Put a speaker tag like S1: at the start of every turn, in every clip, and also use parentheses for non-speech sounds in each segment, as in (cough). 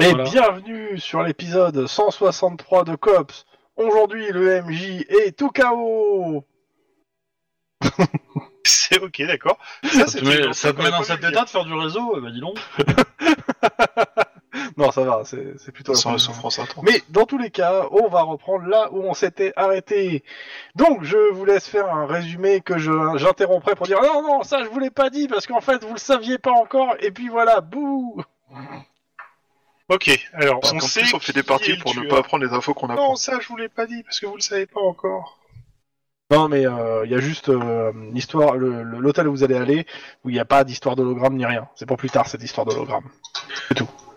S1: Et
S2: Voilà.
S1: bienvenue sur l'épisode 163 de Cops. Aujourd'hui, le MJ est tout KO.
S3: (laughs) C'est ok, d'accord. Ça,
S2: Ça
S3: c'est
S2: te met,
S3: une-
S2: ça te
S3: comme
S2: met
S3: la
S2: dans cet
S3: polémique.
S2: état de faire du réseau, eh ben dis donc.
S1: Non, ça va, c'est c'est plutôt. la
S3: Sans
S1: première.
S3: sans France Inter.
S1: Mais dans tous les cas, on va reprendre là où on s'était arrêté. Donc, je vous laisse faire un résumé que je- j'interromprai pour dire non, non, ça je vous l'ai pas dit parce qu'en fait vous le saviez pas encore. Et puis voilà, bouh.
S3: Ok, alors
S4: Parce
S3: on
S4: qu'en
S3: sait.
S4: plus, on fait des
S3: qui
S4: parties
S3: est le
S4: pour ne
S3: tueur.
S4: pas apprendre les infos qu'on apprend.
S3: Non, ça je vous l'ai pas dit parce que vous le savez pas encore.
S1: Non, mais il y a juste euh, l'histoire, le- le- l'hôtel où vous allez aller, où il n'y a pas d'histoire d'hologramme ni rien. C'est pour plus tard cette histoire d'hologramme.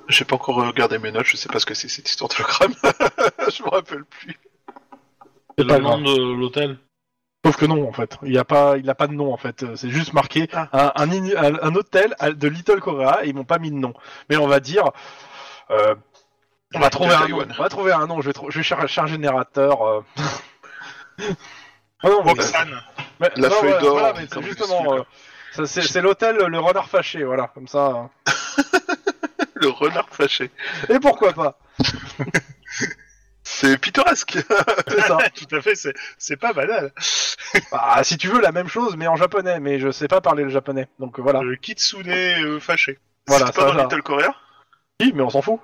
S4: J'ai pas encore euh, regardé mes notes, je sais pas ce que c'est cette histoire d'hologramme. (laughs) je me rappelle plus.
S2: C'est
S1: pas
S2: le nom de l'hôtel.
S1: Sauf que non, en fait. Il n'a pas, il a pas de nom, en fait. Euh, C'est juste marqué
S3: Ah.
S1: un, un, ini- un- un hôtel à- de Little Korea et ils m'ont pas mis de nom. Mais on va dire. euh, on, va
S4: De
S1: trouver un nom,
S4: Taïwan.
S1: on va trouver un nom. Je vais, trou- je vais chercher un générateur. euh. (laughs) Ah non,
S4: bah,
S1: mais-
S3: Roxane.
S1: mais-
S4: La
S1: non,
S4: feuille
S1: voilà,
S4: d'or,
S1: voilà, mais c'est
S4: comme je
S1: justement.
S4: suis,
S1: euh, ça, c'est c'est l'hôtel Le Renard Fâché, voilà, comme ça. hein.
S4: Le renard fâché.
S1: Et pourquoi pas
S4: C'est pittoresque. (laughs)
S1: C'est ça.
S3: Tout à fait, c'est- c'est pas banal.
S1: Bah, si tu veux, la même chose, mais en japonais. Mais je sais pas parler le japonais, donc euh, voilà.
S3: Le Kitsune euh, fâché.
S1: Voilà,
S4: c'est
S1: ça,
S4: pas dans
S1: ça.
S4: Little Korea
S1: Oui, mais on s'en fout.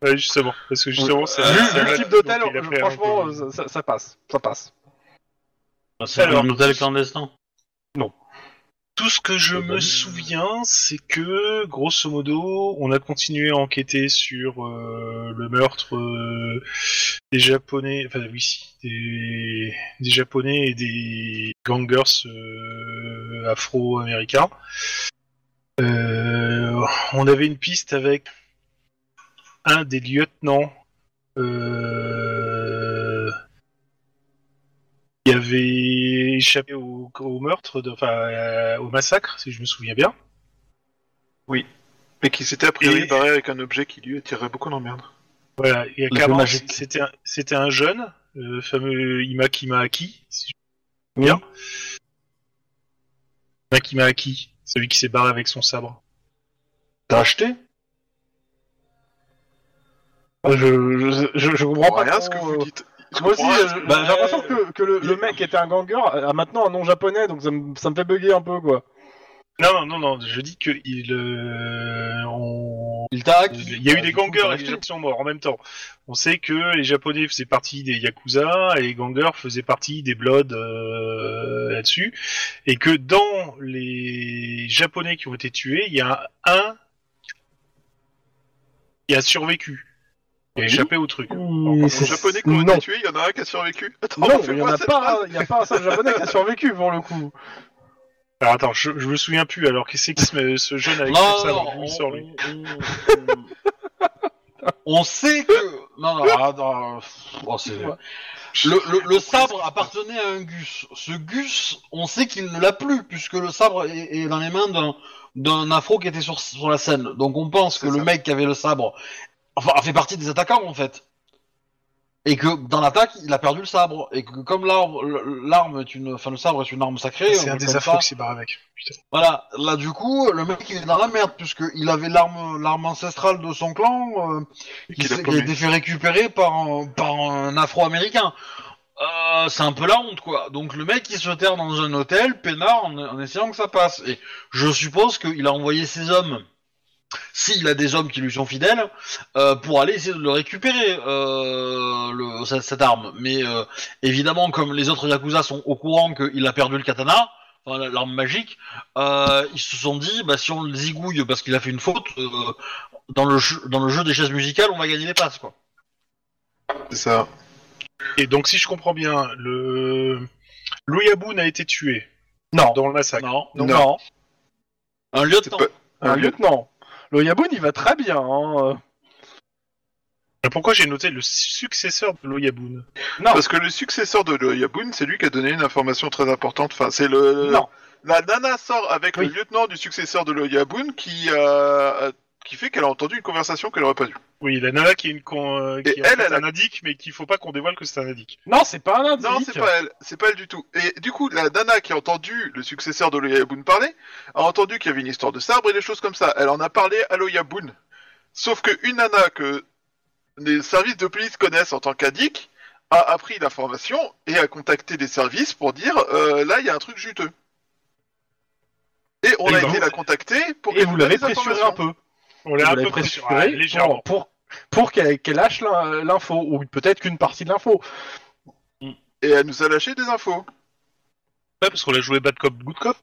S3: Ouais, justement, parce que justement, c'est.
S1: Vu
S3: Euh, Ah, c'est
S1: vu
S3: un-
S1: Euh, le type d'hôtel,
S3: donc il a fait un
S1: franchement,
S3: peu-
S1: euh, ça, ça passe, ça passe.
S2: Bah, C'est
S3: Alors.
S2: un hôtel clandestin.
S3: Tout ce que je me souviens, c'est que, grosso modo, on a continué à enquêter sur euh, le meurtre euh, des Japonais, enfin oui, si, des, des Japonais et des gangers euh, afro-américains. Euh, on avait une piste avec un des lieutenants. euh, qui avait échappé au, au meurtre, de- enfin euh, au massacre, si je me souviens bien.
S4: Mais qui s'était a priori
S3: Et-
S4: barré avec un objet qui lui attirait beaucoup d'emmerde.
S3: Voilà, il y a
S2: Le
S3: clairement,
S2: magique.
S3: c'était un, c'était un jeune, le fameux Imakimaaki, si je me souviens bien. Imakimaaki, celui qui s'est barré avec son sabre.
S1: T'as acheté Ah, je, je, je, je comprends pas
S4: rien
S1: trop,
S4: ce que
S1: euh,
S4: vous dites. Je
S1: Moi aussi,
S4: comprends rien.
S1: euh,
S2: Bah,
S1: j'ai l'impression que, que le, le
S4: il-
S1: mec était un ganger, a maintenant un nom japonais, donc ça me, ça me fait bugger un peu, quoi.
S3: Non, non, non, non, je dis que il, euh, on-
S2: Il t'a
S3: il y a eu des gangers et des gens qui sont morts en même temps. On sait que les Japonais faisaient partie des Yakuza et les gangers faisaient partie des Bloods euh, là-dessus. Et que dans les Japonais qui ont été tués, il y a un qui a survécu. Qui a
S1: Oui.
S3: échappé au truc.
S4: Les
S1: c'est-
S4: japonais qui ont
S1: non,
S4: été tués, il y en a un qui a survécu. Attends,
S1: non, il y en
S4: fais-moi
S1: a
S4: cette
S1: pas,
S4: phrase.
S1: il y a pas un seul japonais qui a survécu pour le coup.
S3: Alors attends, je, je me souviens plus. Alors qu'est-ce que ce, ce jeune avec
S2: Non, non,
S3: son sabre,
S2: non,
S3: lui,
S2: on-
S3: sort, lui
S2: on- on- On sait que. Non, non, ah, non, oh, c'est- le, le- le sabre appartenait à un Gus. Ce Gus, on sait qu'il ne l'a plus, puisque le sabre est, est dans les mains d'un, d'un afro qui était sur, sur la scène. Donc on pense que
S4: C'est
S2: le
S4: ça.
S2: mec qui avait le sabre enfin, a fait partie des attaquants, en fait. Et que dans l'attaque, il a perdu le sabre. Et que comme l'arme, l'arme est une, enfin, le sabre est une arme sacrée.
S3: C'est
S2: on
S3: un
S2: peut
S3: des
S2: comme
S3: affreux
S2: ça-
S3: qui s'est barré avec.
S2: voilà, là du coup, le mec il est dans la merde puisque il avait l'arme l'arme ancestrale de son clan euh, qui,
S4: qu'il a
S2: s'est- qui a
S4: paumé.
S2: été fait récupérer par un, par un afro-américain. Euh, c'est un peu la honte quoi. Donc le mec il se terre dans un hôtel, peinard en, en essayant que ça passe. Et je suppose qu'il a envoyé ses hommes, s'il a des hommes qui lui sont fidèles, euh, pour aller essayer de le récupérer, euh, le- cette, cette arme. Mais euh, évidemment, comme les autres Yakuza sont au courant qu'il a perdu le katana, enfin, la- l'arme magique, euh, ils se sont dit, bah, si on le zigouille parce qu'il a fait une faute, euh, dans, le jeu, dans le jeu des chaises musicales, on va gagner les passes. quoi.
S4: C'est ça.
S3: Et donc si je comprends bien, le Louyaboun a été tué
S1: Non,
S3: dans le massacre.
S2: Non.
S1: non,
S4: non.
S2: Un lieutenant.
S4: C'est
S1: un lieutenant. Le Yabun, il va très bien, hein. euh.
S3: Alors, Pourquoi j'ai noté le successeur de Loyaboun
S1: Non.
S4: Parce que le successeur de Loyaboun, c'est lui qui a donné une information très importante. Enfin, c'est le.
S1: Non.
S4: La nana sort avec
S1: Oui.
S4: le lieutenant du successeur de Loyaboun qui, euh, qui fait qu'elle a entendu une conversation qu'elle aurait pas dû.
S3: Oui, la nana qui est une con, euh, qui
S4: Et
S3: est en
S4: elle,
S3: fait
S4: elle a-
S3: un indique, mais qu'il faut pas qu'on dévoile que c'est un indique.
S1: Non, c'est pas un indique.
S4: Non, c'est pas elle, c'est pas elle du tout. Et du coup, la nana qui a entendu le successeur de Loyaboun parler, a entendu qu'il y avait une histoire de sabre et des choses comme ça. Elle en a parlé à Loyaboun. Sauf que une nana que les services de police connaissent en tant qu'addict a appris la formation et a contacté des services pour dire euh, là il y a un truc juteux. Et on
S3: Et
S4: a
S3: ben,
S4: été la contacter pour
S1: Et
S4: qu'elle
S1: vous
S4: nous
S1: l'avez
S4: donne des
S1: pressuré un
S4: informations.
S1: peu.
S3: On
S1: Vous
S3: l'a un
S1: l'avez
S3: peu
S1: pressuré
S3: pressuré,
S1: pour,
S3: légèrement.
S1: pour, pour qu'elle qu'elle lâche l'in- l'info, ou peut-être qu'une partie de l'info.
S4: Et elle nous a lâché des infos.
S3: Ouais, parce qu'on l'a joué bad cop, good cop.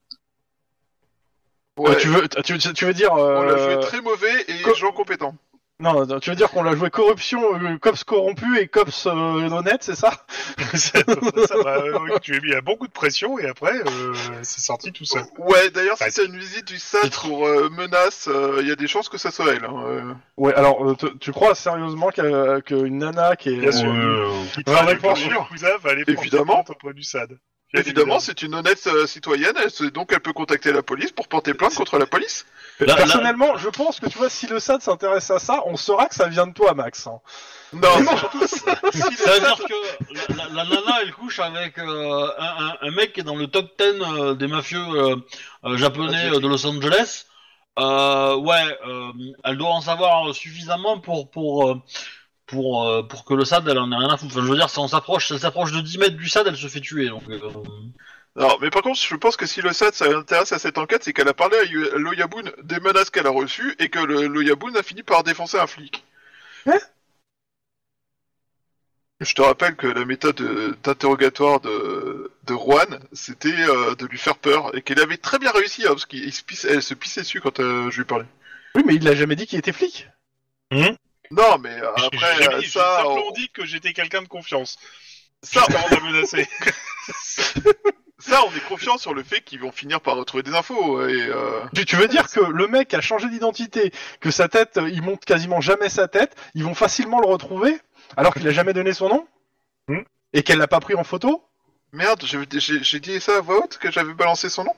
S1: Euh,
S4: Ouais.
S1: tu, veux, tu, tu veux dire...
S4: On l'a
S1: euh,
S4: joué très mauvais et
S1: co-
S4: gens compétents.
S1: Non, non, tu veux dire qu'on l'a joué corruption, euh, cops corrompu et cops euh, honnête, c'est ça
S3: (laughs) C'est à peu près ça, bah, euh, oui, tu lui as mis un bon coup de pression et après, euh, c'est sorti tout seul.
S4: Ouais, d'ailleurs, si
S3: Bah,
S4: c'est une visite du SAT
S2: titre.
S4: pour euh, menace, euh, il y a des chances que ça soit elle. hein, euh.
S1: Ouais, alors euh, te- tu crois sérieusement qu'elle- euh, qu'une nana qui est...
S3: Bien sûr. Il
S1: Ouais,
S3: travaille
S1: bien
S3: pour
S4: sûr.
S3: le cousin, va aller
S4: Évidemment.
S3: prendre auprès du SAD.
S4: Évidemment, c'est une honnête euh, citoyenne, elle se- donc elle peut contacter la police pour porter plainte contre la police.
S2: Ah, Là-
S1: Personnellement, je pense que tu vois, si le SAD s'intéresse à ça, on saura que ça vient de toi, Max. hein.
S4: Non, c'est surtout si le
S2: Ça veut
S4: SAT
S2: dire que la, la- la nana, elle couche avec euh, un, un- un mec qui est dans le top 10 euh, des mafieux euh, euh, japonais euh, de Los Angeles. Euh, ouais, euh, elle doit en savoir euh, suffisamment pour pour euh, pour, euh, pour que le SAD, elle en ait rien à foutre. Enfin, je veux dire, si on s'approche, si elle s'approche de 10 mètres du SAD, elle se fait tuer. Donc, euh,
S4: Alors, mais par contre, je pense que si le SAT s'intéresse à cette enquête, c'est qu'elle a parlé à Yo- Loyaboun des menaces qu'elle a reçues et que le- Loyaboun a fini par défoncer un flic.
S1: Hein
S4: Je te rappelle que la méthode euh, d'interrogatoire de, de Juan, c'était euh, de lui faire peur et qu'elle avait très bien réussi, hein, parce qu'elle se, pisse- elle se pissait dessus quand euh, je lui parlais.
S1: Oui, mais il l'a jamais dit qu'il était flic.
S4: Non, mais euh,
S3: J'ai
S4: après,
S3: jamais-
S4: euh,
S3: j'ai
S4: ça,
S3: simplement
S4: on-
S3: dit que j'étais quelqu'un de confiance.
S4: ça,
S3: Avant de menacer.
S4: ça, on est confiant sur le fait qu'ils vont finir par retrouver des infos. Et, euh,
S1: Tu, tu veux dire que le mec a changé d'identité, que sa tête, euh, il monte quasiment jamais sa tête, ils vont facilement le retrouver, alors qu'il a jamais donné son nom
S3: Hmm.
S1: Et qu'elle l'a pas pris en photo
S4: Merde, j'ai- j'ai j'ai dit ça à voix haute que j'avais balancé son nom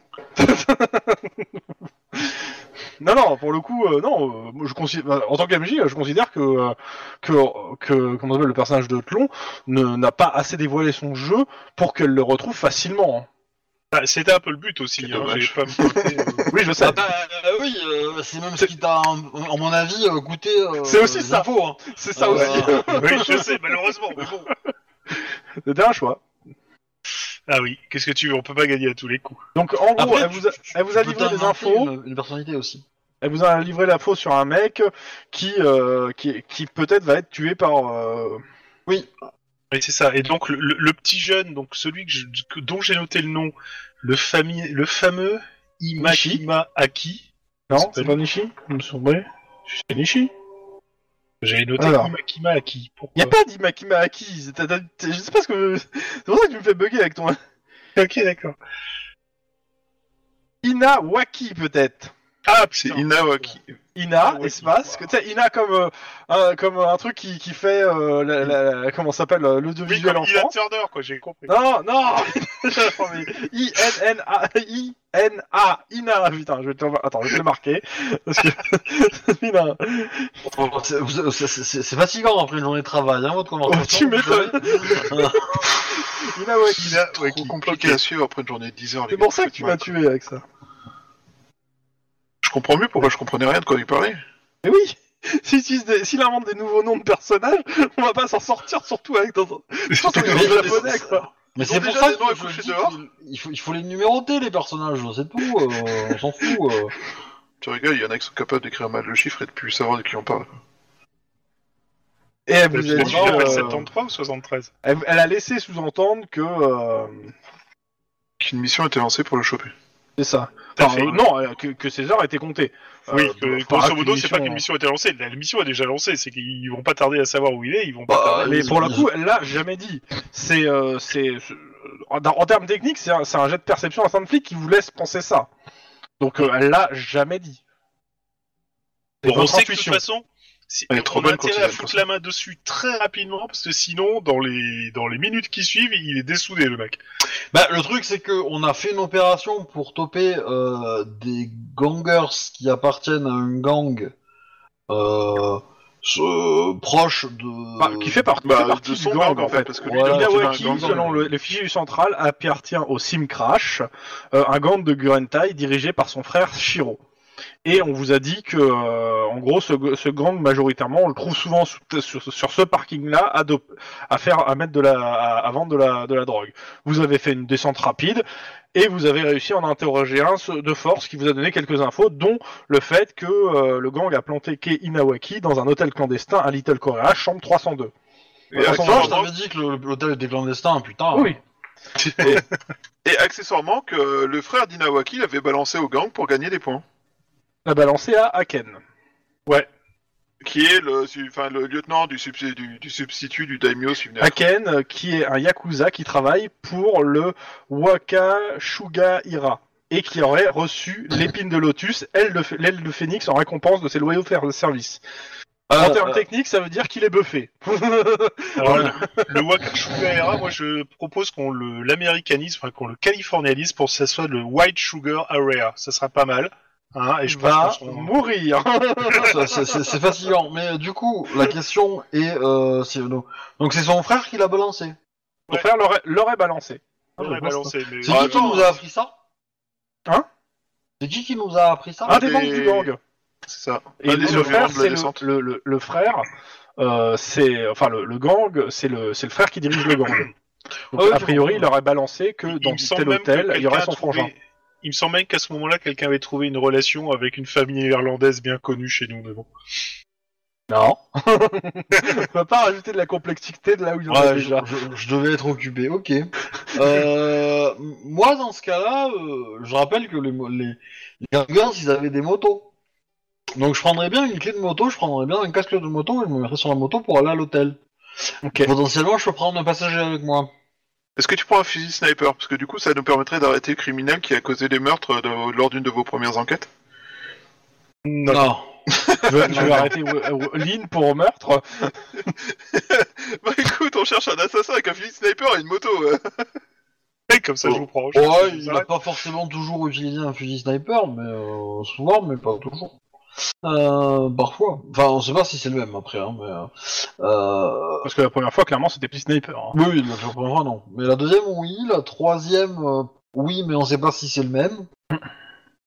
S1: Non, non, pour le coup, euh, non, euh, moi, je considère, bah, en tant qu'MJ, euh, je considère que, euh, que, que comment s'appelle, le personnage de Tlon ne- n'a pas assez dévoilé son jeu pour qu'elle le retrouve facilement. hein.
S3: Bah, C'était un peu le but aussi.
S4: Quel
S3: Hein,
S4: dommage.
S3: j'ai pas me pointer, euh,
S1: Oui, je sais.
S2: Ah bah, euh, oui, euh, c'est même ce qui t'a, en, en mon avis, euh, coûté. euh,
S1: C'est aussi ça.
S2: les infos, hein.
S1: C'est ça
S2: Euh,
S1: aussi. (laughs)
S3: Oui, je sais, malheureusement, mais bon.
S1: C'était un choix.
S3: Ah oui, qu'est-ce que tu veux On peut pas gagner à tous les coups.
S1: Donc, en gros,
S2: Après,
S1: elle
S2: tu-
S1: vous a,
S2: tu-
S1: elle vous a
S2: tu peux euh,
S1: livré des
S2: t'inventer
S1: infos.
S2: Une, une personnalité aussi.
S1: Elle vous a livré l'info sur un mec qui, euh, qui, qui peut-être va être tué par. euh,
S3: Oui, c'est ça. Et donc, le, le- le petit jeune, donc celui que je- que- dont j'ai noté le nom, le, fami- le fameux Imakima Aki.
S1: Non,
S3: C'est
S1: c'est
S3: pas
S1: pas Nishi Je me souviens. C'est Nishi.
S3: J'avais noté
S1: Alors.
S3: Imakima Aki.
S1: Y a
S3: Pourquoi
S1: pas d'Imakima Aki. t'as- t'as- t'as- Je sais pas ce que. C'est pour ça que tu me fais bugger avec ton. (laughs)
S3: Ok, d'accord.
S1: Ina Waki peut-être.
S3: Ah,
S4: C'est
S3: putain.
S4: Inawaki.
S1: Ina,
S3: Ah, Waki,
S1: espace. que- Tu sais, Ina comme, euh, un, comme un truc qui, qui fait. euh, la, la- la- comment ça s'appelle euh,
S3: Oui,
S1: L'audiovisuel
S3: comme
S1: en
S3: Ina
S1: France.
S3: Turner, quoi,
S1: (laughs)
S3: j'ai compris.
S1: Non, non I-N-N-A, I-N-A, Ina, putain, je vais te... Attends, je vais te le marquer, parce que... (laughs) Ina.
S2: Oh, c'est- vous- C'est c'est- c'est fatigant après une journée de travail, hein, votre conversation.
S1: tu m'étonnes. Ina Waki.
S3: Ina
S4: Trop
S3: Waki.
S4: compliqué à suivre après une journée de 10 heures. les
S1: C'est
S4: gars.
S1: pour ça que tu m'as tué avec ça.
S4: Je comprends mieux pourquoi je comprenais rien de quoi il parlait.
S1: Mais oui S'il utilise des- s'il invente des nouveaux noms de personnages, on va pas s'en sortir, surtout avec... Dans... Surtout avec les japonais, quoi
S2: Mais
S4: Ils ont
S2: c'est pour
S4: déjà
S2: ça
S4: des
S2: que
S4: noms à
S2: je
S4: coucher
S2: dis
S4: dehors.
S2: qu'il- il faut, il faut les numéroter, les personnages, c'est tout. euh, on s'en fout. euh.
S4: Tu rigoles, il y en a qui sont capables d'écrire mal le chiffre et de plus savoir de qui on parle.
S1: Et elle
S3: Tu
S1: vous a
S3: l'as
S1: dit...
S3: dit, t'appelles
S1: euh,
S3: 73 ou 73
S1: elle, elle a laissé sous-entendre que... euh,
S4: Qu'une mission était lancée pour le choper.
S1: C'est ça.
S3: T'as
S1: Enfin,
S3: fait.
S1: euh, non, euh, que, que ses heures étaient comptées.
S3: Oui,
S1: Euh,
S3: que,
S1: par
S3: grosso modo, c'est
S1: acquisition,
S3: pas qu'une
S1: hein.
S3: mission a été lancée. La la mission est déjà lancée, c'est qu'ils vont pas tarder à savoir où il est, Ah, ils vont pas
S2: Bah,
S3: tarder.
S1: Mais
S2: Ils-
S1: pour le
S2: ils-
S1: coup, elle l'a jamais dit. C'est, euh, c'est, c'est- en, en termes techniques, c'est un, c'est un jet de perception à de flic qui vous laisse penser ça. Donc euh, elle l'a jamais dit. C'est
S3: Bon, on
S1: votre
S3: sait que de toute
S1: intuition.
S3: façon, si-
S4: Elle est trop
S3: on a
S4: bonne quand
S3: intérêt
S4: il
S3: à
S4: aime
S3: foutre
S4: ça.
S3: la main dessus très rapidement parce que sinon, dans les dans les minutes qui suivent, il est dessoudé le mec.
S2: Bah, le truc, c'est que on a fait une opération pour toper euh, des gangers qui appartiennent à un gang euh, ce- proche de.
S1: Bah, qui fait, par- qui
S4: Bah,
S1: fait partie
S4: de son
S1: du gang,
S4: gang, en fait, parce que lui,
S2: Voilà,
S1: Le
S4: il
S1: Miyawaki,
S4: appartient à un gang.
S1: selon le, le fichier central, appartient au Sim Crash, euh, un gang de Gurentai dirigé par son frère Shiro. Et on vous a dit que, euh, en gros, ce, ce gang majoritairement, on le trouve souvent sous- sur, sur ce parking-là à, dop- à faire, à mettre de la, à, à vendre de la, de la drogue. Vous avez fait une descente rapide et vous avez réussi à en interroger un ce- de force qui vous a donné quelques infos, dont le fait que euh, le gang a planté Kei Inawaki dans un hôtel clandestin à Little Korea, chambre 302.
S4: Et,
S1: Voilà,
S2: Attends, je
S1: Attends,
S4: accessoirement,
S2: t'avais dit que le- l'hôtel était clandestin, putain.
S1: Oui.
S4: et accessoirement que euh, le frère d'Inawaki l'avait balancé au gang pour gagner des points.
S1: La balancé à Aken.
S4: Qui est le, su- enfin, le lieutenant du, subs- du, du substitut du daimyo Suvener.
S1: Aken, euh, qui est un yakuza qui travaille pour le Wakashugaira et qui aurait reçu l'épine de lotus, aile de ph- l'aile de phénix en récompense de ses loyaux fer- services. en
S2: Euh,
S1: termes
S2: euh,
S1: techniques, ça veut dire qu'il est buffé.
S3: Alors,
S4: (laughs)
S3: le, le Sugar Era, moi je propose qu'on le- l'américanise, enfin qu'on le californialise pour que ça soit le White Sugar Area. Ça sera pas mal. Hein, et je
S1: va
S3: pense qu'on sera-
S1: mourir. (laughs)
S2: ça, c'est- C'est c'est fascinant. Mais euh, du coup, la question est... euh, c'est- donc, donc c'est son frère qui l'a balancé.
S1: Mon frère l'aurait- l'aurait balancé.
S3: on
S2: je
S3: l'aurait
S2: pense
S3: balancé, mais-
S2: C'est
S4: Ah,
S2: qui qui
S4: attends.
S2: nous a appris ça
S1: Hein
S2: C'est qui qui nous a appris ça
S1: Un Ah, des
S4: des-
S1: membres du gang.
S4: C'est ça.
S1: Et
S4: Un
S1: le,
S4: des
S1: le frère,
S4: survivants de la
S1: c'est le,
S4: descente.
S1: le- le- le frère, euh, c'est enfin le, le gang, c'est le, c'est le frère qui dirige le gang. Donc,
S2: Ah ouais,
S1: a
S2: je
S1: priori,
S2: comprends.
S1: il aurait balancé que dans
S3: me semble
S1: tel
S3: même que
S1: hôtel, il y aurait
S3: quelqu'un
S1: son
S3: a trouvé-
S1: frangin.
S3: Il me semble même qu'à ce moment-là, quelqu'un avait trouvé une relation avec une famille irlandaise bien connue chez nous, mais bon.
S2: Non.
S1: On va pas rajouter de la complexité de là où il y en a
S2: Ouais, je,
S1: déjà.
S2: je- je devais être occupé, ok. Euh, m- moi, dans ce cas-là, euh, je rappelle que les, mo- les, les Gargans, ils avaient des motos. Donc je prendrais bien une clé de moto, je prendrais bien un casque de moto et je me mettrais sur la moto pour aller à l'hôtel.
S1: Ok.
S2: Potentiellement, je peux prendre un passager avec moi.
S4: Est-ce que tu prends un fusil sniper Parce que du coup, ça nous permettrait d'arrêter le criminel qui a causé des meurtres de- lors d'une de vos premières enquêtes.
S3: Non.
S1: Tu veux, tu veux arrêter Wi- euh, Lynn pour meurtre
S4: (laughs) Bah écoute, on cherche un assassin avec un fusil sniper et une moto. euh.
S3: Ouais, comme ça, je vous prends. Je-
S1: Oh,
S2: Ouais,
S3: je-
S2: il n'a pas forcément toujours utilisé un fusil sniper, mais euh, souvent, mais pas toujours. Euh, parfois. Enfin, on sait pas si c'est le même après, hein, mais... euh, euh,
S1: Parce que la première fois, clairement, c'était plus sniper. hein.
S2: Oui, oui, la première fois, non. Mais la deuxième, oui. La troisième, euh, oui, mais on sait pas si c'est le même.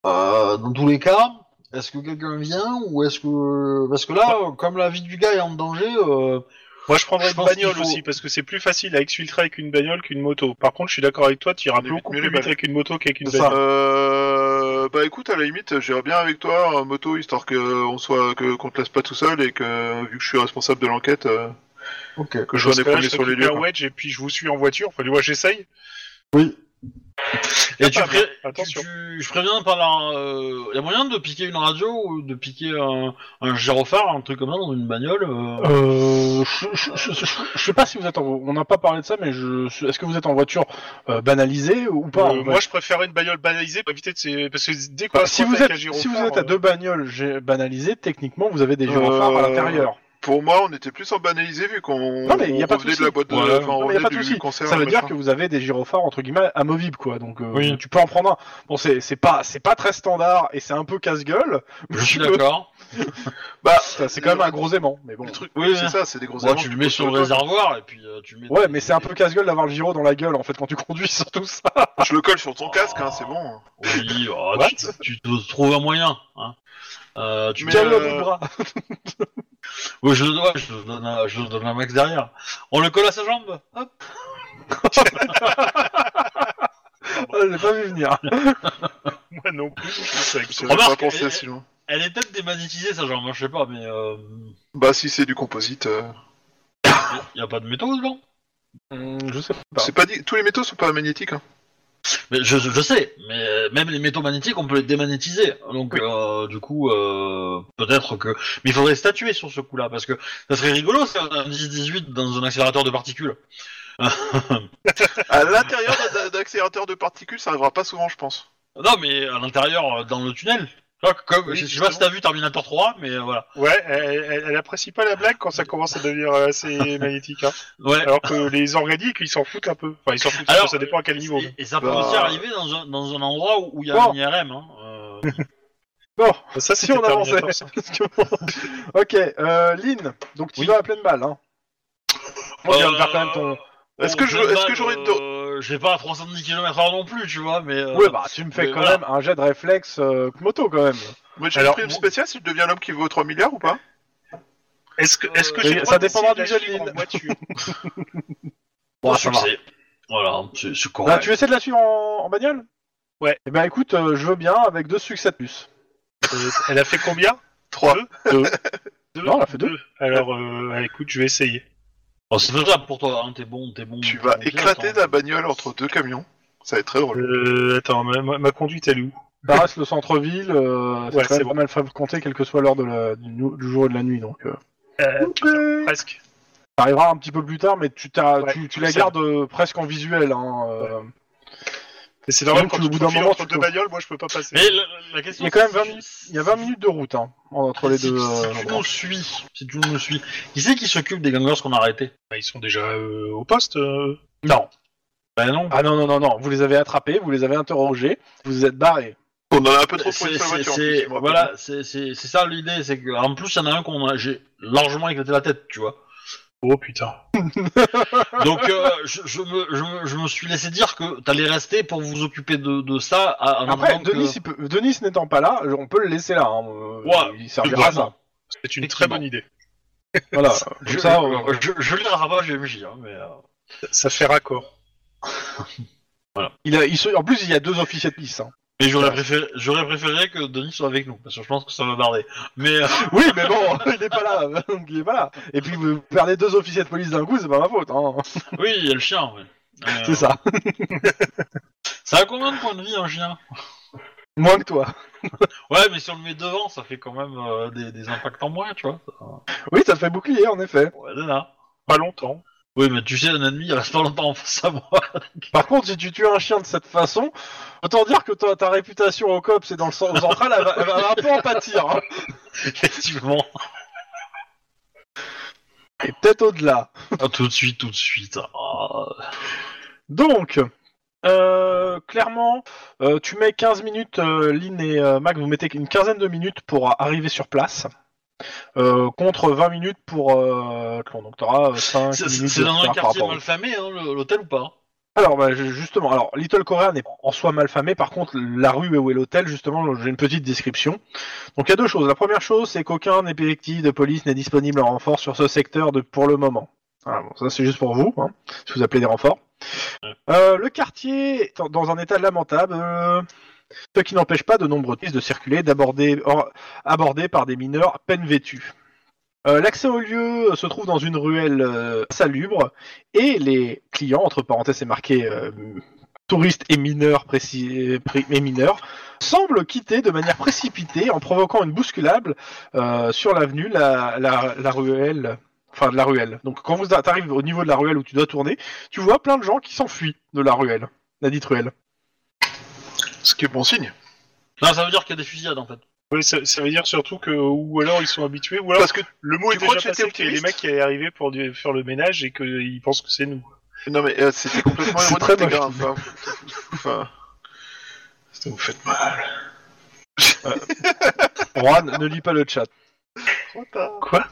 S2: Euh, dans tous les cas, est-ce que quelqu'un vient ou est-ce que... Parce que là, euh, comme la vie du gars est en danger... euh,
S3: Moi, je prendrais
S2: Je
S3: une
S2: pense
S3: bagnole
S2: qu'il faut-
S3: aussi, parce que c'est plus facile à exfiltrer avec une bagnole qu'une moto. Par contre, je suis d'accord avec toi, tu iras
S4: On évite
S3: beaucoup
S4: mieux
S3: plus
S4: les
S3: vite
S4: balles.
S3: avec une moto qu'avec une
S2: C'est ça.
S3: bagnole.
S4: (laughs) Euh, bah écoute, à la limite, j'irai bien avec toi en moto, histoire que on soit que qu'on te laisse pas tout seul et que vu que je suis responsable de l'enquête, euh,
S2: Ok.
S4: que je sois
S3: Parce
S4: un des
S3: que là,
S4: premiers
S3: je
S4: sur les
S3: récupère
S4: lieux. quoi.
S3: wedge et puis je vous suis en voiture. Enfin, moi, j'essaye.
S2: Et tu,
S3: Capable,
S2: pré-
S3: hein.
S2: tu-
S3: Attention.
S2: tu- je préviens par là... Il euh, y a moyen de piquer une radio ou de piquer un, un gyrophare, un truc comme ça, dans une bagnole
S1: (laughs)
S2: euh,
S1: Euh, je, je, je- je- je sais pas si vous êtes en... On n'a pas parlé de ça, mais je... est-ce que vous êtes en voiture euh, banalisée ou pas
S3: Euh,
S1: en fait
S3: Moi, je préfère une bagnole banalisée pour éviter de ces... Parce que dès qu'on
S1: Bah,
S3: va se
S1: si, vous
S3: frotter avec
S1: êtes,
S3: un
S1: si vous
S3: gyrophare,
S1: êtes à
S3: euh,
S1: deux bagnoles gé- banalisées, techniquement, vous avez des gyrophares à
S4: Euh,
S1: l'intérieur.
S4: Pour moi, on était plus en banalisé vu qu'on
S1: Non, mais y a
S4: on
S1: pas de
S4: revenait
S1: souci.
S4: de la boîte de,
S2: Ouais.
S4: enfin, on
S1: Non, mais y a
S4: revenait
S1: pas de
S4: du
S1: souci.
S4: concert,
S1: Ça veut dire
S4: machin.
S1: que vous avez des gyrophares entre guillemets amovibles quoi. Donc euh,
S2: Oui.
S1: tu peux en prendre un. Bon c'est c'est pas c'est pas très standard et c'est un peu casse-gueule.
S2: Je suis d'accord.
S4: bah
S1: Ça, C'est quand même un gros aimant mais bon.
S4: le truc,
S2: Oui,
S4: c'est
S2: oui.
S4: ça, c'est des gros
S2: Moi,
S4: éléments
S2: tu le
S4: que
S2: mets
S4: poses
S2: sur le
S4: la table.
S2: réservoir et puis euh, tu mets...
S1: Ouais mais c'est un peu casse-gueule d'avoir le gyro dans la gueule en fait quand tu conduis (laughs) surtout ça.
S4: Je le colle sur ton casque, hein, c'est bon.
S2: (laughs) Oui, oh,
S3: What
S2: tu, tu te trouves un moyen. Hein. Euh, tu
S4: Mais,
S1: Tiens-le à
S4: euh,
S1: bout de bras.
S2: Ouais, je, ouais, je le donne un, je le donne un max derrière. On le colle à sa jambe. Hop.
S1: Ah, J'ai pas vu venir.
S3: Moi non plus, je
S1: (laughs)
S3: suis sec.
S4: J'avais pas
S2: Remarque,
S4: pensé à
S2: elle-
S4: si loin.
S2: Elle est peut-être démagnétisée sa jambe, hein, je sais pas, mais euh,
S4: Bah si c'est du composite, euh,
S2: y a pas de métaux dedans.
S1: Hum, je sais pas.
S4: c'est pas dit. Tous les métaux sont pas magnétiques. Hein.
S2: Mais je, je sais, mais euh, même les métaux magnétiques, on peut les démagnétiser. Donc euh, du coup, euh, peut-être que. Mais il faudrait statuer sur ce coup-là parce que ça serait rigolo, c'est un 10-18 dans un accélérateur de particules.
S4: À l'intérieur d'un- d'un accélérateur de particules, ça arrivera pas souvent, je pense.
S2: Non, mais à l'intérieur, euh, dans le tunnel. Tu vois, Comme,
S3: Oui,
S2: je sais pas
S3: justement.
S2: si t'as vu Terminator 3, mais euh, voilà.
S3: Ouais, elle, elle- elle apprécie pas la blague quand ça commence à devenir euh, (laughs) assez magnétique. Hein.
S2: Ouais.
S3: Alors que les organiques, ils s'en foutent un peu. Enfin, ils s'en foutent un peu,
S2: Alors,
S3: ça dépend à quel niveau.
S2: Et, et ça peut
S4: Bah.
S2: aussi arriver dans un, dans un endroit où il y a
S1: Bon.
S2: un IRM. Hein. euh.
S1: Bon
S3: Ça,
S1: si
S3: c'était
S1: on avançait.
S3: Terminator, ça.
S1: Parce que bon. ok euh, Lynn donc tu
S2: Oui.
S1: vas à pleine balle. Hein. On vient de faire quand même ton.
S2: Euh,
S4: Est-ce que je-
S2: pleine
S4: est-ce que
S2: balle,
S4: j'aurais une
S2: euh, euh, je sais pas, à 310 km/h non plus, tu vois, mais. euh,
S1: ouais, bah tu me fais
S2: mais
S1: quand
S2: voilà.
S1: même un jet de réflexe euh, moto quand même.
S4: Moi, j'ai une
S3: Alors,
S4: prime
S3: bon-
S4: spéciale s'il devient l'homme qui vaut 3 milliards ou pas
S3: Est-ce que, est-ce que
S1: Euh,
S3: j'ai
S1: ça
S3: le droit
S1: dépendra
S3: d'essayer
S1: du
S3: de la suivre
S1: Jaline.
S3: en voiture
S2: Bon,
S1: Ouais, ça va.
S2: succès. Voilà, c'est c'est
S1: Bah,
S2: correct.
S1: tu essaies de la suivre en, en bagnole
S3: Ouais.
S1: Eh ben écoute, euh, je veux bien avec deux succès de plus.
S3: Euh, Elle a fait combien
S4: 3.
S3: Deux
S1: Non, elle a fait deux.
S3: Alors, euh, bah, écoute, je vais essayer.
S2: Bon, c'est faisable pour toi, hein, t'es bon, t'es bon.
S4: Tu
S2: t'es
S4: vas
S2: bon pilote,
S4: éclater
S2: hein.
S4: ta bagnole entre deux camions. Ça va être très drôle.
S3: Euh, attends, ma, ma- ma conduite, elle est où
S1: Ça reste le centre-ville, euh, c'est
S3: Ouais,
S1: quand même
S3: c'est
S1: pas mal fréquenté, quelle que soit l'heure de la- du, nou- du jour et de la nuit. Donc, euh.
S3: Euh,
S1: Ok.
S3: Presque.
S1: T'arriveras un petit peu plus tard, mais tu, t'as-
S3: Ouais,
S1: tu, tu
S3: je
S1: la
S3: sais.
S1: gardes euh, presque en visuel. Hein, euh.
S3: Mais c'est normal,
S1: Donc,
S3: quand
S1: au
S3: tu
S1: bout
S3: te
S1: d'un
S3: file
S1: moment,
S3: entre
S1: tu
S3: deux
S1: peux-
S3: bagnoles, moi, je peux pas passer.
S2: Mais la, la question.
S1: Il y a quand
S2: c'est
S1: même
S2: si
S1: 20
S2: tu-
S1: Il y a 20 minutes de route hein, entre les
S2: Ah, si-
S1: deux.
S2: Si,
S1: euh,
S2: tu
S1: endroits.
S2: nous suis, si tu nous suis, qui c'est qui s'occupe des gangers qu'on a arrêtés
S3: Bah, ils sont déjà euh, au poste. euh.
S2: Non. Ben non.
S1: Ah non, non, non, non, vous les avez attrapés, vous les avez interrogés, vous vous êtes barrés.
S4: On en a un peu trop pour
S2: C'est-
S4: une seule
S2: c'est-
S4: voiture. en
S2: c'est-
S4: plus, je me rappelle.
S2: Voilà, c'est c'est- c'est ça l'idée, c'est que en plus il y en a un qu'on a j'ai largement éclaté la tête, tu vois.
S3: Oh putain.
S2: Donc euh, je, je me, je, me, je me suis laissé dire que t'allais rester pour vous occuper de, de ça à- en
S1: Après,
S2: attendant que-
S1: Denis, il peut- Denis n'étant pas là, on peut le laisser là. hein, euh,
S2: Ouais,
S1: il servira à ça.
S3: C'est une très bonne idée.
S1: Voilà.
S2: Je,
S1: Comme ça, euh,
S2: je,
S1: on-
S2: je, je l'ai ravagé, MJ, hein, mais... euh,
S3: Ça fait raccord.
S1: il a, il se- En plus, il y a deux officiers de police. hein.
S2: Mais j'aurais préféré, j'aurais préféré que Denis soit avec nous, parce que je pense que ça va barrer. Mais euh,
S1: Oui, mais
S2: (laughs)
S1: bon, (laughs) il est pas là. donc il est pas là. Et puis, vous perdez deux officiers de police d'un coup, c'est pas ma faute.
S3: Ah.
S1: hein.
S2: oui, il y a le chien, ouais. Euh,
S1: C'est ça.
S2: Ça a combien de points de vie un chien
S1: Moins que toi.
S2: Ouais, mais si on le met devant, ça fait quand même euh, des, des impacts en moins, tu vois.
S1: Oui, ça te fait bouclier, en effet.
S2: Ouais, là, là.
S3: Pas longtemps.
S2: Oui, mais tu sais, un ennemi, il reste pas longtemps en face à moi. (laughs)
S1: Par contre, si tu tues un chien de cette façon, autant dire que toi, ta réputation au COPS et dans le cen- au central, elle va, elle va un peu en pâtir. hein.
S2: Effectivement.
S1: Et peut-être au-delà.
S2: Ah, tout de suite, tout de suite. Ah.
S1: Donc, euh, clairement, euh, tu mets 15 minutes, euh, Lynn et euh, Mac, vous mettez une quinzaine de minutes pour euh, arriver sur place. euh, contre 20 minutes pour euh, Tlon. Donc, tu auras 5
S2: C'est-
S1: minutes
S2: C'est
S1: de
S2: c'est dans un
S1: retard par
S2: quartier
S1: rapport
S2: mal famé, hein, le- l'hôtel ou pas
S1: alors, bah, ju- justement, alors Little Korea n'est en soi mal famé. Par contre, la rue où est l'hôtel, justement, j'ai une petite description. Donc, il y a deux choses. La première chose, c'est qu'aucun effectif de police n'est disponible en renfort sur ce secteur de, pour le moment. Ah, bon, ça, c'est juste pour vous, hein, si vous appelez des renforts. Euh, le quartier est en- dans un état lamentable, euh, ce qui n'empêche pas de nombreux touristes de circuler, d'aborder, or- abordés par des mineurs à peine vêtus. Euh, L'accès au lieu se trouve dans une ruelle euh, salubre, et les clients, entre parenthèses c'est marqué euh, touristes et mineurs, précis, pré- et mineurs, semblent quitter de manière précipitée en provoquant une bousculable euh, sur l'avenue, la, la- la ruelle, enfin de la ruelle. Donc quand vous arrives au niveau de la ruelle où tu dois tourner, tu vois plein de gens qui s'enfuient de la ruelle, la dite ruelle.
S4: Ce qui est bon signe.
S2: Non, ça veut dire qu'il y a des fusillades, en fait.
S3: Ouais, ça, ça veut dire surtout que, ou alors ils sont habitués, ou alors
S4: Parce que
S3: le mot
S4: tu
S3: est
S4: crois
S3: déjà
S4: que j'étais
S3: passé qu'il y a des
S4: optimiste
S3: mecs qui allaient arriver pour du- faire le ménage et qu'ils pensent que c'est nous.
S4: Non mais euh, c'était complètement
S1: C'est
S4: ironique,
S1: très
S4: les
S1: moche,
S4: gars.
S1: tout
S4: Enfin, enfin, ça vous faites mal.
S1: Juan, ne lis pas le chat.
S4: Trop tard.
S3: Quoi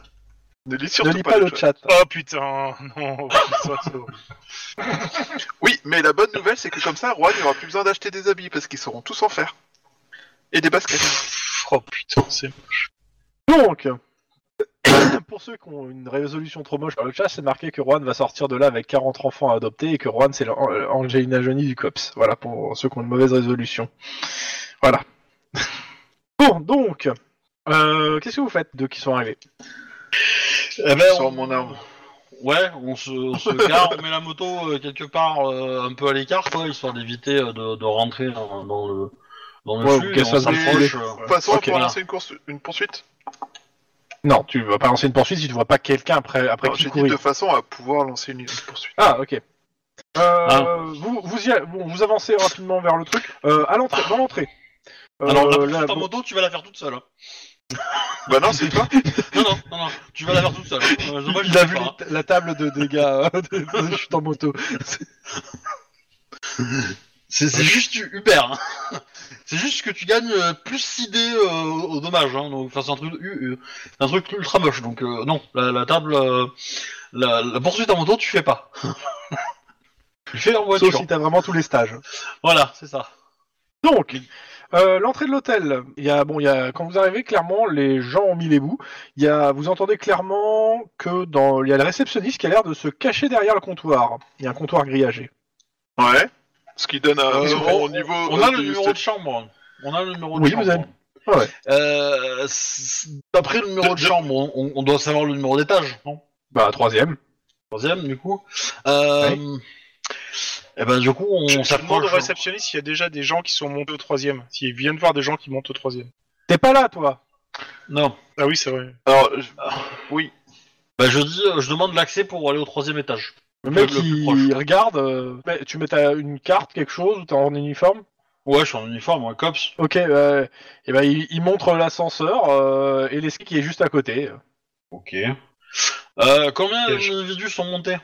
S4: Ne lis
S1: Ne
S4: surtout
S1: lis
S4: pas, le chat.
S1: chat.
S3: Oh putain, (laughs) non, putain, ça.
S4: Oui, mais la bonne nouvelle, c'est que comme ça, Juan n'aura plus besoin d'acheter des habits parce qu'ils sauront tous en faire. Et des baskets.
S3: Oh putain, c'est.
S1: Donc, (coughs) pour ceux qui ont une résolution trop moche par le chat, c'est marqué que Juan va sortir de là avec 40 enfants à adopter et que Juan c'est l'An- euh, Angelina Jolie du COPS. Voilà, pour ceux qui ont une mauvaise résolution. Voilà. (laughs) Bon, donc, euh, qu'est-ce que vous faites d'eux qui sont arrivés
S2: Eh ben,
S4: Je
S2: on-
S4: sors mon arme.
S2: Ouais, on se, on se gare, on met la moto euh, quelque part euh, un peu à l'écart, quoi, histoire d'éviter euh, de, de rentrer dans, dans le, dans le
S1: Ouais, ou
S2: flux,
S1: qu'elle
S2: et
S1: se
S2: on
S1: fasse
S2: s'approche. euh,
S4: Passons
S1: Ok,
S4: pour
S2: voilà.
S4: lancer une, course, une poursuite.
S1: Non, tu vas pas lancer une poursuite si tu vois pas quelqu'un après, après
S4: Alors,
S1: qui
S4: J'ai dit
S1: courir.
S4: de façon à pouvoir lancer une, une poursuite.
S1: Ah, ok. Euh,
S2: Ah.
S1: Vous, vous, y a- bon, vous avancez rapidement vers le truc. Euh, à l'entrée, dans l'entrée. Euh,
S2: Alors, la
S1: là,
S2: poursuite en
S1: bon,
S2: moto, tu vas la faire toute seule. hein.
S4: Bah
S1: (laughs)
S4: non, c'est toi.
S2: Non, non, non, non, tu vas la faire toute seule. Euh, je- moi, je
S1: il a
S2: sais
S1: vu
S2: pas,
S1: les
S2: hein.
S1: ta- la table de dégâts euh, de,
S2: (laughs)
S1: de chute en moto.
S2: C'est c'est juste du Uber. hein. (laughs) C'est juste que tu gagnes euh, plus 6 dés euh, au au dommage. Hein, donc, enfin, c'est un, truc u- u- c'est un truc ultra moche. Donc, euh, non, la, la table. euh, la, la poursuite en moto, tu fais pas. (laughs) Tu le fais en voiture.
S1: Sauf si t'as vraiment tous les stages.
S2: Voilà, c'est ça.
S1: Donc, euh, l'entrée de l'hôtel. Il y a, bon, il y a, quand vous arrivez, clairement, les gens ont mis les bouts. Il y a, vous entendez clairement que dans, il y a le réceptionniste qui a l'air de se cacher derrière le comptoir. Il y a un comptoir grillagé.
S4: Ouais. Ce qui donne un
S2: Euh,
S4: numéro
S2: on-
S4: au niveau.
S2: On
S4: euh,
S2: a le
S4: du
S2: numéro de chambre. hein. On a le numéro
S1: Oui,
S2: de chambre. hein.
S1: vous avez- Ah ouais.
S2: Euh, s- s- D'après le numéro de,
S4: De- de-
S2: chambre, on, on- on doit savoir le numéro d'étage, non
S1: Bah, troisième.
S2: Troisième, du coup. Euh, Et ben, du coup, on
S3: Je, je demande au
S2: s'approche.
S3: réceptionniste s'il y a déjà des gens qui sont montés au troisième. S'ils viennent voir des gens qui montent au troisième.
S1: T'es pas là, toi
S2: hein. Non.
S3: Ah oui, c'est vrai.
S4: Alors, je-
S2: Bah, je dis, euh, je demande l'accès pour aller au troisième étage.
S1: Le mec,
S2: Le- le plus
S1: il
S2: proche.
S1: regarde. euh, mais tu mets ta- une carte, quelque chose, ou t'es en uniforme
S2: Ouais, je suis en uniforme, un cops.
S1: Ok, et ben, il, il montre l'ascenseur euh, et l'escalier qui est juste à côté.
S2: Ok. Euh, combien
S3: Piège.
S2: d'individus sont montés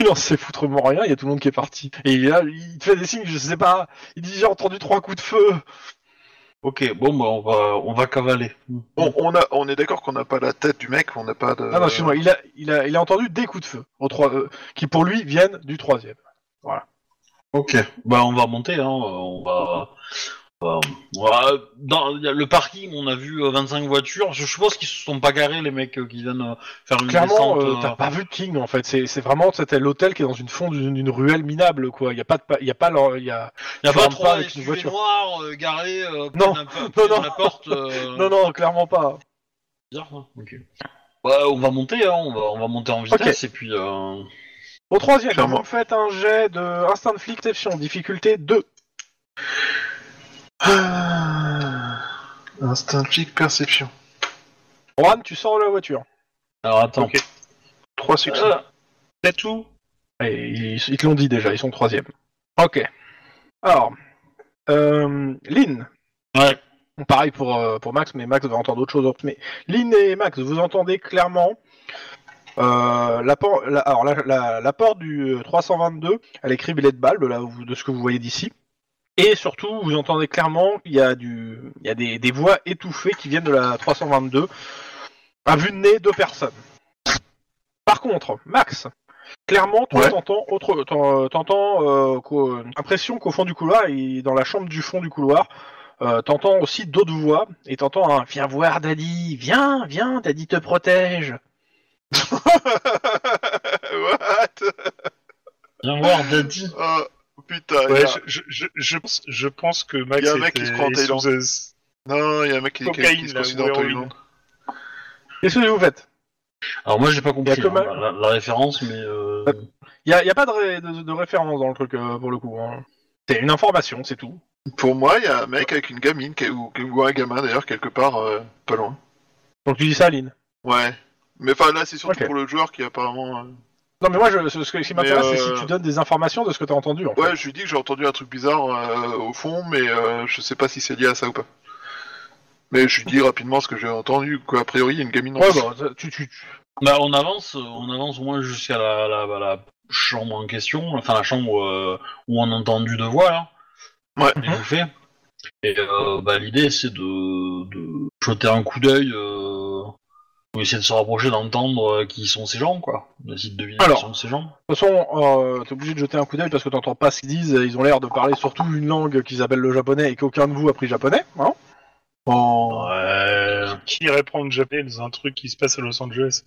S1: Il en sait foutrement rien, il y a tout le monde qui est parti. Et il, est là, il te fait des signes, je sais pas. Il dit j'ai entendu trois coups de feu.
S2: Ok, bon, bah, on va, on va cavaler.
S4: on, on a, on est d'accord qu'on n'a pas la tête du mec, on n'a pas de.
S1: Ah non, excuse-moi, il a, il, a, il a entendu des coups de feu au trois, euh, qui pour lui viennent du troisième.
S2: Ok. Bah, on va monter, hein. On va. on va- on va- dans y a le parking, on a vu euh, 25 voitures. Je suppose qu'ils se sont pas garés, les mecs euh, qui viennent euh, faire une
S1: Clairement,
S2: descente.
S1: euh,
S2: euh,
S1: t'as pas vu de King en fait. C'est c'est vraiment c'était l'hôtel qui est dans une fond d'une d'une ruelle minable quoi. Il y a pas de, pa- il y a pas, leur- il y a.
S2: y a
S1: tu
S2: pas
S1: rentres
S2: trois
S1: pas avec une
S2: SUV
S1: voiture.
S2: noirs euh, garés euh,
S1: Non,
S2: près d'un- près
S1: non,
S2: de
S1: non.
S2: la porte.
S1: (laughs)
S2: euh,
S1: Non non, clairement pas.
S2: bizarre, hein. Ok. Bah, on va monter, hein. On va, on va monter en vitesse et puis. euh,
S1: Au troisième,
S4: Clairement.
S1: vous me faites un jet de instinct de flic exception, difficulté 2.
S4: Ah. Instinct flic perception.
S1: Juan, tu sors de la voiture.
S2: Alors attends.
S3: Ok.
S4: Trois succès.
S2: Ah,
S3: C'est tout
S1: Et ils, ils te l'ont dit déjà, ils sont troisième. Ok. Alors, euh, Lynn.
S2: Ouais.
S1: Bon, Pareil pour, euh, pour Max, mais Max va entendre autre chose. Mais Lynn et Max, vous entendez clairement euh, la, por- la- alors, la, la- la porte du euh, 322, elle est criblée de balles, de, là où vous- de ce que vous voyez d'ici. Et surtout, vous entendez clairement qu'il y a, du, il y a des, des voix étouffées qui viennent de la 322. À vue de nez, deux personnes. Par contre, Max, clairement, toi,
S4: Ouais.
S1: t'entends autre, t'en- t'entends euh, qu'au- impression qu'au fond du couloir, et dans la chambre du fond du couloir, euh, t'entends aussi d'autres voix et t'entends un Viens voir Daddy, viens, viens, Daddy te protège.
S4: What
S2: Viens voir Daddy.
S4: Ah, Putain, il y
S3: Ouais,
S4: a-
S3: je, je, je, je pense, je pense que Max
S4: Il y a un mec
S3: était-
S4: qui se croit en
S3: est
S4: Thaïlande.
S3: sous-
S4: non, il y a un mec qui, qui- qui
S3: Cocaïne,
S4: se
S3: là,
S4: considère
S3: ou
S4: en
S3: héroïne.
S4: Thaïlande.
S1: Qu'est-ce que vous faites
S2: Alors moi j'ai pas compris
S1: Y a que
S2: hein,
S1: ma-
S2: la, la référence, mais euh,
S1: Il n'y a, pas de, ré- de- de référence dans le truc euh, pour le coup. hein. C'est une information, c'est tout.
S4: Pour moi, il y a un mec avec une gamine, qui- ou, ou un gamin d'ailleurs, quelque part, euh, pas loin.
S1: Donc tu dis ça, Lynn.
S4: Ouais. Mais enfin, là, c'est surtout
S1: Ok.
S4: pour le joueur qui apparemment. euh,
S1: Non, mais moi, je, ce, ce qui m'intéresse,
S4: Mais, euh,
S1: c'est si tu donnes des informations de ce que t'as entendu. En fait.
S4: Ouais, je lui dis que j'ai entendu un truc bizarre euh, au fond, mais euh, je sais pas si c'est lié à ça ou pas. Mais je lui dis rapidement ce que j'ai entendu, quoi. A priori, il y a une gamine en
S1: Ouais, bah, ça- tu, tu, tu-
S2: bah, on avance, euh, on avance au moins jusqu'à la, la, la- la chambre en question, enfin la chambre euh, où on a entendu deux voix là.
S4: Ouais.
S2: hein. Et je fais. Et euh, bah, l'idée c'est de, de jeter un coup d'œil euh, pour essayer de se rapprocher, d'entendre euh, qui sont ces gens quoi. On essaie de deviner
S1: Alors.
S2: qui sont ces gens.
S1: De toute façon, euh, t'es obligé de jeter un coup d'œil parce que t'entends pas ce qu'ils disent. Ils ont l'air de parler surtout une langue qu'ils appellent le japonais et qu'aucun de vous a pris japonais. Hein
S2: Ouais.
S3: Qui irait prendre japonais dans un truc qui se passe à Los Angeles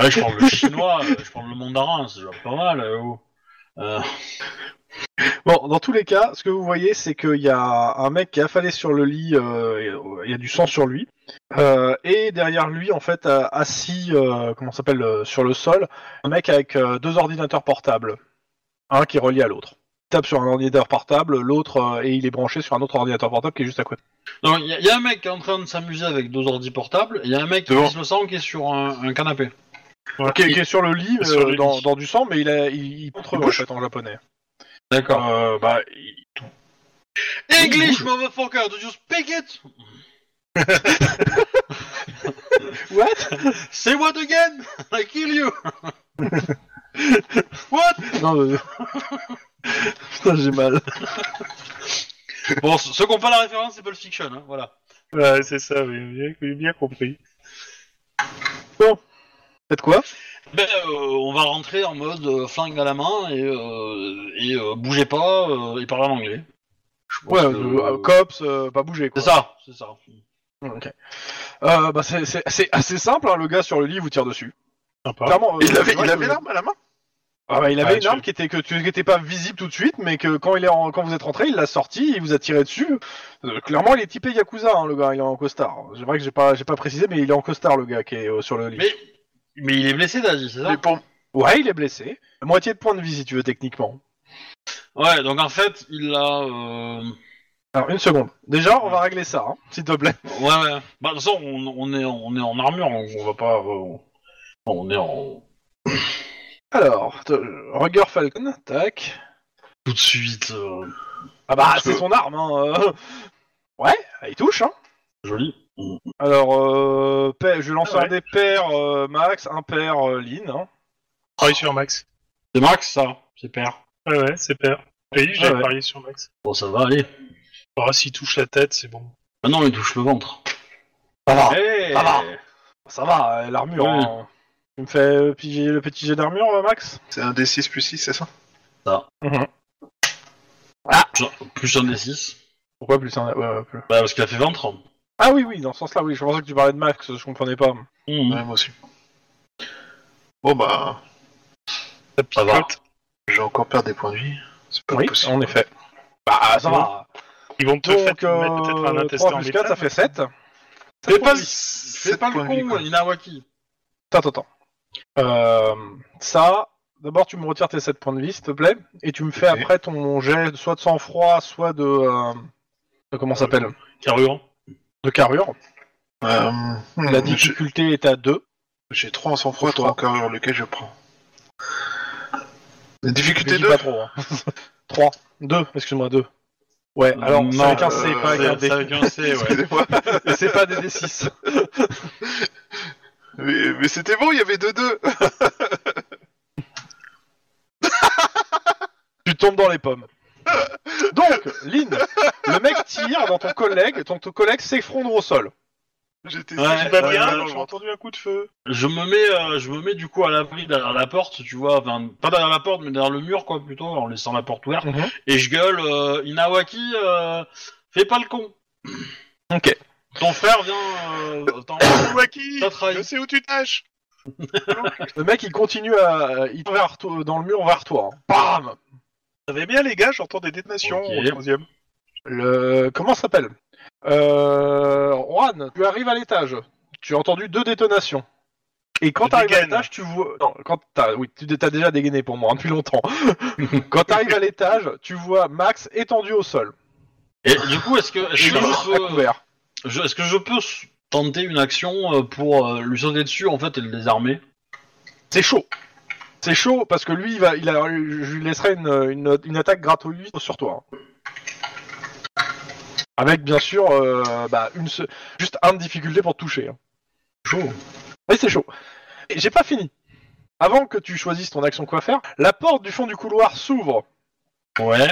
S2: Ouais, je parle le chinois, (laughs) euh, je parle le mandarin, c'est déjà pas mal. euh, oh. Euh,
S1: Bon, dans tous les cas, ce que vous voyez, c'est qu'il y a un mec qui est affalé sur le lit, euh, et, euh, il y a du sang sur lui, Euh, et derrière lui, en fait, euh, assis, euh, comment ça s'appelle, euh, sur le sol, un mec avec euh, deux ordinateurs portables, un qui est relié à l'autre. Il tape sur un ordinateur portable, l'autre, euh, et il est branché sur un autre ordinateur portable qui est juste à côté.
S2: Donc il y, a- y a un mec qui est en train de s'amuser avec deux ordi portables, il y a un mec qui
S4: Devant.
S2: pisse le sang qui est sur un, un canapé.
S1: Qui est, qui est sur le lit,
S3: Sur
S1: euh,
S3: le
S1: dans,
S3: lit.
S1: dans du sang, mais il, a, il, il contre en
S4: bouge.
S1: fait en japonais.
S2: D'accord.
S1: Euh, bah, il-
S2: English motherfucker, do you speak
S4: (laughs)
S2: it?
S1: What
S2: Say what again? I kill you. (laughs) what?
S1: Non, euh, Putain, j'ai mal.
S2: Bon, ce- ceux qui n'ont pas la référence, c'est Pulp Fiction, hein, voilà.
S3: Ouais, c'est ça, mais bien, bien compris.
S1: Faites quoi
S2: Ben, euh, on va rentrer en mode euh, flingue à la main et, euh, et euh, bougez pas euh, et parlez en anglais. Je pense
S1: Ouais,
S2: que-
S1: euh, cops, euh, pas bouger quoi.
S2: c'est ça, c'est ça.
S1: Ok. Euh, bah, c'est- c'est c'est assez simple, hein, le gars sur le lit vous tire dessus.
S3: Sympa.
S1: Clairement, euh,
S4: Il avait,
S1: c'est vrai
S4: il
S1: que-
S4: avait l'arme à la main
S1: Ah bah, il avait
S3: Ouais,
S1: une
S3: tu-
S1: arme qui était que tu- qui était pas visible tout de suite, mais que quand il est en- quand vous êtes rentré, il l'a sortie, il vous a tiré dessus. Euh, clairement, il est typé yakuza, hein, le gars, il est en costard. C'est vrai que j'ai pas j'ai pas précisé, mais il est en costard le gars qui est euh, sur le lit.
S2: Mais, mais il est blessé, t'as dit, c'est ça
S4: Mais pour...
S1: Ouais, il est blessé. Moitié de points de vie si tu veux techniquement.
S2: Ouais, donc en fait, il a... euh,
S1: Alors une seconde. Déjà, on va régler ça, hein, s'il te plaît.
S2: Ouais, ouais. Bah, de toute façon, on, on est, on est en armure, on, on va pas... euh, on- on est en...
S1: Alors, te- Roger Falcon, tac.
S2: Tout de suite, euh,
S1: Ah bah
S4: Parce
S1: c'est
S4: que-
S1: son arme. Hein, euh. Ouais, il touche. Hein.
S2: joli.
S1: Alors, euh, pair- je lance
S3: Ah ouais.
S1: un des pairs euh, Max, un pair euh, Lynn. hein.
S3: Pareil sur Max.
S2: C'est Max, ça C'est père.
S3: Ouais, ouais, c'est père. Oui,
S1: Ah
S3: j'avais
S1: ouais.
S3: parié sur Max.
S2: Bon, ça va, aller.
S3: Alors, s'il touche la tête, c'est bon.
S2: Ah non, il touche le ventre.
S1: Ça va,
S2: Eh,
S1: ça va. ça va, euh, l'armure.
S2: Ouais.
S1: hein. Tu me fais euh, piger le petit jet d'armure, euh, Max
S4: C'est un D6 plus 6, c'est ça
S2: Plus- Ah, Plus un des 6.
S1: Pourquoi plus un... ouais, ouais, plus-
S2: Bah, parce qu'il a fait ventre.
S1: Ah oui, oui, dans ce sens-là, oui. Je pensais que tu parlais de Max, je comprenais pas. Mm.
S2: Mmh.
S4: Ouais, moi aussi. Bon bah,
S3: Ça
S2: Ça va.
S3: picote.
S4: j'ai encore perdre des points de vie. C'est pas
S1: Oui,
S4: possible.
S1: en effet. Bah, ça
S3: Bon.
S1: va.
S3: Ils vont te faire
S1: Donc,
S3: mettre peut-être un
S1: euh,
S3: intestin
S1: 3
S3: en
S1: plus 4, ça
S3: métal.
S1: fait 7.
S2: Fais pas,
S1: Attends,
S2: fais
S4: sept
S2: pas le
S4: points de vie,
S2: con,
S4: quoi.
S2: Inawaki.
S1: attends, attends. Euh, ça, d'abord, tu me retires tes 7 points de vie, s'il te plaît. Et tu me fais
S4: Ok.
S1: après ton jet soit de sang-froid, soit de... euh, de comment ça s'appelle
S3: Carburant.
S1: De carrure.
S4: Euh,
S1: La
S4: hmm, j'ai-
S1: difficulté est à 2.
S4: J'ai 3 en sang-froid,
S1: Au
S4: 3 en
S1: choix.
S4: carrure, lequel je prends La
S1: Je
S4: difficulté
S1: dis
S4: 2
S1: pas trop. (laughs) 3. 2, excuse-moi, 2. Ouais, Eh, alors c'est
S2: Non,
S1: avec un
S4: euh,
S1: C, pas avec
S4: c'est-
S1: un D.
S2: c'est avec un C,
S4: (laughs)
S2: ouais.
S4: Excusez-moi.
S1: Et c'est pas des D6.
S4: mais mais c'était bon, il y avait 2-2
S1: Tu tombes dans les pommes. Donc, Lynn, le mec tire dans ton collègue, ton, ton collègue s'effondre au sol.
S4: (laughs) J'étais
S2: Ouais,
S4: sûr
S3: Tout
S4: que
S3: va
S4: j'avais mal
S3: bien,
S4: au
S3: j'ai
S4: ventre.
S3: entendu un coup de feu.
S2: Je me mets, euh, je me mets du coup à l'abri derrière la porte, tu vois, enfin pas derrière la porte, mais derrière le mur, quoi, plutôt, en laissant la porte ouverte.
S1: Mhm.
S2: Et je gueule, euh, Inawaki, euh, fais pas le con.
S1: (clears throat) Ok.
S2: Ton frère vient, euh,
S3: (coughs)
S2: t'en-
S4: Waki,
S2: T'as trahi.
S4: je sais où tu tâches
S1: Le mec, il continue à. Il va vers toi- dans le mur vers toi. hein. Bam
S3: Ça va bien, les gars, j'entends des détonations
S2: Ok.
S3: au troisième.
S1: Le. Comment ça s'appelle Euh. Juan, tu arrives à l'étage. Tu as entendu deux détonations. Et quand
S3: Je
S1: t'arrives à
S3: dégaine.
S1: l'étage, tu vois. Non, quand t'as. Oui, tu t'as déjà dégainé pour moi hein, depuis longtemps. quand t'arrives à l'étage, tu vois Max étendu au sol.
S2: Et du coup, est-ce que,
S1: Et
S2: est-ce que
S1: lui, à
S2: je peux,
S1: couvert.
S2: je- est-ce que je peux s- tenter une action euh, pour euh, lui sauter dessus, en fait, et le désarmer
S1: C'est chaud. C'est chaud parce que lui, il va, il a, je lui laisserai une, une, une attaque gratuite sur toi. hein. Avec bien sûr, euh, bah, une, se- juste un de difficulté pour te toucher. hein.
S2: Chaud.
S1: Oui, c'est chaud. Et j'ai pas fini. Avant que tu choisisses ton action quoi faire, la porte du fond du couloir s'ouvre.
S2: Ouais.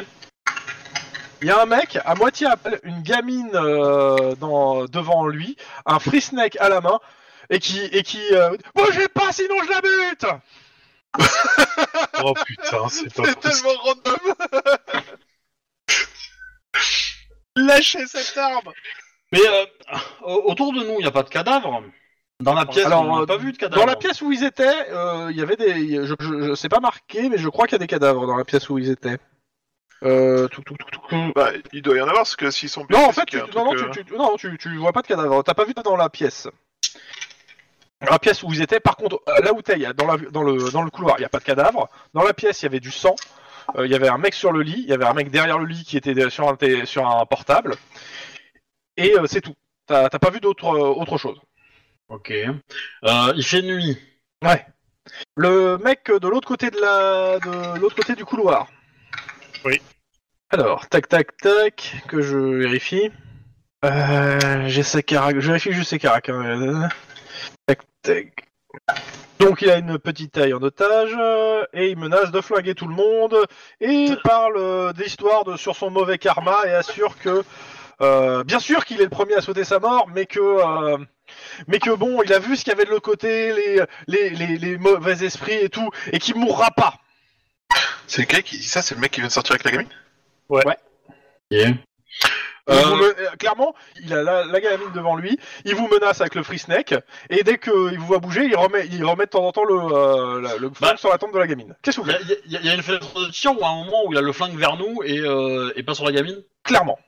S1: Il y a un mec à moitié à poil, une gamine euh, dans, devant lui, un free snake à la main, et qui et qui euh, bougez pas sinon je la bute.
S3: Oh putain, c'est pas possible.
S4: C'est tellement (laughs) random Lâchez cette arme
S2: Mais euh, au- autour de nous, il n'y a pas de cadavre. Dans la pièce,
S1: Alors,
S2: on n'a
S1: euh,
S2: pas vu de cadavre.
S1: Dans la pièce où ils étaient, euh, il y avait des. Je, je, je sais pas marqué, mais je crois qu'il y a des cadavres dans la pièce où ils étaient. Euh, tout, tout, tout, tout.
S4: Bah, il doit y en avoir, parce que s'ils sont
S1: Non, en
S4: blessés,
S1: fait,
S4: c'est
S1: tu,
S4: qu'il y a un
S1: non, non,
S4: truc, euh,
S1: tu, tu- non, tu- tu vois pas de cadavre. T'as pas vu dans la pièce. Dans la pièce où ils étaient, par contre, euh, là où t'es, il y a- dans, la, dans, le, dans le couloir, il y a pas de cadavre. Dans la pièce, il y avait du sang. Euh, Il y avait un mec sur le lit. Il y avait un mec derrière le lit qui était sur un, té- sur un portable. Et euh, c'est tout. T'as t'as pas vu d'autre euh, autre chose.
S2: Ok. Euh, il fait nuit.
S1: Le mec de l'autre côté de la de l'autre côté du couloir.
S3: Oui.
S1: Alors, tac tac tac, que je vérifie. Euh, j'ai ses carac, je vérifie juste ses carac. hein. Tac tac. Donc il a une petite taille en otage euh, et il menace de flinguer tout le monde et parle euh, de l'histoire de sur son mauvais karma et assure que euh, bien sûr qu'il est le premier à sauter sa mort, mais que euh, mais que bon, il a vu ce qu'il y avait de l'autre côté, les, les, les, les mauvais esprits et tout, et qu'il mourra pas.
S4: C'est lequel qui dit ça C'est le mec qui vient de sortir avec la gamine
S1: Il
S2: Euh,
S1: vous me- euh, Clairement, il a la, la gamine devant lui, il vous menace avec le free snack, et dès qu'il vous voit bouger, il remet, il remet de temps en temps le, euh, la- le
S3: Bah.
S1: flingue sur la tombe de la gamine. Qu'est-ce que vous
S2: Il y,
S1: faites
S2: a- il y a- il y a une fenêtre de tir ou un moment où il a le flingue vers nous et, euh, et pas sur la gamine
S1: Clairement.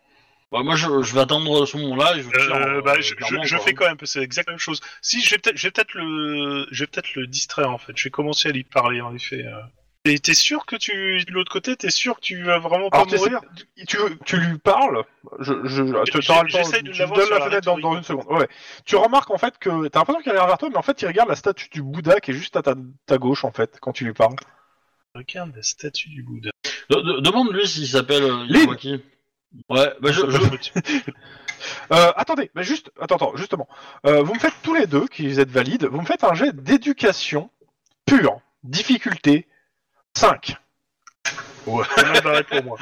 S2: bah, Moi, je, je vais attendre ce moment-là et je tire.
S3: Euh,
S2: euh,
S3: bah, je, je-
S2: clairement,
S3: je
S2: quoi.
S3: fais quand même, c'est exact la même chose. Si, je vais peut-être je vais peut-être le, je vais peut-être le distraire en fait. Je vais commencer à lui parler en effet. euh. T'es- T'es sûr que tu, de l'autre côté, t'es sûr que tu vas vraiment pas
S1: Alors, tu,
S3: mourir
S1: essaies- tu, tu lui parles, je, je, je-
S3: Je-
S1: t'auras le temps,
S3: j'essaie de
S1: tu
S3: l'avoir
S1: donnes
S3: sur
S1: la
S3: la
S1: fenêtre dans,
S3: rhétorique.
S1: dans une seconde. Ouais. Tu remarques en fait que t'as l'impression qu'il regarde vers toi, mais en fait il regarde la statue du Bouddha qui est juste à ta, ta gauche en fait quand tu lui parles.
S3: Regarde la statue du Bouddha.
S2: De- de- Demande-lui s'il s'appelle euh,
S1: Lynn
S2: Iwaki. Ouais, bah,
S3: (laughs)
S2: je, je-
S1: Euh, attendez, mais juste, attends, attends, justement, Euh, vous me faites tous les deux qui vous êtes valides, vous me faites un jet d'éducation pure, difficulté 5.
S3: C'est mal barré
S2: (laughs)
S3: pour moi.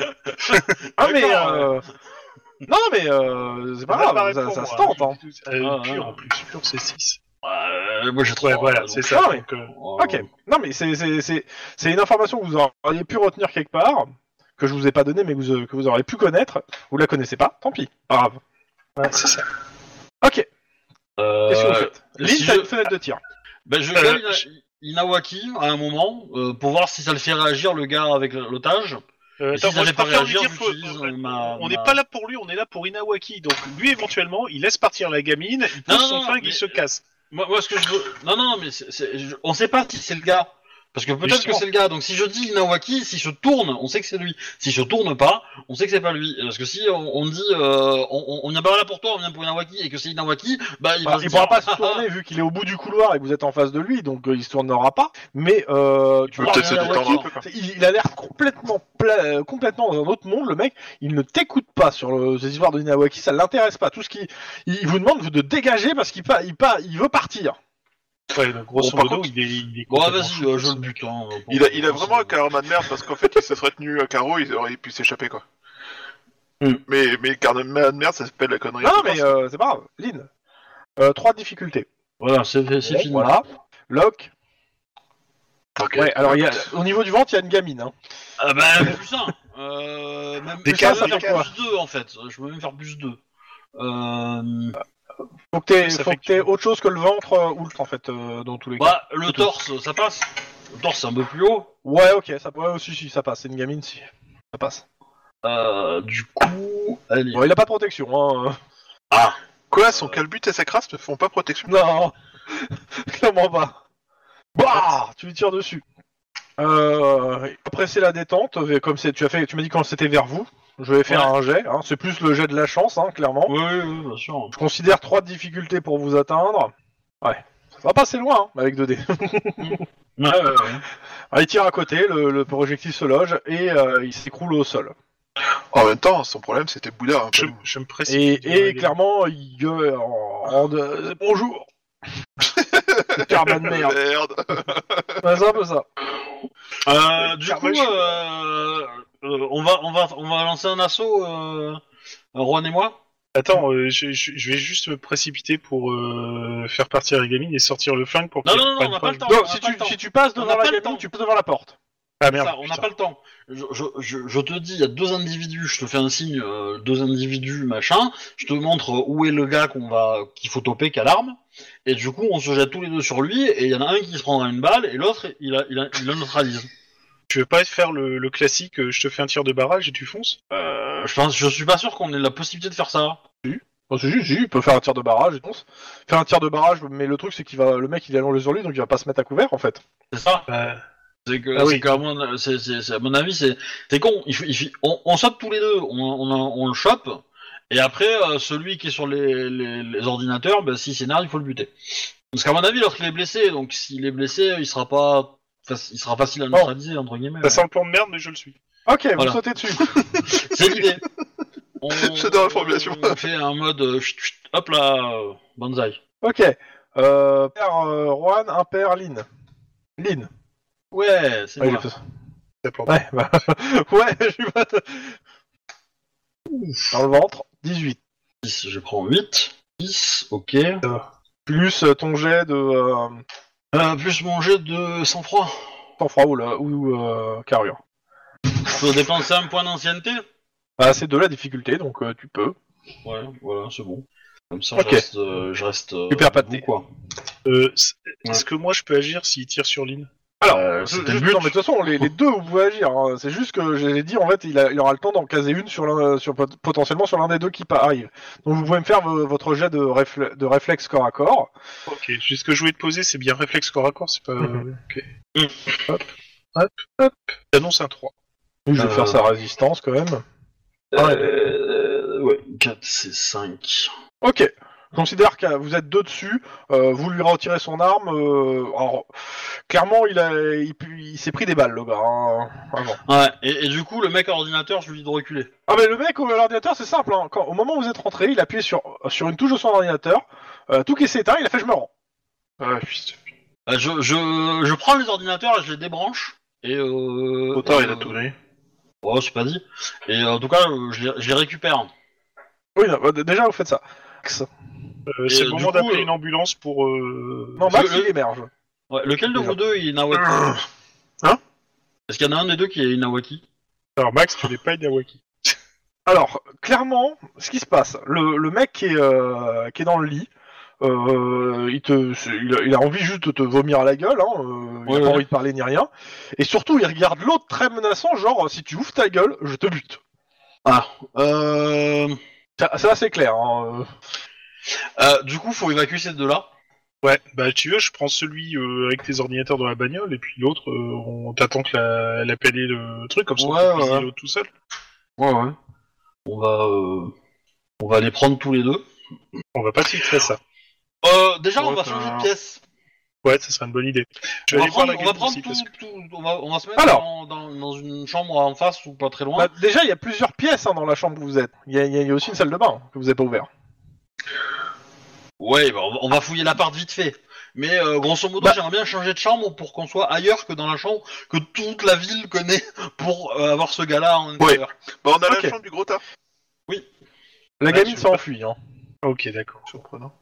S1: Ah mais
S3: D'accord,
S1: euh... non non, mais euh,
S2: (laughs)
S1: c'est pas
S3: Mal barré
S1: grave, ça,
S3: pour
S1: ça
S3: moi.
S1: se tente. Hein.
S3: Euh,
S2: Ah,
S3: pur
S2: ah.
S3: en plus, pur c'est 6.
S2: euh, moi j'ai trois.
S3: Ouais, voilà,
S2: donc,
S3: c'est ça.
S1: Ah oui.
S3: donc, euh,
S2: euh,
S1: Ok. Non, mais c'est- c'est c'est- c'est une information que vous auriez pu retenir quelque part, que je vous ai pas donnée, mais que vous, que vous auriez pu connaître. Vous la connaissez pas, tant pis. Pas grave.
S3: ouais, c'est ça.
S1: Ok,
S2: euh,
S1: qu'est-ce que vous faites Lynn,
S2: si
S1: t'as
S2: je-
S1: une fenêtre de tir.
S2: bah, je
S3: Euh,
S2: gueule Ina- Inawaki à un moment euh, pour voir si ça le fait réagir le gars avec l'otage.
S3: Euh,
S2: Et
S3: attends,
S2: si
S3: moi,
S2: ça
S3: je
S2: fait pas
S3: préfère lui
S2: réagir,
S3: dire faut-
S2: j'utilise, euh, ma-
S3: on n'est
S2: ma-
S3: pas là pour lui, on est là pour Inawaki. Donc lui éventuellement, il laisse partir la gamine, il
S2: Non, non,
S3: pose (laughs) son
S2: non,
S3: flingue,
S2: mais-
S3: il se casse.
S2: Moi, moi, ce que je veux. Non, non, mais c'est- c'est- je- on sait pas si c'est le gars. Parce que peut-être que
S3: Justement.
S2: c'est le gars. Donc si je dis Inawaki, si je tourne, on sait que c'est lui. Si je tourne pas, on sait que c'est pas lui. Parce que si on, on dit euh, on, on- on vient pas là pour toi, on vient pour Inawaki et que c'est Inawaki, bah il
S1: Bah,
S2: va se
S1: il
S2: dire,
S1: pourra pas se
S2: Ah, ah,
S1: tourner vu qu'il est au bout du couloir et que vous êtes en face de lui, donc euh, il se tournera pas. Mais euh, tu
S4: peut
S1: vois,
S4: peut-être se
S1: Miyazaki,
S4: détendre un peu, quoi.
S1: il, il a l'air complètement, pla- euh, complètement dans un autre monde. Le mec, il ne t'écoute pas sur le, ces histoires de Inawaki, ça l'intéresse pas. Tout ce qui, il vous demande de dégager parce qu'il pa- il pa- il veut partir.
S2: euh,
S3: Ouais, donc, grosso
S4: Bon, par
S3: modo,
S4: contre-
S3: il est, il est
S2: Bon, ah,
S3: complètement
S2: vas-y,
S3: fou,
S2: euh, je
S3: ce
S2: le bute. hein, pour-
S4: il a, il a vraiment un
S2: pour-
S4: karma de merde parce qu'en fait, il se serait tenu à carreau, il aurait pu s'échapper quoi.
S1: Hmm.
S4: Mais, mais karma de merde, ça s'appelle la connerie.
S1: Non, mais euh, c'est pas grave, Lynn. Euh, trois difficultés.
S2: Voilà, c'est c'est fini.
S1: Voilà. Lock.
S4: Ok.
S1: Ouais, alors il y a, au niveau du ventre, il y a une gamine. Hein.
S2: Ah bah plus un. Euh, même
S4: Des
S2: plus un,
S1: cases,
S2: je
S1: ça
S2: peux même
S1: fait
S2: faire
S1: quoi
S2: plus deux en fait. Je peux même faire plus deux. Euh,
S1: Faut que t'aies,
S3: Ça
S1: faut
S3: fait
S1: que t'aies autre chose que le ventre euh, ou le en fait, euh, dans tous les cas.
S2: bah, le torse, ça passe. Le torse, c'est un peu plus haut.
S1: Ouais, ok, ça, ouais, si, si, ça passe. C'est une gamine, si. Ça passe.
S2: Euh, du coup, allez.
S1: Bon, il a pas de protection, hein. euh.
S4: Quoi, son calbut et sa crasse ne font pas protection
S1: (laughs) Non, clairement pas. Bah, tu lui tires dessus. Euh, après c'est la détente, euh, comme c'est, tu as fait, tu m'as dit quand c'était vers vous. Je vais faire un jet. hein, C'est plus le jet de la chance, hein, clairement.
S2: Oui, oui, oui, bien sûr.
S1: Je considère trois difficultés pour vous atteindre. Ouais, ça va passer loin hein, avec 2 dés.
S2: Ouais, ouais, ouais.
S1: Ah, il tire à côté, le, le projectile se loge et euh, il s'écroule au sol.
S4: En même temps, son problème c'était Bouddha. hein,
S3: Je,
S4: pas nous.
S3: je me précise.
S1: Et, et clairement, il gueule en, en de- euh,
S2: (laughs)
S1: bonjour. Karma de merde.
S4: Merde.
S1: Ouais, c'est un peu ça.
S2: Euh, du coup,
S4: Carvajal.
S2: euh, euh, on, va, on, va, on va lancer un assaut, euh, Juan et moi
S3: Attends, euh, je, je- je vais juste me précipiter pour euh, faire partir la gamine et sortir le flingue pour
S2: Non,
S3: qu'il
S2: non, non,
S3: prenne
S2: on n'a pas le temps.
S1: Donc
S2: on n'a
S1: si
S2: pas
S1: tu,
S2: le temps.
S1: si tu passes
S2: On
S1: devant
S2: n'a pas
S1: la
S2: le
S1: gamine,
S2: temps.
S1: tu passes devant la porte.
S3: Ah merde.
S2: Ça, on n'a
S3: putain.
S2: pas le temps. Je, je, je, je te dis, il y a deux individus, je te fais un signe, euh, deux individus, machin. Je te montre euh, où est le gars qu'on va, qu'il faut toper, qui a l'arme. Et du coup, on se jette tous les deux sur lui, et il y en a un qui se prendra une balle, et l'autre, il, a, il, a, il le neutralise.
S3: Tu veux pas faire le, le classique euh, je te fais un tir de barrage et tu fonces
S2: Euh, je, pense, je suis pas sûr qu'on ait la possibilité de faire ça.
S1: Non, c'est juste, juste, il peut faire un tir de barrage, il pense. Faire un tir de barrage, mais le truc c'est qu'il va, le mec il est allongé sur lui, donc il va pas se mettre à couvert en fait.
S2: C'est ça
S3: Bah,
S2: C'est que,
S3: Ah oui.
S2: c'est qu'à mon, c'est, c'est, c'est- à mon avis, c'est, c'est con. Il, faut- il faut- on, on saute tous les deux, on, on, on le chope, et après, euh, celui qui est sur les, les, les ordinateurs, bah, s'il s'énerve, il faut le buter. Parce qu'à mon avis, l'autre, il est blessé, donc s'il est blessé, il sera pas, faci- il sera facile à neutraliser, entre guillemets.
S3: ça sent le plan de merde, mais je le suis.
S1: Ok,
S2: Voilà.
S1: vous sautez dessus. (laughs)
S2: C'est l'idée. On,
S4: J'adore la formulation.
S2: On fait un mode, euh, chut, chut, hop là, euh, banzai.
S1: ok. Euh, père euh, Juan, un père Lynn. Lynn.
S2: Ouais, c'est
S1: Ouais, il
S2: moi.
S1: est fait-
S3: Ça plante.
S1: ouais, bah... (laughs) ouais, je suis pas. Dans le ventre, 18.
S2: Dix, je prends 8. 10, ok.
S1: plus euh, ton jet de euh,
S2: Euh, plus manger de sang-froid.
S1: sang-froid ou, la- ou euh, carrure.
S2: Faut dépenser un point d'ancienneté
S1: Ah, c'est de la difficulté, donc euh, tu peux.
S2: Ouais, voilà, c'est bon. Comme ça,
S1: Ok.
S2: je reste. euh, je reste euh,
S1: Tu perds pas de
S2: debout,
S1: dés.
S2: quoi.
S3: Euh, c-
S2: Ouais.
S3: Est-ce que moi je peux agir s'il tire sur Lynn
S1: Alors,
S2: Euh,
S1: je-
S2: c'était
S1: je-
S2: le but.
S1: non, mais de toute façon, les, les deux, vous pouvez agir. hein. C'est juste que j'ai dit, en fait, il, a- il aura le temps d'en caser une sur, l'un- sur pot- potentiellement sur l'un des deux qui pa- arrive. Donc, vous pouvez me faire vo- votre jet de, réfle- de réflexe corps à corps.
S3: Ok, juste ce que je voulais te poser, c'est bien réflexe corps à corps, c'est pas. ok.
S2: Mhm.
S3: Hop, hop, hop. J'annonce un 3.
S1: Je vais
S2: Euh.
S1: faire sa résistance quand même. Ouais.
S2: Euh, ouais, 4, c'est 5.
S1: Ok. Je Considère que vous êtes deux dessus, euh, vous lui retirez son arme. euh, alors, clairement, il, a, il, pu- il s'est pris des balles, le gars. hein, avant.
S2: Ouais, et, et du coup, le mec ordinateur, je lui dis de reculer.
S1: Ah, mais le mec au l'ordinateur, c'est simple. hein. Quand, au moment où vous êtes rentré, il a appuyé sur, sur une touche de son ordinateur, euh, tout qui s'est éteint, il a fait je me rends.
S3: Ah putain.
S2: Euh, Je, je, je prends les ordinateurs et je les débranche. Et euh,
S3: Trop tard,
S2: euh,
S3: il a tout donné.
S2: Oh, c'est pas dit. Et euh, en tout cas, euh, je les, je les récupère.
S1: Oui, non, bah, d- déjà, vous faites ça.
S3: Euh, c'est
S2: euh,
S3: le
S2: du
S3: moment
S2: coup,
S3: d'appeler
S2: euh,
S3: une ambulance pour. euh,
S1: Non,
S2: Parce
S1: Max,
S2: que le-
S1: il émerge.
S2: Ouais, lequel de vous deux est Inawaki
S3: Hein
S2: Est-ce qu'il y en a un des deux qui est Inawaki
S3: Alors Max, tu n'es pas Inawaki.
S1: Alors, clairement, ce qui se passe, le, le mec qui est, euh, qui est dans le lit, euh, il, te, c'est- il, a, il a envie juste de te vomir à la gueule, hein, euh, il a
S2: Ouais,
S1: pas
S2: ouais.
S1: envie de parler ni rien, et surtout il regarde l'autre très menaçant, genre si tu ouvres ta gueule, je te bute.
S2: Ah, euh...
S1: Ça, ça, c'est clair. hein, euh.
S2: euh, du coup, faut évacuer ces deux-là.
S3: Ouais, bah tu veux, je prends celui euh, avec tes ordinateurs dans la bagnole et puis l'autre, euh, on t'attend que la, elle appelle le truc comme ça
S2: Ouais,
S3: on peut
S2: ouais.
S3: viser l'autre tout seul.
S2: Ouais, ouais. On va, euh, on va les prendre tous les deux.
S3: On va pas filtrer ça.
S2: Euh, déjà, on
S3: Ouais,
S2: va
S3: ça-
S2: changer de pièce.
S3: Ouais, ça serait une bonne idée. Je
S2: On
S3: vais
S2: va
S3: aller voir
S2: prendre,
S3: la
S2: on va
S3: gueule
S2: prendre
S3: aussi,
S2: tout,
S3: parce que-
S2: tout- on, va, on va se mettre
S1: Alors.
S2: dans, dans- dans une chambre en face ou pas très loin.
S1: Bah, déjà, il y a plusieurs pièces hein, dans la chambre où vous êtes. Il y, a- il y a- il y a aussi une salle de bain hein, que vous n'avez pas ouverte.
S2: Ouais, bah, on va- on va fouiller l'appart vite fait. Mais euh, grosso modo,
S1: Bah-
S2: j'aimerais bien changer de chambre pour qu'on soit ailleurs que dans la chambre que toute la ville connaît pour euh, avoir ce gars-là en intérieur.
S4: Bah, on a
S1: Ok.
S4: la chambre du gros tas.
S1: La
S3: Ouais,
S1: gamine
S3: je-
S1: s'enfuit. Hein.
S3: Ok, d'accord.
S4: Surprenant.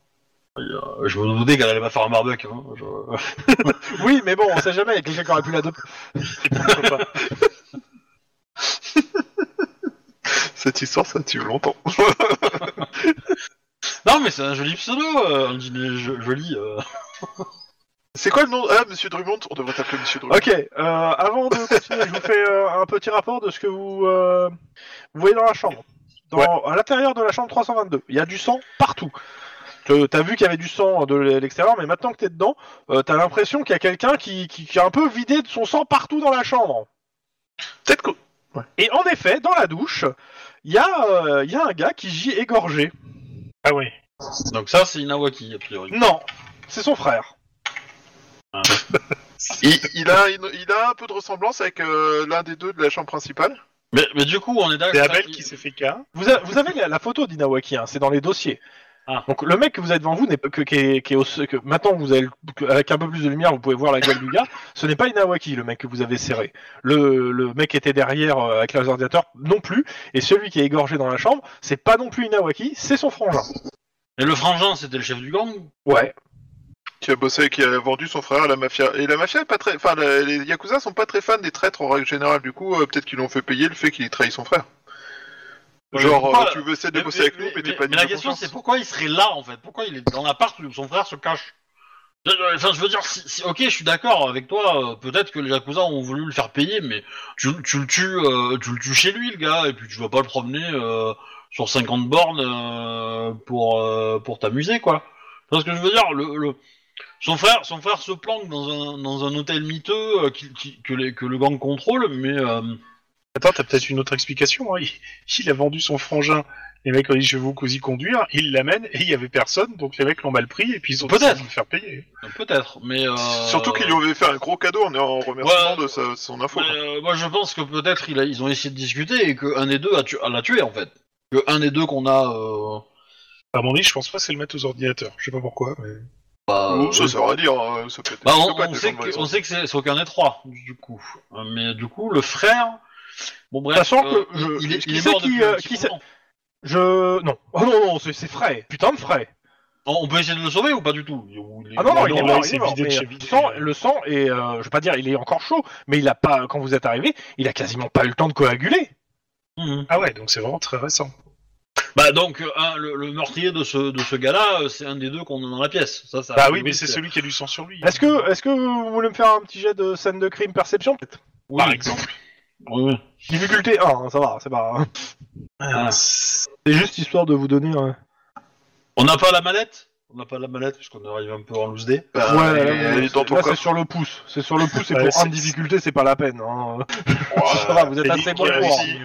S2: Euh, Je me doutais qu'elle allait pas faire un barbecue. hein. Je-
S1: oui, mais bon, on sait jamais, il y a quelqu'un qui aurait pu l'adopter.
S3: Pourquoi pas.
S4: Cette histoire, ça tue longtemps.
S2: (laughs) Non, mais c'est un joli pseudo, euh, un joli- jo- joli. euh.
S4: C'est quoi le nom Ah, Monsieur Drummond On devrait t'appeler Monsieur Drummond.
S1: Ok, euh, avant de continuer, je vous fais euh, un petit rapport de ce que vous, euh, vous voyez dans la chambre. Dans, À l'intérieur de la chambre 322, il y a du sang partout. Tu- T'as vu qu'il y avait du sang de l'extérieur, mais maintenant que t'es dedans, euh, t'as l'impression qu'il y a quelqu'un qui, qui, qui a un peu vidé de son sang partout dans la chambre.
S4: Peut-être que...
S1: Et en effet, dans la douche, il y, a, euh, il y a un gars qui gît égorgé.
S3: Ah ouais.
S2: Donc ça, c'est Inawaki a priori.
S1: Non, c'est son frère.
S4: Ah, il, il a une- il a un peu de ressemblance avec euh, l'un des deux de la chambre principale.
S2: Mais, mais du coup, on est
S3: C'est
S2: d'accord.
S3: Abel qui s'est fait K.
S1: Vous, a- vous avez la, la photo d'Inawaki, hein, c'est dans les dossiers.
S2: Ah.
S1: Donc le mec que vous avez devant vous n'est pas que, qui est, qui est au- que maintenant vous avez le- que- avec un peu plus de lumière vous pouvez voir la gueule du gars. Ce n'est pas Inawaki le mec que vous avez serré. Le, le mec qui était derrière euh, avec les ordinateurs non plus et celui qui est égorgé dans la chambre c'est pas non plus Inawaki c'est son frangin.
S2: Et le frangin, c'était le chef du gang.
S1: Ouais.
S4: Qui a bossé et qui a vendu son frère à la mafia. Et la mafia est pas très... Enfin, la- les Yakuza sont pas très fans des traîtres en règle générale. Du coup, euh, peut-être qu'ils l'ont fait payer le fait qu'il ait trahi son frère.
S2: Ouais,
S4: Genre,
S2: mais pourquoi-
S4: euh, tu veux essayer de bosser avec nous, mais, t'es pas digne
S2: la
S4: de
S2: question,
S4: confiance.
S2: c'est pourquoi il serait là en fait Pourquoi il est dans l'appart où son frère se cache Euh, Enfin, je veux dire, si, si- ok, je suis d'accord avec toi. euh, Peut-être que les Yakuza ont voulu le faire payer, mais tu, tu le tues, euh, tu le tues chez lui, le gars, et puis tu vas pas le promener euh, sur 50 bornes euh, pour euh, pour t'amuser, quoi. Tu vois ce que je veux dire le, le- son frère, son frère se planque dans un dans un hôtel miteux euh, qui- qui- que les- que le gang contrôle, mais euh,
S3: Attends, t'as peut-être une autre explication. hein. Il, il a vendu son frangin. Les mecs ont dit je vais vous y conduire. Il l'amène et il y avait personne. Donc les mecs l'ont mal pris et puis ils ont
S2: Peut-être.
S3: décidé de le faire payer.
S2: peut-être, mais euh,
S4: Surtout qu'ils lui ont fait un gros cadeau en, en remerciement
S2: Ouais.
S4: de sa- son info.
S2: Mais, euh, moi, je pense que peut-être il a- ils ont essayé de discuter et qu'un des deux a tu- a l'a tué en fait. Que un des deux qu'on a. Euh,
S3: À mon avis, je pense pas que c'est le mettre aux ordinateurs. Je sais pas pourquoi. Mais...
S2: bah,
S4: Ou
S2: euh,
S4: ça sert à dire, euh, ça peut être
S2: bah,
S4: des
S2: on,
S4: psychopathes,
S2: on
S4: les
S2: sait
S4: gens dans
S2: que,
S4: les
S2: on
S4: ordres.
S2: sait que c'est c'est aucun des trois du coup. Euh, Mais du coup, le frère. Bon bref.
S1: Sachant que
S2: il-
S1: je-
S2: il, est,
S1: qui
S2: il est
S1: c'est
S2: mort
S1: qui,
S2: depuis un
S1: euh,
S2: petit
S1: qui c'est-
S2: moment.
S1: Je non oh non non c'est- c'est frais putain de frais.
S2: On peut essayer de le sauver ou pas du tout Il est-
S1: Ah non, non,
S3: Ah
S1: il
S3: non,
S1: est
S3: là,
S1: mort,
S3: il
S1: il
S3: s'est
S1: est mort,
S3: vidé de
S1: mais euh,
S3: chez
S1: le
S3: vidé.
S1: sang, le sang est, euh, je vais pas dire, il est encore chaud, mais il a pas, quand vous êtes arrivé, il a quasiment pas eu le temps de coaguler.
S2: Mhm.
S3: Ah ouais, donc c'est vraiment très récent.
S2: Bah donc, euh, hein, le, le meurtrier de ce, de ce gars-là, euh, c'est un des deux qu'on a dans la pièce. Ça, ça
S3: Bah oui, mais
S2: Ah c'est-
S3: c'est celui qui a du sang sur lui. hein.
S1: Est-ce que, est-ce que vous voulez me faire un petit jet de scène de crime perception peut-être
S2: Oui.
S3: Par exemple.
S2: Oui, oui.
S1: Difficulté 1, hein, ça va, c'est pas. hein.
S3: Ah, c'est-
S1: C'est juste histoire de vous donner.
S4: Euh,
S1: un...
S2: On n'a pas la mallette On n'a pas la mallette parce qu'on arrive un peu en loose day.
S4: Bah,
S1: ouais,
S4: elle
S1: là,
S4: est- elle est dans ton
S1: là, c'est
S4: corps.
S1: sur le pouce. C'est sur le pouce, et
S3: Ouais,
S1: pour 1
S3: c'est-
S1: de difficulté, c'est pas la peine. hein.
S4: Ouah.
S1: (laughs) ça va, vous êtes
S3: Ellie
S1: assez
S3: qui
S1: bon
S3: a
S1: pour.
S3: réussi.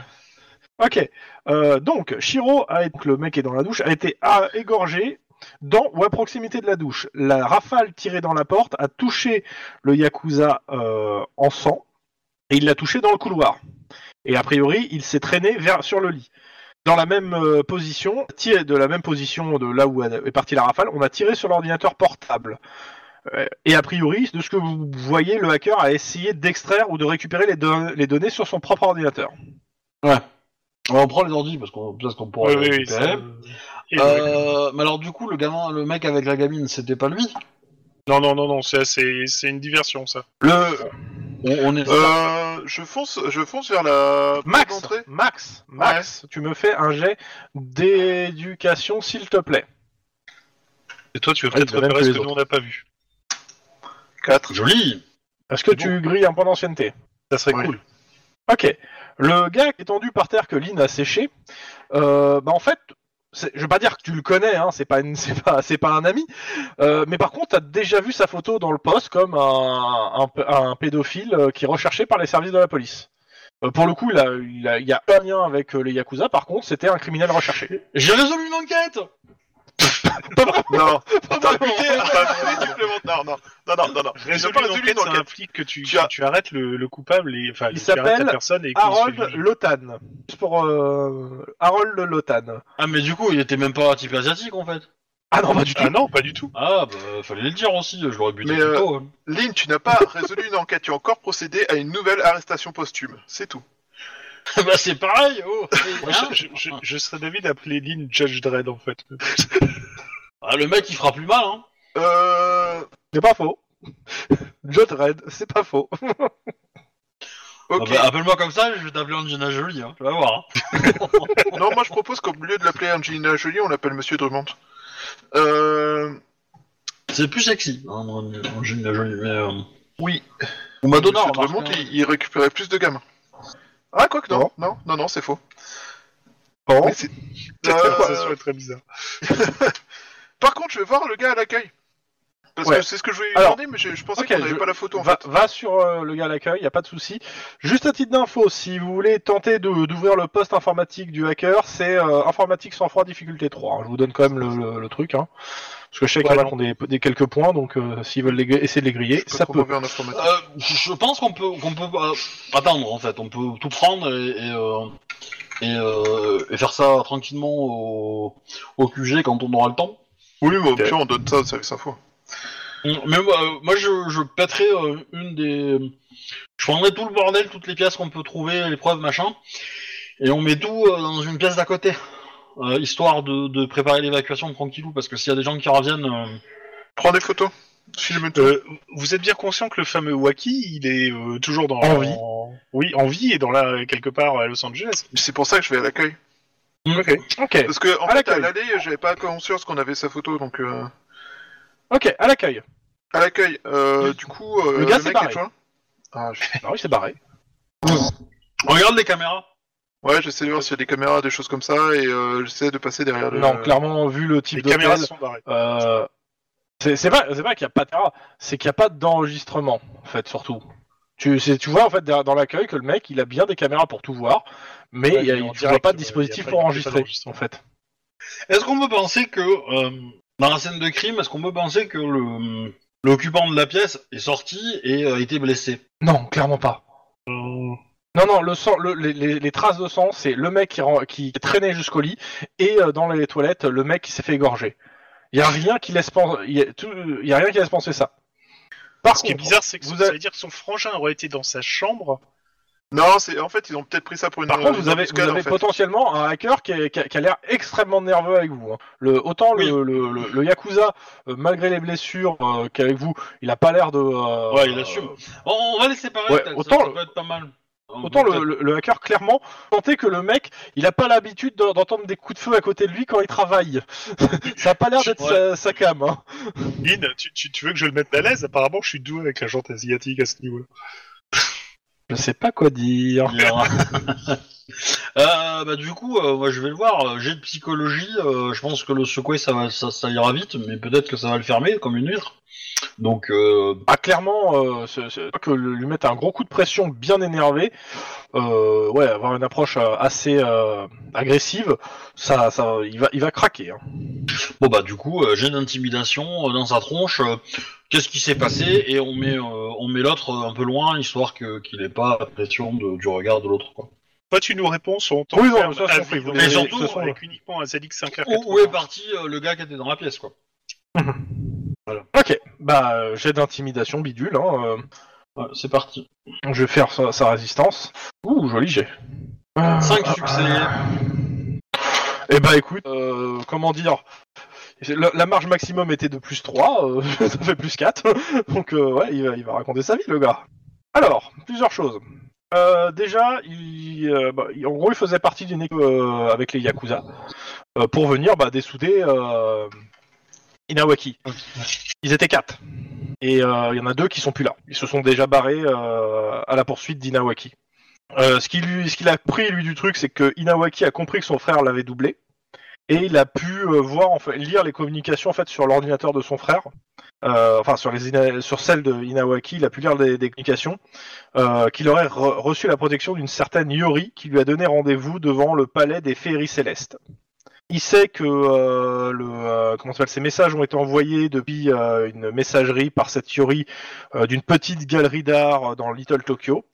S1: Ok, euh, donc Shiro, a, donc le mec est dans la douche, a été ah, égorgé dans ou à proximité de la douche. La rafale tirée dans la porte a touché le Yakuza euh, en sang et il l'a touché dans le couloir. Et a priori, il s'est traîné vers sur le lit. Dans la même euh, position, tiré de la même position de là où est partie la rafale, on a tiré sur l'ordinateur portable. Euh, Et a priori, de ce que vous voyez, le hacker a essayé d'extraire ou de récupérer les, don- les données sur son propre ordinateur.
S2: Ouais. On prend les ordi parce qu'on peut-être qu'on pourra
S3: Oui,
S2: les
S3: oui, oui.
S2: récupérer.
S3: ça- euh, Et le-
S2: Euh, mais alors du coup, le gamin, le mec avec la gamine, c'était pas lui
S3: Non, non, non, non, c'est assez- c'est une diversion, ça.
S1: Le
S2: on, on est.
S4: Euh, je fonce, je fonce vers la porte
S1: Max,
S4: d'entrée.
S1: Max, Max, tu me fais un jet d'éducation, s'il te plaît.
S3: Et toi, tu vas
S1: Ah, il
S3: peut-être
S1: va même
S3: repérer
S1: que
S3: ce
S1: les
S3: que nous, on n'a pas vu.
S4: 4.
S2: Joli.
S1: Est-ce que tu grilles un point d'ancienneté
S3: Ça serait
S4: Ouais.
S3: cool.
S1: Ok. Le gars qui est tendu par terre que Lynn a séché, euh, bah en fait, c'est- je vais pas dire que tu le connais, hein, c'est pas, une- (laughs) c'est pas, c'est pas un ami, euh, mais par contre, t'as déjà vu sa photo dans le poste comme un, un p- un pédophile euh, qui est recherché par les services de la police. Euh, pour le coup, il, a- il a- il y a un lien avec euh, les Yakuza, par contre, c'était un criminel recherché.
S2: (laughs) J'ai résolu une enquête.
S4: Non, (laughs) t'as
S1: vraiment.
S4: appliqué un prix supplémentaire. Non, non, non, non, non. Tu n'as
S3: Résolu
S4: pas résolu
S3: l'enquête,
S4: une
S3: ça
S4: enquête.
S3: implique que tu,
S4: Tu
S3: que
S4: as-
S3: tu arrêtes le, le coupable et enfin
S1: Il
S3: tu arrêtes
S1: s'appelle
S3: la personne et qu'il se fait
S1: Harold
S3: juger.
S1: Lotan. Juste pour euh, Harold Lotan.
S2: Ah mais du coup, il était même pas un type asiatique en fait.
S1: Ah non, pas du tout.
S3: Ah non, pas du tout.
S2: Ah bah fallait le dire aussi. Je l'aurais buté
S4: Mais,
S2: plus
S4: euh,
S2: tôt. hein. (laughs)
S4: Lynn, tu n'as pas résolu une enquête. Tu as encore procédé à une nouvelle arrestation posthume. C'est tout.
S2: bah c'est pareil. (laughs) Oh.
S3: Moi,
S2: Hein
S3: je, je- je- je serais d'avis d'appeler Lynn Judge Dredd en fait.
S2: Ah, le mec, il fera plus mal. Hein.
S4: Euh,
S1: C'est pas faux. (laughs) Jot Red, c'est pas faux.
S4: ok.
S2: Ah bah, Appelle-moi comme ça, je vais t'appeler Angelina Jolie. Hein. Tu vas voir. hein.
S4: Non, moi je propose qu'au lieu de l'appeler Angelina Jolie, on l'appelle Monsieur Drummond. Euh,
S2: C'est plus sexy. Hein, Angelina Jolie. Mais, euh...
S4: Oui.
S2: Ou Madonna.
S4: Monsieur
S2: remarque,
S4: Drummond,
S2: hein.
S4: il, il récupérait plus de gamins. Ah, quoi que non.
S1: Non.
S4: Non, non, non, c'est faux.
S1: Bon.
S4: Mais c'est-
S3: ça
S4: Euh,
S3: serait très bizarre.
S4: Par contre, je vais voir le gars à l'accueil. Parce
S1: Ouais.
S4: que c'est ce que je voulais lui
S1: Alors,
S4: demander, mais je, je pensais
S1: ok,
S4: qu'on n'avait
S1: je-
S4: pas la photo en
S1: Va,
S4: fait.
S1: va sur euh, le gars à l'accueil, y a pas de souci. Juste à titre d'info, si vous voulez tenter de- d'ouvrir le poste informatique du hacker, c'est euh, informatique sans froid difficulté 3. hein. Je vous donne quand même le, le- le truc. Hein. Parce que je sais qu'il y en a
S3: Ouais,
S1: qui ont des, des quelques points, donc euh, s'ils veulent les gr- essayer de les
S4: Je
S1: griller,
S4: suis pas
S1: ça
S4: trop
S1: peut.
S4: mauvais en informatique.
S2: Euh, je je pense qu'on peut, qu'on peut euh, attendre en fait. On peut tout prendre et, et, euh, et, euh, et faire ça tranquillement au, au QG quand on aura le temps.
S4: Oui, mais au pire, on donne ça au service info.
S2: Mais euh, moi, je, je pèterai euh, une des. Je prendrai tout le bordel, toutes les pièces qu'on peut trouver, les preuves, machin, et on met tout euh, dans une pièce d'à côté, euh, histoire de, de préparer l'évacuation tranquillou, parce que s'il y a des gens qui reviennent. euh,
S4: Prends des photos. Filme tout.
S3: Euh, vous êtes bien conscient que le fameux Waki, il est euh, toujours dans
S1: En vie.
S3: Oui, en vie et dans la quelque part à Los Angeles.
S4: C'est pour ça que je vais à l'accueil.
S3: Ok.
S1: Ok,
S4: Parce que,
S1: À
S4: en fait, à
S1: l'accueil.
S4: l'aller, j'avais pas conscience qu'on avait sa photo, donc... euh,
S1: ok, à l'accueil.
S4: À l'accueil, euh, du coup, euh,
S1: Le gars s'est
S4: mec
S1: barré.
S4: est joint Ah, je-
S1: Ah oui, c'est barré.
S2: Regarde les caméras.
S4: Ouais, j'essaie de voir s'il y a des caméras, des choses comme ça, et euh, j'essaie de passer derrière le...
S1: Non, clairement, vu le
S3: Les
S1: type
S3: caméras
S1: d'hôtel,
S3: se sont barrées.
S1: euh, c'est c'est pas, c'est pas qu'il n'y a pas de caméra, c'est qu'il n'y a pas d'enregistrement, en fait, surtout. Tu, c'est- tu vois, en fait, derrière- dans l'accueil, que le mec, il a bien des caméras pour tout voir, mais
S3: Ouais,
S1: il y a,
S3: mais en
S1: tu
S3: direct,
S1: vois pas
S3: euh,
S1: de
S3: il y a
S1: dispositif
S3: pas- il y a
S1: pour
S3: pas
S1: enregistrer,
S3: d'enregistrement.
S1: en fait.
S2: Est-ce qu'on peut penser que, euh, dans la scène de crime, est-ce qu'on peut penser que le l'occupant de la pièce est sorti et euh, a été blessé
S1: Non, clairement pas.
S3: Euh,
S1: Non, non, le sang, le- les, les- les traces de sang, c'est le mec qui, ren- qui traînait jusqu'au lit, et euh, dans les toilettes, le mec qui s'est fait égorger. Il n'y a, rien qui laisse pen- il y a tout- il y a rien qui laisse penser ça. Par
S3: ce qui est
S1: contre,
S3: bizarre, c'est que
S1: vous
S3: ça
S1: avez-
S3: veut dire que son frangin aurait été dans sa chambre
S4: Non, c'est en fait ils ont peut-être pris ça pour une.
S1: Par
S2: Euh,
S1: contre,
S4: une
S1: vous avez, vous
S4: embuscade, en
S1: avez
S4: fait.
S1: potentiellement un hacker qui, est- qui a, qui a l'air extrêmement nerveux avec vous. hein. Le, autant le, le, le- le Yakuza, euh, malgré les blessures euh, qu'avec vous, il a pas l'air de. euh,
S2: Ouais, il assume. Bon, on va les séparer,
S1: Ouais,
S2: peut-être,
S1: autant
S2: ça, ça
S1: le-
S2: peut être pas mal.
S1: Autant le, le- le hacker, clairement, sentait que le mec, il a pas l'habitude d'en- d'entendre des coups de feu à côté de lui quand il travaille. (laughs) ça a pas l'air d'être
S2: Ouais.
S1: sa, sa cam. hein.
S3: Lynn, tu, tu- tu veux que je le mette à l'aise Apparemment, je suis doué avec la jante asiatique à ce niveau-là.
S1: Je sais pas quoi dire.
S2: (laughs) Euh, bah, du coup, euh, moi, je vais le voir. euh, J'ai de psychologie. euh, je pense que le secouer, ça, va, ça, ça ira vite, mais peut-être que ça va le fermer comme une huître. Donc, euh,
S1: Ah, clairement, euh, c'est- c'est- que le- lui mettre un gros coup de pression bien énervé, euh, ouais, avoir une approche euh, assez euh, agressive, ça, ça, il va, il va craquer. hein.
S2: bon, bah, du coup, euh, j'ai une intimidation euh, dans sa tronche. euh, Qu'est-ce qui s'est passé Et on met, euh, on met l'autre euh, un peu loin, histoire que- qu'il n'ait pas la pression de- du regard de l'autre. quoi.
S3: Toi, tu nous réponds sur ton
S1: Oui, non,
S3: ferme
S1: ça, je
S3: à
S1: t'en prie,
S3: vie,
S1: vous
S3: donc,
S2: les-
S3: avec-
S2: surtout,
S3: ce soir,
S1: ouais. Oh,
S3: avec uniquement un Zalix 5
S2: Où, où est parti euh, le gars qui était dans la pièce, quoi
S1: Ok, bah euh, jet d'intimidation bidule. Hein,
S2: Ouais, C'est parti.
S1: euh, je vais faire sa, sa résistance. Ouh, joli jet.
S2: 5 succès.
S1: Et bah écoute, euh, comment dire la, la marge maximum était de plus 3, euh, (laughs) ça fait plus 4. Donc euh, ouais, il va, il va raconter sa vie le gars. Alors, plusieurs choses. Euh, déjà, il, euh, bah, il- en gros, il faisait partie d'une équipe euh, avec les Yakuza euh, pour venir bah, dessouder euh, Inawaki. Ils étaient quatre. Et euh, il y en a deux qui sont plus là. Ils se sont déjà barrés euh, à la poursuite d'Inawaki. Euh, ce qu'il lui- ce qu'il a pris lui du truc, c'est que Inawaki a compris que son frère l'avait doublé et il a pu euh, voir en fait, lire les communications en fait sur l'ordinateur de son frère. Euh, enfin sur les Ina- sur celle de Inawaki, il a pu lire des, des communications euh, qu'il aurait re- reçu la protection d'une certaine Yori qui lui a donné rendez-vous devant le palais des féeries célestes. Il sait que euh, le euh, comment ça s'appelle, ces messages ont été envoyés depuis euh, une messagerie par cette Yori euh, d'une petite galerie d'art euh, dans Little Tokyo.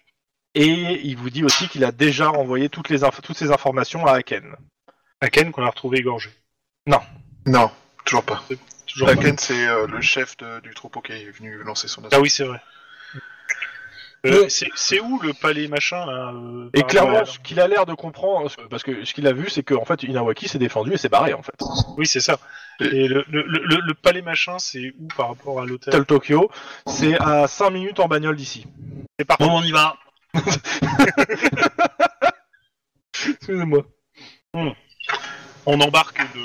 S1: Et il vous dit aussi qu'il a déjà envoyé toutes, les inf- toutes ces informations à Aken.
S3: Aken qu'on a retrouvé égorgé.
S4: Non, toujours pas.
S3: Toujours pas.
S4: Kraken, c'est euh, le chef de- du troupeau qui est venu lancer son assaut.
S3: Ah oui, c'est vrai. Euh, c'est- C'est où le palais machin là euh,
S1: Et
S3: par
S1: clairement,
S3: rapport
S1: ce qu'il a l'air de comprendre, ce- parce que ce qu'il a vu, c'est qu'en fait, Inawaki s'est défendu et s'est barré, en fait.
S3: à- Oui, c'est ça. Et le, le- le- le palais machin, c'est où par rapport à l'hôtel
S1: Tel Tokyo, c'est à 5 minutes en bagnole d'ici.
S3: C'est par
S2: Bon, on y va.
S1: Excusez-moi.
S3: On embarque le...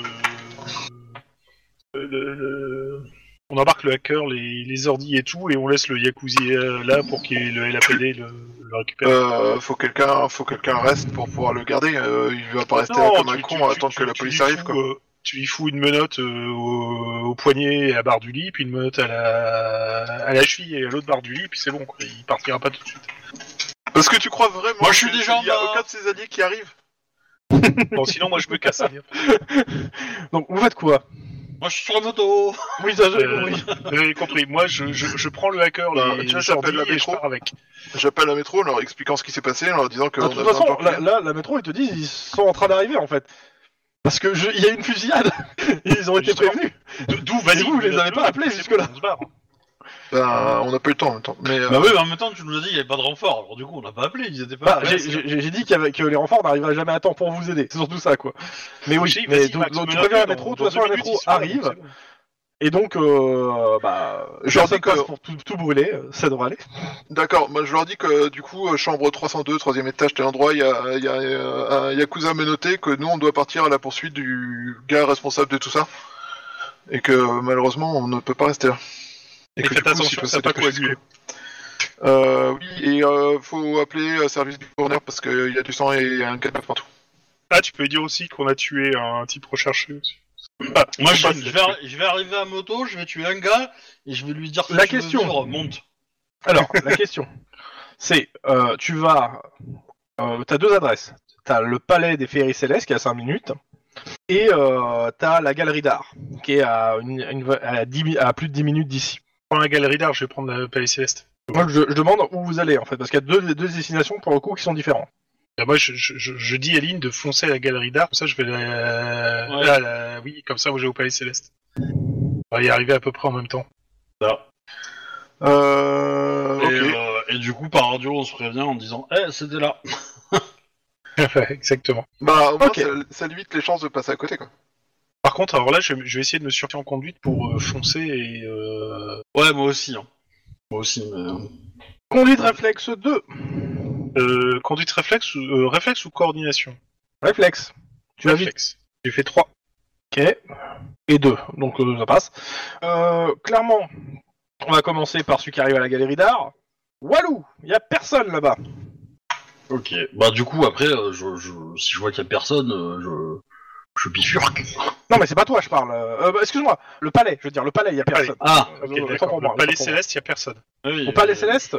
S3: le- le- On embarque le hacker, les, les ordi et tout, et on laisse le Yakuzi euh, là pour qu'il le LAPD le, le récupère.
S4: Euh, faut quelqu'un, faut quelqu'un reste pour pouvoir le garder. euh, il va pas rester là comme un con à attendre que la
S3: Bah tu
S4: police
S3: lui
S4: arrive.
S3: fous,
S4: Quoi.
S3: euh, tu lui fous une menotte euh, au, au poignet et à la barre du lit, puis une menotte à la, à la cheville et à l'autre barre du lit, puis c'est bon, quoi. il partira pas tout de suite.
S4: Parce que tu crois vraiment
S2: Moi, je suis
S4: que-
S2: déjà
S4: qu'il y a
S2: mort.
S4: aucun de ses alliés qui arrive.
S3: Bon, sinon moi je me casse. hein.
S1: Donc, vous faites quoi
S2: Moi, je suis sur la moto.
S1: Oui, ça, j'ai
S3: Euh,
S1: compris.
S3: Vous avez compris, moi je, je, je prends le hacker,
S4: Bah,
S3: les,
S4: tu vois,
S3: les ordi
S4: j'appelle la
S3: et je
S4: métro.
S3: pars avec.
S4: J'appelle la métro en leur expliquant ce qui s'est passé, en leur disant que.
S1: De
S4: on
S1: toute
S4: a besoin de
S1: façon,
S4: gens qui
S1: là, là, la métro, ils te disent, ils sont en train d'arriver, en fait. Parce que je- il y a une (laughs) fusillade. Ils ont été
S3: Justement.
S1: prévenus.
S3: D- D'où vas-y
S1: Et vous, vous les avez pas appelés
S3: c'est
S1: jusque-là.
S3: bon, on se barre.
S4: Ben, on n'a pas eu le temps en même temps. Mais, euh,
S2: (laughs) Bah oui, mais en même temps, tu nous as dit qu'il n'y avait pas de renfort. Alors du coup, on n'a pas appelé, ils étaient pas.
S1: Bah, j'ai- j'ai j'ai dit qu'il y avait- que les renforts n'arriveraient jamais à temps pour vous aider. C'est surtout ça, quoi. Mais oui,
S3: Vas-y,
S1: mais
S3: vas-y,
S1: donc,
S3: Max,
S1: donc tu
S3: me
S1: préviens la
S3: note,
S1: métro, de
S3: dans-
S1: toute façon,
S3: dans
S1: la
S3: deux minutes,
S1: métro
S3: ils sont là,
S1: arrive.
S3: donc
S1: Et donc, euh, bah,
S4: Je leur
S1: personne
S4: dis que-
S1: passe pour tout, tout brûler, euh, ça devrait aller.
S4: D'accord, moi je leur dis que du coup, euh, chambre 302, troisième étage, tel endroit, il y a, il y a, euh, un Yakuza menotté, que nous on doit partir à la poursuite du gars responsable de tout ça. Et que euh, malheureusement on ne peut pas rester là.
S3: Et
S4: que,
S3: faites
S4: du coup,
S3: attention,
S4: s'il peut
S3: ça
S4: se
S3: pas
S4: décocher,
S3: coaguler.
S4: Euh, oui, et euh, faut appeler euh, service du tourneur parce qu'il y a du sang et un cadavre partout.
S3: Ah, tu peux dire aussi qu'on a tué un type recherché aussi. Ah,
S2: Moi, je,
S3: pas
S2: je
S3: de-
S2: vais, arri- je vais arriver à moto, je vais tuer un gars et je vais lui dire.
S1: La
S2: je veux
S1: question.
S2: vivre, monte.
S4: (laughs)
S1: Alors, la question, c'est, euh, tu vas... Euh, t'as deux adresses. T'as le palais des féeries célestes, qui est à 5 minutes, et euh, t'as la galerie d'art, qui est à, une- une- à, 10 mi- à plus de 10 minutes d'ici.
S3: prends la galerie d'art, je vais prendre la palais céleste.
S1: Moi, je, je demande où vous allez, en fait, parce qu'il y a deux, deux destinations, pour le coup, qui sont différentes.
S3: Là, Ah, moi, je, je, je- je dis à Lynn de foncer à la galerie d'art, comme ça je vais la...
S2: Ouais.
S3: là, la- Oui, comme ça, moi, je vais au palais céleste. (laughs) On va y arriver à peu près en même temps.
S4: Euh,
S2: Et,
S4: ok.
S2: euh, et Et du coup, par radio, on se prévient en disant Eh, c'était là
S3: Exactement.
S4: Bah, au moins,
S1: Ok.
S4: ça, ça limite les chances de passer à côté, quoi.
S3: Par contre, alors là, je, je vais essayer de me surfer en conduite pour euh, foncer et. Euh,
S2: Ouais, moi aussi. hein. Moi aussi, mais. euh,
S1: Conduite réflexe 2.
S3: euh, conduite réflexe ou, euh, réflexe ou coordination
S1: Réflexe. Tu l'as vite.
S3: Réflexe. J'ai fait 3.
S1: Ok. Et 2. Donc euh, ça passe. Euh, clairement, on va commencer par celui qui arrive à la galerie d'art. Walou Il a personne là-bas.
S2: Ok. Bah, du coup, après, euh, je, je- si je vois qu'il y a personne, euh, je. Je bifurque.
S1: Non, mais c'est pas toi, je parle. Euh, bah, Excuse-moi, le palais, je veux dire, le palais, il y a personne.
S2: Ah
S1: Euh,
S3: Ok,
S1: autant
S3: d'accord.
S1: pour moi,
S3: Le palais
S1: autant pour moi.
S3: céleste, il a personne.
S2: oui,
S1: Au palais
S2: euh,
S1: céleste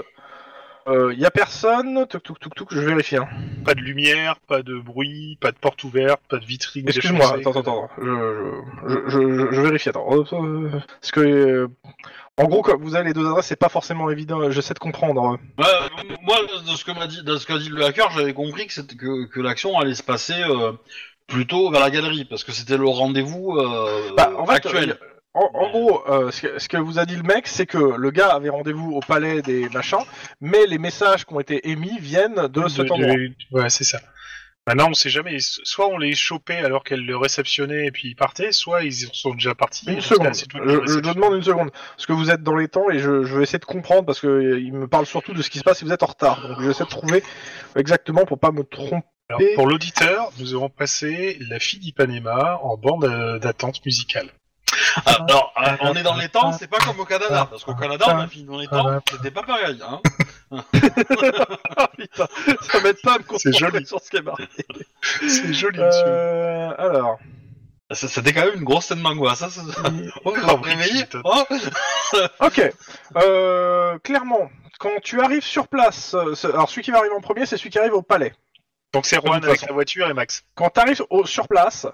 S1: il y a personne, touk touk touk touk, je vérifie. hein.
S3: Pas de lumière, pas de bruit, pas de porte ouverte, pas de vitrine.
S1: Excuse-moi,
S3: défoncée.
S1: attends, attends, attends, je, je, je, je- je vérifie, attends. Euh, euh, Parce que, euh, en gros, comme vous avez les deux adresses, c'est pas forcément évident, j'essaie de comprendre.
S2: Bah, m- moi, de ce que m'a dit, de ce qu'a dit le hacker, j'avais compris que, c'était- que, que l'action allait se passer euh, plutôt vers la galerie, parce que c'était le rendez-vous euh,
S1: Bah, en fait,
S2: actuel.
S1: En, en gros, euh, ce, que, ce que vous a dit le mec, c'est que le gars avait rendez-vous au palais des machins, mais les messages qui ont été émis viennent de, cet endroit.
S3: Ouais, c'est ça. Maintenant, on sait jamais. So- Soit on les chopait alors qu'elle le réceptionnait et puis ils partaient, soit ils sont déjà partis.
S1: Une
S3: Dans ce
S1: seconde,
S3: cas, c'est toi qui
S1: je,
S3: le
S1: je te
S3: réceptionnes.
S1: demande une seconde, parce que vous êtes dans les temps et je, je vais essayer de comprendre, parce que euh, il me parle surtout de ce qui se passe si vous êtes en retard. Donc je vais essayer de trouver exactement pour pas me tromper.
S3: Alors, pour l'auditeur, nous avons passé La fille d'Ipanema en bande euh, d'attente musicale.
S2: Ah, Alors, euh, on est dans les temps, c'est pas comme au Canada, parce qu'au Canada, on a fini dans les temps, c'était pas pareil.
S1: (laughs)
S2: Hein.
S1: Ah, Putain, ça m'aide pas à me
S3: C'est
S1: concentrer
S3: joli.
S1: sur ce qui est marqué.
S3: C'est joli, monsieur.
S1: Euh, alors,
S2: Ça- C'était quand même une grosse scène d'angoisse. Ça, ça... (laughs) Oh,
S3: Ah,
S2: ça m'a
S3: oui,
S2: réveillé.
S3: putain.
S2: Oh.
S1: ok. Euh, clairement, quand tu arrives sur place, euh, ce- alors celui qui va arriver en premier, c'est celui qui arrive au palais.
S3: Donc c'est Juan
S1: toute
S3: avec
S1: façon.
S3: la voiture et Max.
S1: quand tu arrives sur place,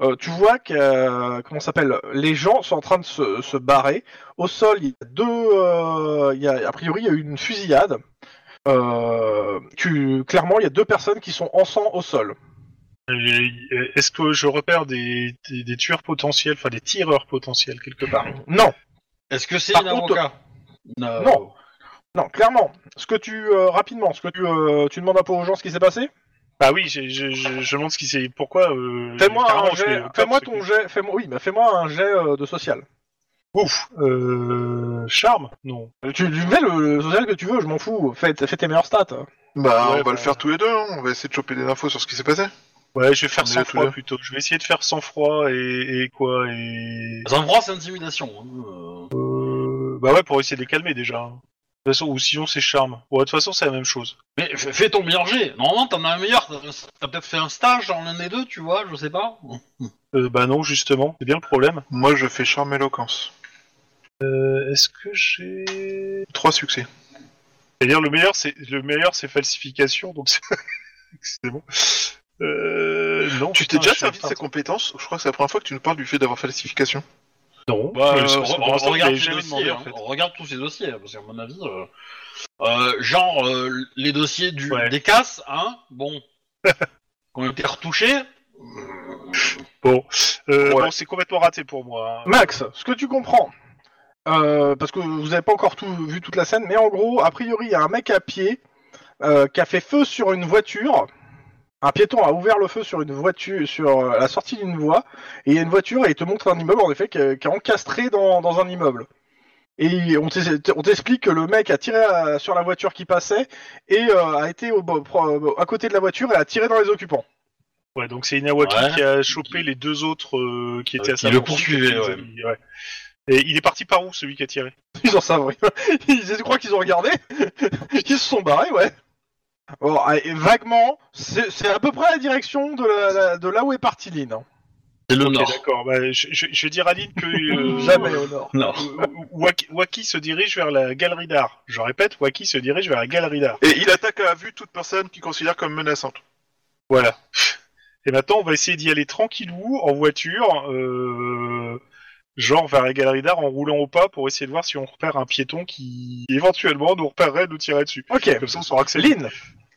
S1: euh, tu vois que euh, comment ça s'appelle les gens sont en train de se, se barrer. Au sol, il y a deux, euh, il y a, a priori, il y a eu une fusillade. Euh, tu, clairement, il y a deux personnes qui sont en sang au sol.
S3: Et, euh, Est-ce que je repère des, des- des tueurs potentiels, enfin des tireurs potentiels quelque part
S1: Non,
S2: Est-ce que c'est
S1: Par
S2: un
S1: contre-
S2: avocat Non.
S1: Non. non, clairement. Ce que tu euh, rapidement, ce que tu, euh, tu demandes un peu aux gens ce qui s'est passé.
S3: Bah oui, j'ai- je, je, je demande ce qui c'est pourquoi. euh,
S1: Fais-moi
S3: carrément,
S1: un
S3: je vais
S1: jet.
S3: au top,
S1: Fais-moi
S3: ce
S1: ton
S3: qui-
S1: jet. Fais-moi, oui, bah fais-moi un jet euh, de social.
S3: Ouf. Euh, charme Non.
S1: Tu, tu mets le, le social que tu veux, je m'en fous. Fais, fais tes meilleures stats. hein.
S4: Bah,
S3: Ouais,
S4: on va
S3: bah.
S4: le faire tous les deux, hein. on va essayer de choper des infos sur ce qui s'est passé.
S3: Ouais, je vais
S4: On
S3: faire
S4: est
S3: sans
S4: là tous les
S3: froid
S4: deux.
S3: plutôt. Je vais essayer de faire sans froid et, et quoi et
S2: Sans froid, c'est intimidation. hein. Euh,
S3: Euh, bah ouais pour essayer de les calmer déjà. hein. De toute façon ou sinon c'est charme. Ouais de toute façon c'est la même chose.
S2: Mais f- fais ton meilleur jet. Normalement, t'en as un meilleur. T'as- T'as peut-être fait un stage dans l'un des deux, tu vois, je sais pas.
S3: Euh, bah non justement c'est bien le problème.
S4: Moi, je fais charme éloquence.
S3: Euh, Est-ce que j'ai
S4: Trois succès.
S3: C'est-à-dire le meilleur c'est le meilleur c'est falsification donc c'est (laughs) c'est bon. Euh, non.
S4: Tu
S3: putain,
S4: t'es déjà
S3: je suis
S4: servi de ces
S3: retardé.
S4: compétences Je crois que c'est la première fois que tu nous parles du fait d'avoir falsification.
S3: Non.
S2: Bah,
S3: Mais
S2: euh,
S3: parce que
S2: re-
S3: pour l'instant,
S2: re-
S3: il
S2: regarde,
S3: l'avait
S2: tous les
S3: jamais demandé,
S2: dossiers,
S3: en
S2: hein.
S3: fait.
S2: regarde tous ces dossiers, parce qu'à mon avis, euh, euh, genre euh, les dossiers du,
S3: Ouais.
S2: des casses, hein, (laughs) bon, qui ont été retouchés.
S3: Bon. Euh,
S1: Ouais.
S3: bon c'est complètement raté pour moi. hein.
S1: Euh, Max, ce que tu comprends, euh, parce que vous n'avez pas encore tout, vu toute la scène, mais en gros, a priori, il y a un mec à pied euh, qui a fait feu sur une voiture. Un piéton a ouvert le feu sur une voiture, sur euh, la sortie d'une voie, et il y a une voiture et il te montre un immeuble en effet qui, est- qui est encastré dans, dans un immeuble. Et on t'ex- on t'explique que le mec a tiré à- sur la voiture qui passait et euh, a été au, bo- pro- à côté de la voiture et a tiré dans les occupants.
S3: Ouais, donc c'est Inawaki
S2: Ouais.
S3: qui a chopé les deux autres euh,
S1: Ah,
S3: qui étaient
S2: Euh,
S3: à
S2: qui
S3: sa
S2: le
S3: poursuite.
S2: poursuivaient, ouais.
S3: Il- ouais. Et il est parti par où celui qui a tiré
S1: (laughs) Ils en savent rien. Ils, je crois qu'ils ont regardé. (laughs) Ils se sont barrés, ouais. Bon, ah, et vaguement, c'est c'est à peu près la direction de, la- la- de là où est partie Lynn. hein.
S2: C'est le
S3: Ok,
S2: nord.
S3: D'accord, bah, je, je, je vais dire à Lynn
S1: (laughs)
S3: que euh,
S1: Jamais au nord.
S2: nord.
S3: euh, Waki, Waki se dirige vers la galerie d'art. Je répète, Waki se dirige vers la galerie d'art.
S4: Et il attaque à vue toute personne qu'il considère comme menaçante.
S3: Voilà. Et maintenant, on va essayer d'y aller tranquillou, en voiture, euh, genre vers la galerie d'art, en roulant au pas pour essayer de voir si on repère un piéton qui éventuellement nous repérerait, nous tirer dessus.
S1: Ok.
S3: Comme ça, on saura que c'est lui.
S1: Lynn,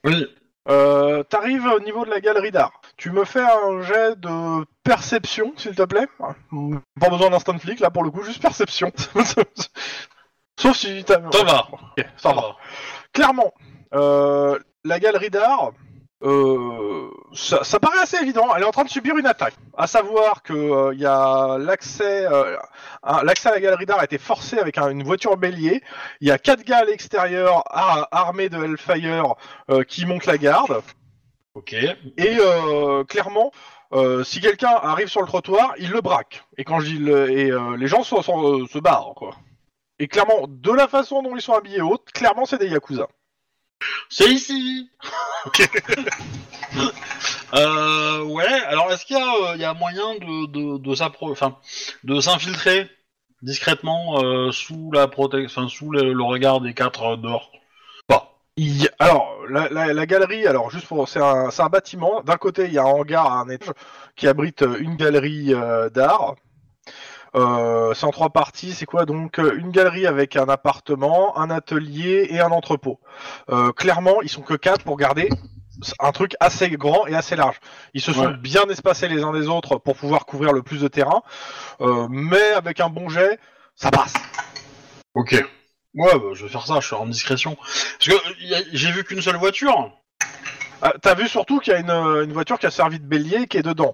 S2: Oui.
S1: euh, t'arrives au niveau de la galerie d'art. Tu me fais un jet de perception, s'il te plaît. Ah, Pas besoin d'instant flic, (laughs) là, pour le coup, juste perception. Sauf si t'as...
S2: Ça va.
S1: Ok, ça va. clairement, euh, la galerie d'art, euh, ça, ça paraît assez évident. Elle est en train de subir une attaque. À savoir que euh, il y a l'accès, euh, à- l'accès à la galerie d'art a été forcé avec un- une voiture bélier. Il y a quatre gars à l'extérieur ar- armés de Hellfire euh, qui montent la garde.
S2: Ok.
S1: Et euh, clairement, euh, si quelqu'un arrive sur le trottoir, il le braque. Et quand je dis le- et euh, les gens sont- sont- euh, se barrent, quoi. Et clairement, de la façon dont ils sont habillés, et autres, clairement, c'est des yakuza.
S2: C'est ici (laughs) euh, Ouais, alors est-ce qu'il y, a, euh, il y a moyen de, de, de, s'appro- enfin, de s'infiltrer discrètement euh, sous, la prote- enfin, sous le, le regard des quatre euh, dehors Pas.
S1: Il y a- Alors, la, la- la galerie, alors juste pour, c'est un, c'est un bâtiment. D'un côté, il y a un hangar à un étage qui abrite euh, une galerie euh, d'art. Euh, c'est en trois parties. C'est quoi donc euh, une galerie avec un appartement, un atelier et un entrepôt. Euh, clairement, ils sont que quatre pour garder un truc assez grand et assez large. Ils se sont
S2: Ouais.
S1: bien espacés les uns des autres pour pouvoir couvrir le plus de terrain, Euh, mais avec un bon jet, ça passe.
S2: Ok. Ouais, bah, je vais faire ça, je suis en discrétion. Parce que euh, y a- j'ai vu qu'une seule voiture.
S1: Ah, T'as vu surtout qu'il y a une, euh, une voiture qui a servi de bélier qui est dedans.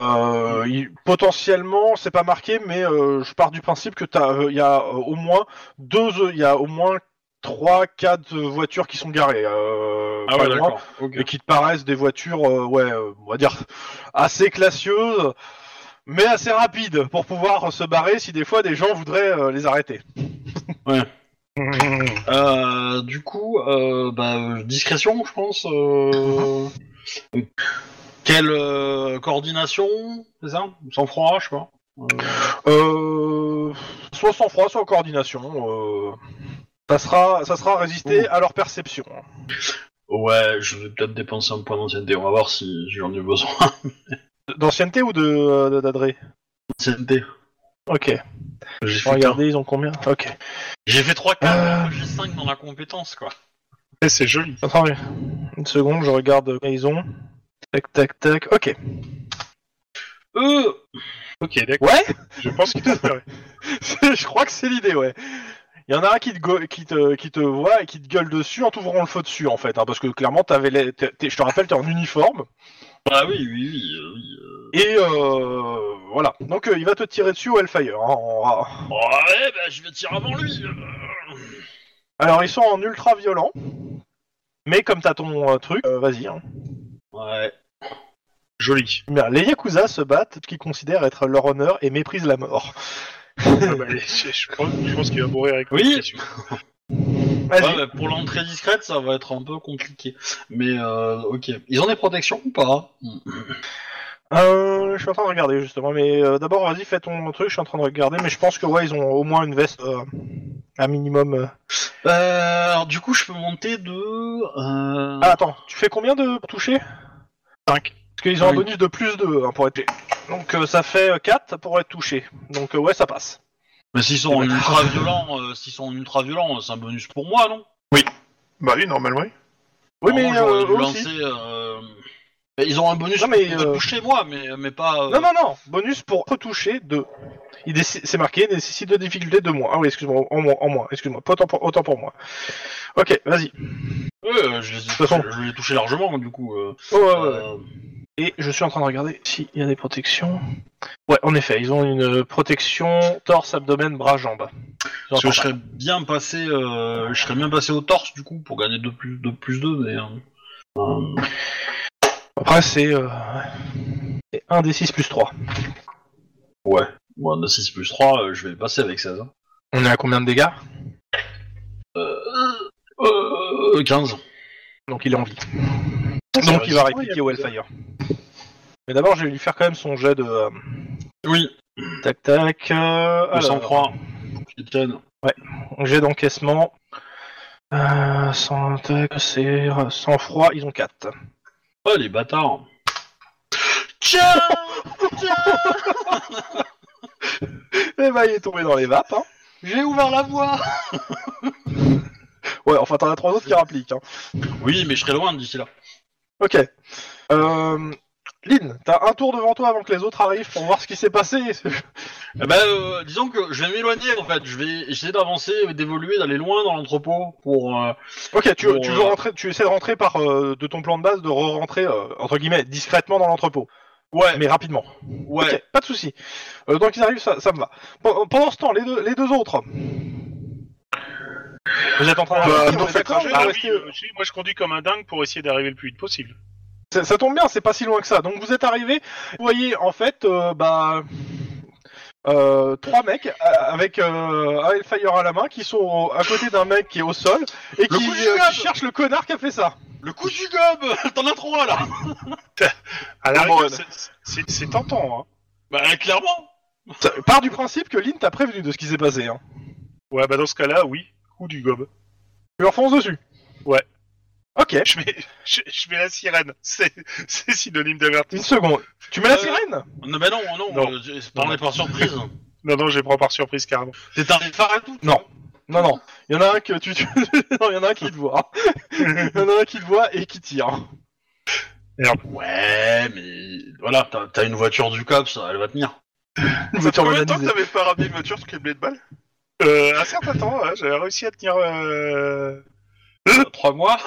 S1: Euh, il- potentiellement, c'est pas marqué, mais euh, je pars du principe que t'as, euh, il y a euh, au moins deux, euh, il y a au moins trois, quatre euh, voitures qui sont garées, euh, pas loin,
S2: Ok.
S1: et qui te paraissent des voitures, euh, ouais, euh, on va dire assez classieuses, mais assez rapides pour pouvoir se barrer si des fois des gens voudraient euh, les arrêter.
S2: Euh, du coup, euh, bah, euh, discrétion, je pense. euh, Quelle euh, coordination, c'est ça Sans froid, je sais pas.
S1: Euh, soit sans froid, soit en coordination. euh, ça sera, ça sera résister à leur perception.
S2: Ouais, je vais peut-être dépenser un point d'ancienneté. On va voir si j'en ai besoin.
S1: D'ancienneté ou de euh, d'adré
S2: Ancienneté.
S1: Ok.
S2: J'ai fait,
S1: Regardez, ils ont combien Ok.
S2: j'ai fait 3
S1: Euh.
S2: cas, j'ai 5 dans la compétence, quoi.
S3: Eh, c'est joli.
S1: Attends une seconde, je regarde combien ils ont. Tac, tac, tac. Ok.
S2: Eux,
S3: Ok, d'accord.
S1: Ouais. (laughs)
S3: Je pense qu'il t'a repéré.
S1: je crois que c'est l'idée, ouais. Il y en a un qui te, go- qui, te, qui te voit et qui te gueule dessus en t'ouvrant le feu dessus, en fait, hein, parce que clairement, t'avais les- t'es- t'es- je te rappelle, t'es en uniforme.
S2: bah oui, oui, oui. euh, oui, euh.
S1: Et euh, voilà. Donc, euh, il va te tirer dessus au Hellfire. hein, en-
S2: Ouais, bah je vais tirer avant lui. euh.
S1: Alors ils sont en ultra violent, mais comme t'as ton euh, truc, euh, vas-y. hein.
S2: Ouais.
S3: Joli.
S1: Bien, les Yakuza se battent, ce qu'ils considèrent être leur honneur et méprisent la mort. (laughs)
S3: Ah bah, je, je pense, je pense qu'il va mourir avec
S2: Oui.
S3: l'impression.
S1: Vas-y.
S2: Ouais, bah, pour l'entrée discrète, ça va être un peu compliqué. Mais euh, ok. Ils ont des protections ou pas hein
S1: Euh, je suis en train de regarder justement, mais euh, d'abord vas-y fais ton truc, je suis en train de regarder, mais je pense que ouais ils ont au moins une veste, euh, un minimum. euh.
S2: Euh, alors, du coup, je peux monter de. euh,
S1: Ah attends, tu fais combien de pour toucher
S3: Cinq.
S1: Parce qu'ils ont un
S2: Oui.
S1: bonus de plus 2 pour être touché. Donc euh, ça fait 4 pour être touché. Donc euh, ouais ça passe.
S2: Mais s'ils sont en (laughs) ultra violents, euh, s'ils sont en ultra violents, c'est un bonus pour moi, non
S4: Bah oui, normalement, oui.
S1: Oui
S2: Vraiment,
S1: mais
S2: j'aurais
S1: euh,
S2: dû
S1: eux aussi.
S2: lancer, euh, mais Ils ont un bonus
S1: Non, mais,
S2: pour
S1: euh,
S2: toucher moi, mais mais pas. euh,
S1: Non, non, non, bonus pour retoucher 2. Il déci- C'est marqué, il nécessite de difficulté de moins. Ah oui, excuse-moi, en moins, en moins, excuse-moi, pas autant pour, autant pour moi. Ok, vas-y.
S2: euh, je les ai touchés,
S1: façon.
S2: je les ai touchés largement, du coup. euh,
S1: Oh, ouais, ouais, ouais.
S2: euh,
S1: Et je suis en train de regarder s'il y a des protections. Ouais, en effet, ils ont une euh, protection torse, abdomen, bras, jambes. Ils ont
S2: parce que
S1: un
S2: je serais bien passé, euh, je serais bien passé au torse, du coup, pour gagner 2 plus 2 plus 2, mais. euh, euh,
S1: Après, c'est euh... 1 des 6 plus 3.
S2: Ouais. Bon, de 6 plus 3, je vais passer avec 16. hein.
S1: On est à combien de dégâts
S2: Euh, euh, 15.
S1: Donc il est en vie.
S3: c'est
S1: Donc il va
S3: résistant,
S1: répliquer
S3: il y a
S1: au
S3: plus de-
S1: Hellfire. Mais d'abord, je vais lui faire quand même son jet de... euh,
S2: Oui,
S1: Tac tac... Euh...
S2: le
S1: alors.
S2: sang-froid. Qui tienne.
S1: J'ai d'encaissement. Euh, sans attaque, c'est euh, sans froid, ils ont 4.
S2: Oh, les bâtards. Tiens Tiens
S1: Eh bah, il est tombé dans les vapes. Hein.
S2: J'ai ouvert la voie
S1: Ouais, enfin, t'en as trois autres qui rappliquent. Hein.
S2: Oui, mais je serai loin d'ici là.
S1: Ok. Euh, Lynn, t'as un tour devant toi avant que les autres arrivent pour voir ce qui s'est passé.
S2: Eh ben, euh, disons que je vais m'éloigner en fait. Je vais essayer d'avancer, d'évoluer, d'aller loin dans l'entrepôt pour. euh,
S1: ok, tu,
S2: Bon,
S1: tu
S2: euh,
S1: veux rentrer, tu essaies de rentrer par euh, de ton plan de base de rentrer entre guillemets discrètement dans l'entrepôt,
S2: Ouais,
S1: mais rapidement.
S2: ouais.
S1: Ok, pas de souci. Euh, donc ils arrivent, ça, ça me va. Pen- Pendant ce temps, les deux, les deux autres. Vous êtes en train
S4: Bah,
S1: d'avancer,
S4: non,
S1: on est
S4: faites
S1: d'accord,
S4: un jet,
S1: vous
S3: Ah oui,
S1: restez-
S3: euh, tu sais, moi je conduis comme un dingue pour essayer d'arriver le plus vite possible.
S1: Ça, ça tombe bien, c'est pas si loin que ça. Donc vous êtes arrivés, vous voyez en fait, euh, bah, euh, trois mecs euh, avec euh, un Hellfire à la main qui sont au- à côté d'un mec qui est au sol et qui,
S2: coup du
S1: euh, qui
S2: diable
S1: cherche le connard qui a fait ça.
S2: Le coup du gobe (laughs) T'en as trois là
S3: À la
S4: Bon,
S3: rigueur,
S4: bon,
S3: c'est- c'est c'est tentant. Hein.
S2: Bah, clairement
S1: Ça part du principe que Lynn t'a prévenu de ce qui s'est passé. Hein.
S3: Ouais, bah dans ce cas-là, oui, coup du gobe.
S1: Tu leur fonces dessus.
S3: Ouais.
S1: Ok,
S3: (laughs) Je mets, je, je mets la sirène, (laughs) c'est c'est synonyme
S1: une
S3: d'avertissement.
S1: seconde. Tu mets la
S2: Euh,
S1: sirène
S2: Non, mais non, non,
S3: Non.
S2: euh, c'est pas on est par surprise.
S3: Non, non, je les prends par surprise carrément.
S2: T'es un phare à tout
S1: Non. Non, non. Il y en a un que tu... (laughs) tu- non, il y en a un qui te voit. Il y en a un qui te voit et qui tire.
S2: Ouais, mais voilà, t'as t'as une voiture du COPS, elle va tenir.
S1: Une
S4: Ça fait
S1: voiture
S4: combien de temps que
S1: banalisée.
S4: t'avais pas ramené une voiture criblée de balles
S3: Euh, un certain temps, hein, j'avais réussi à tenir. Euh...
S2: Euh, Trois mois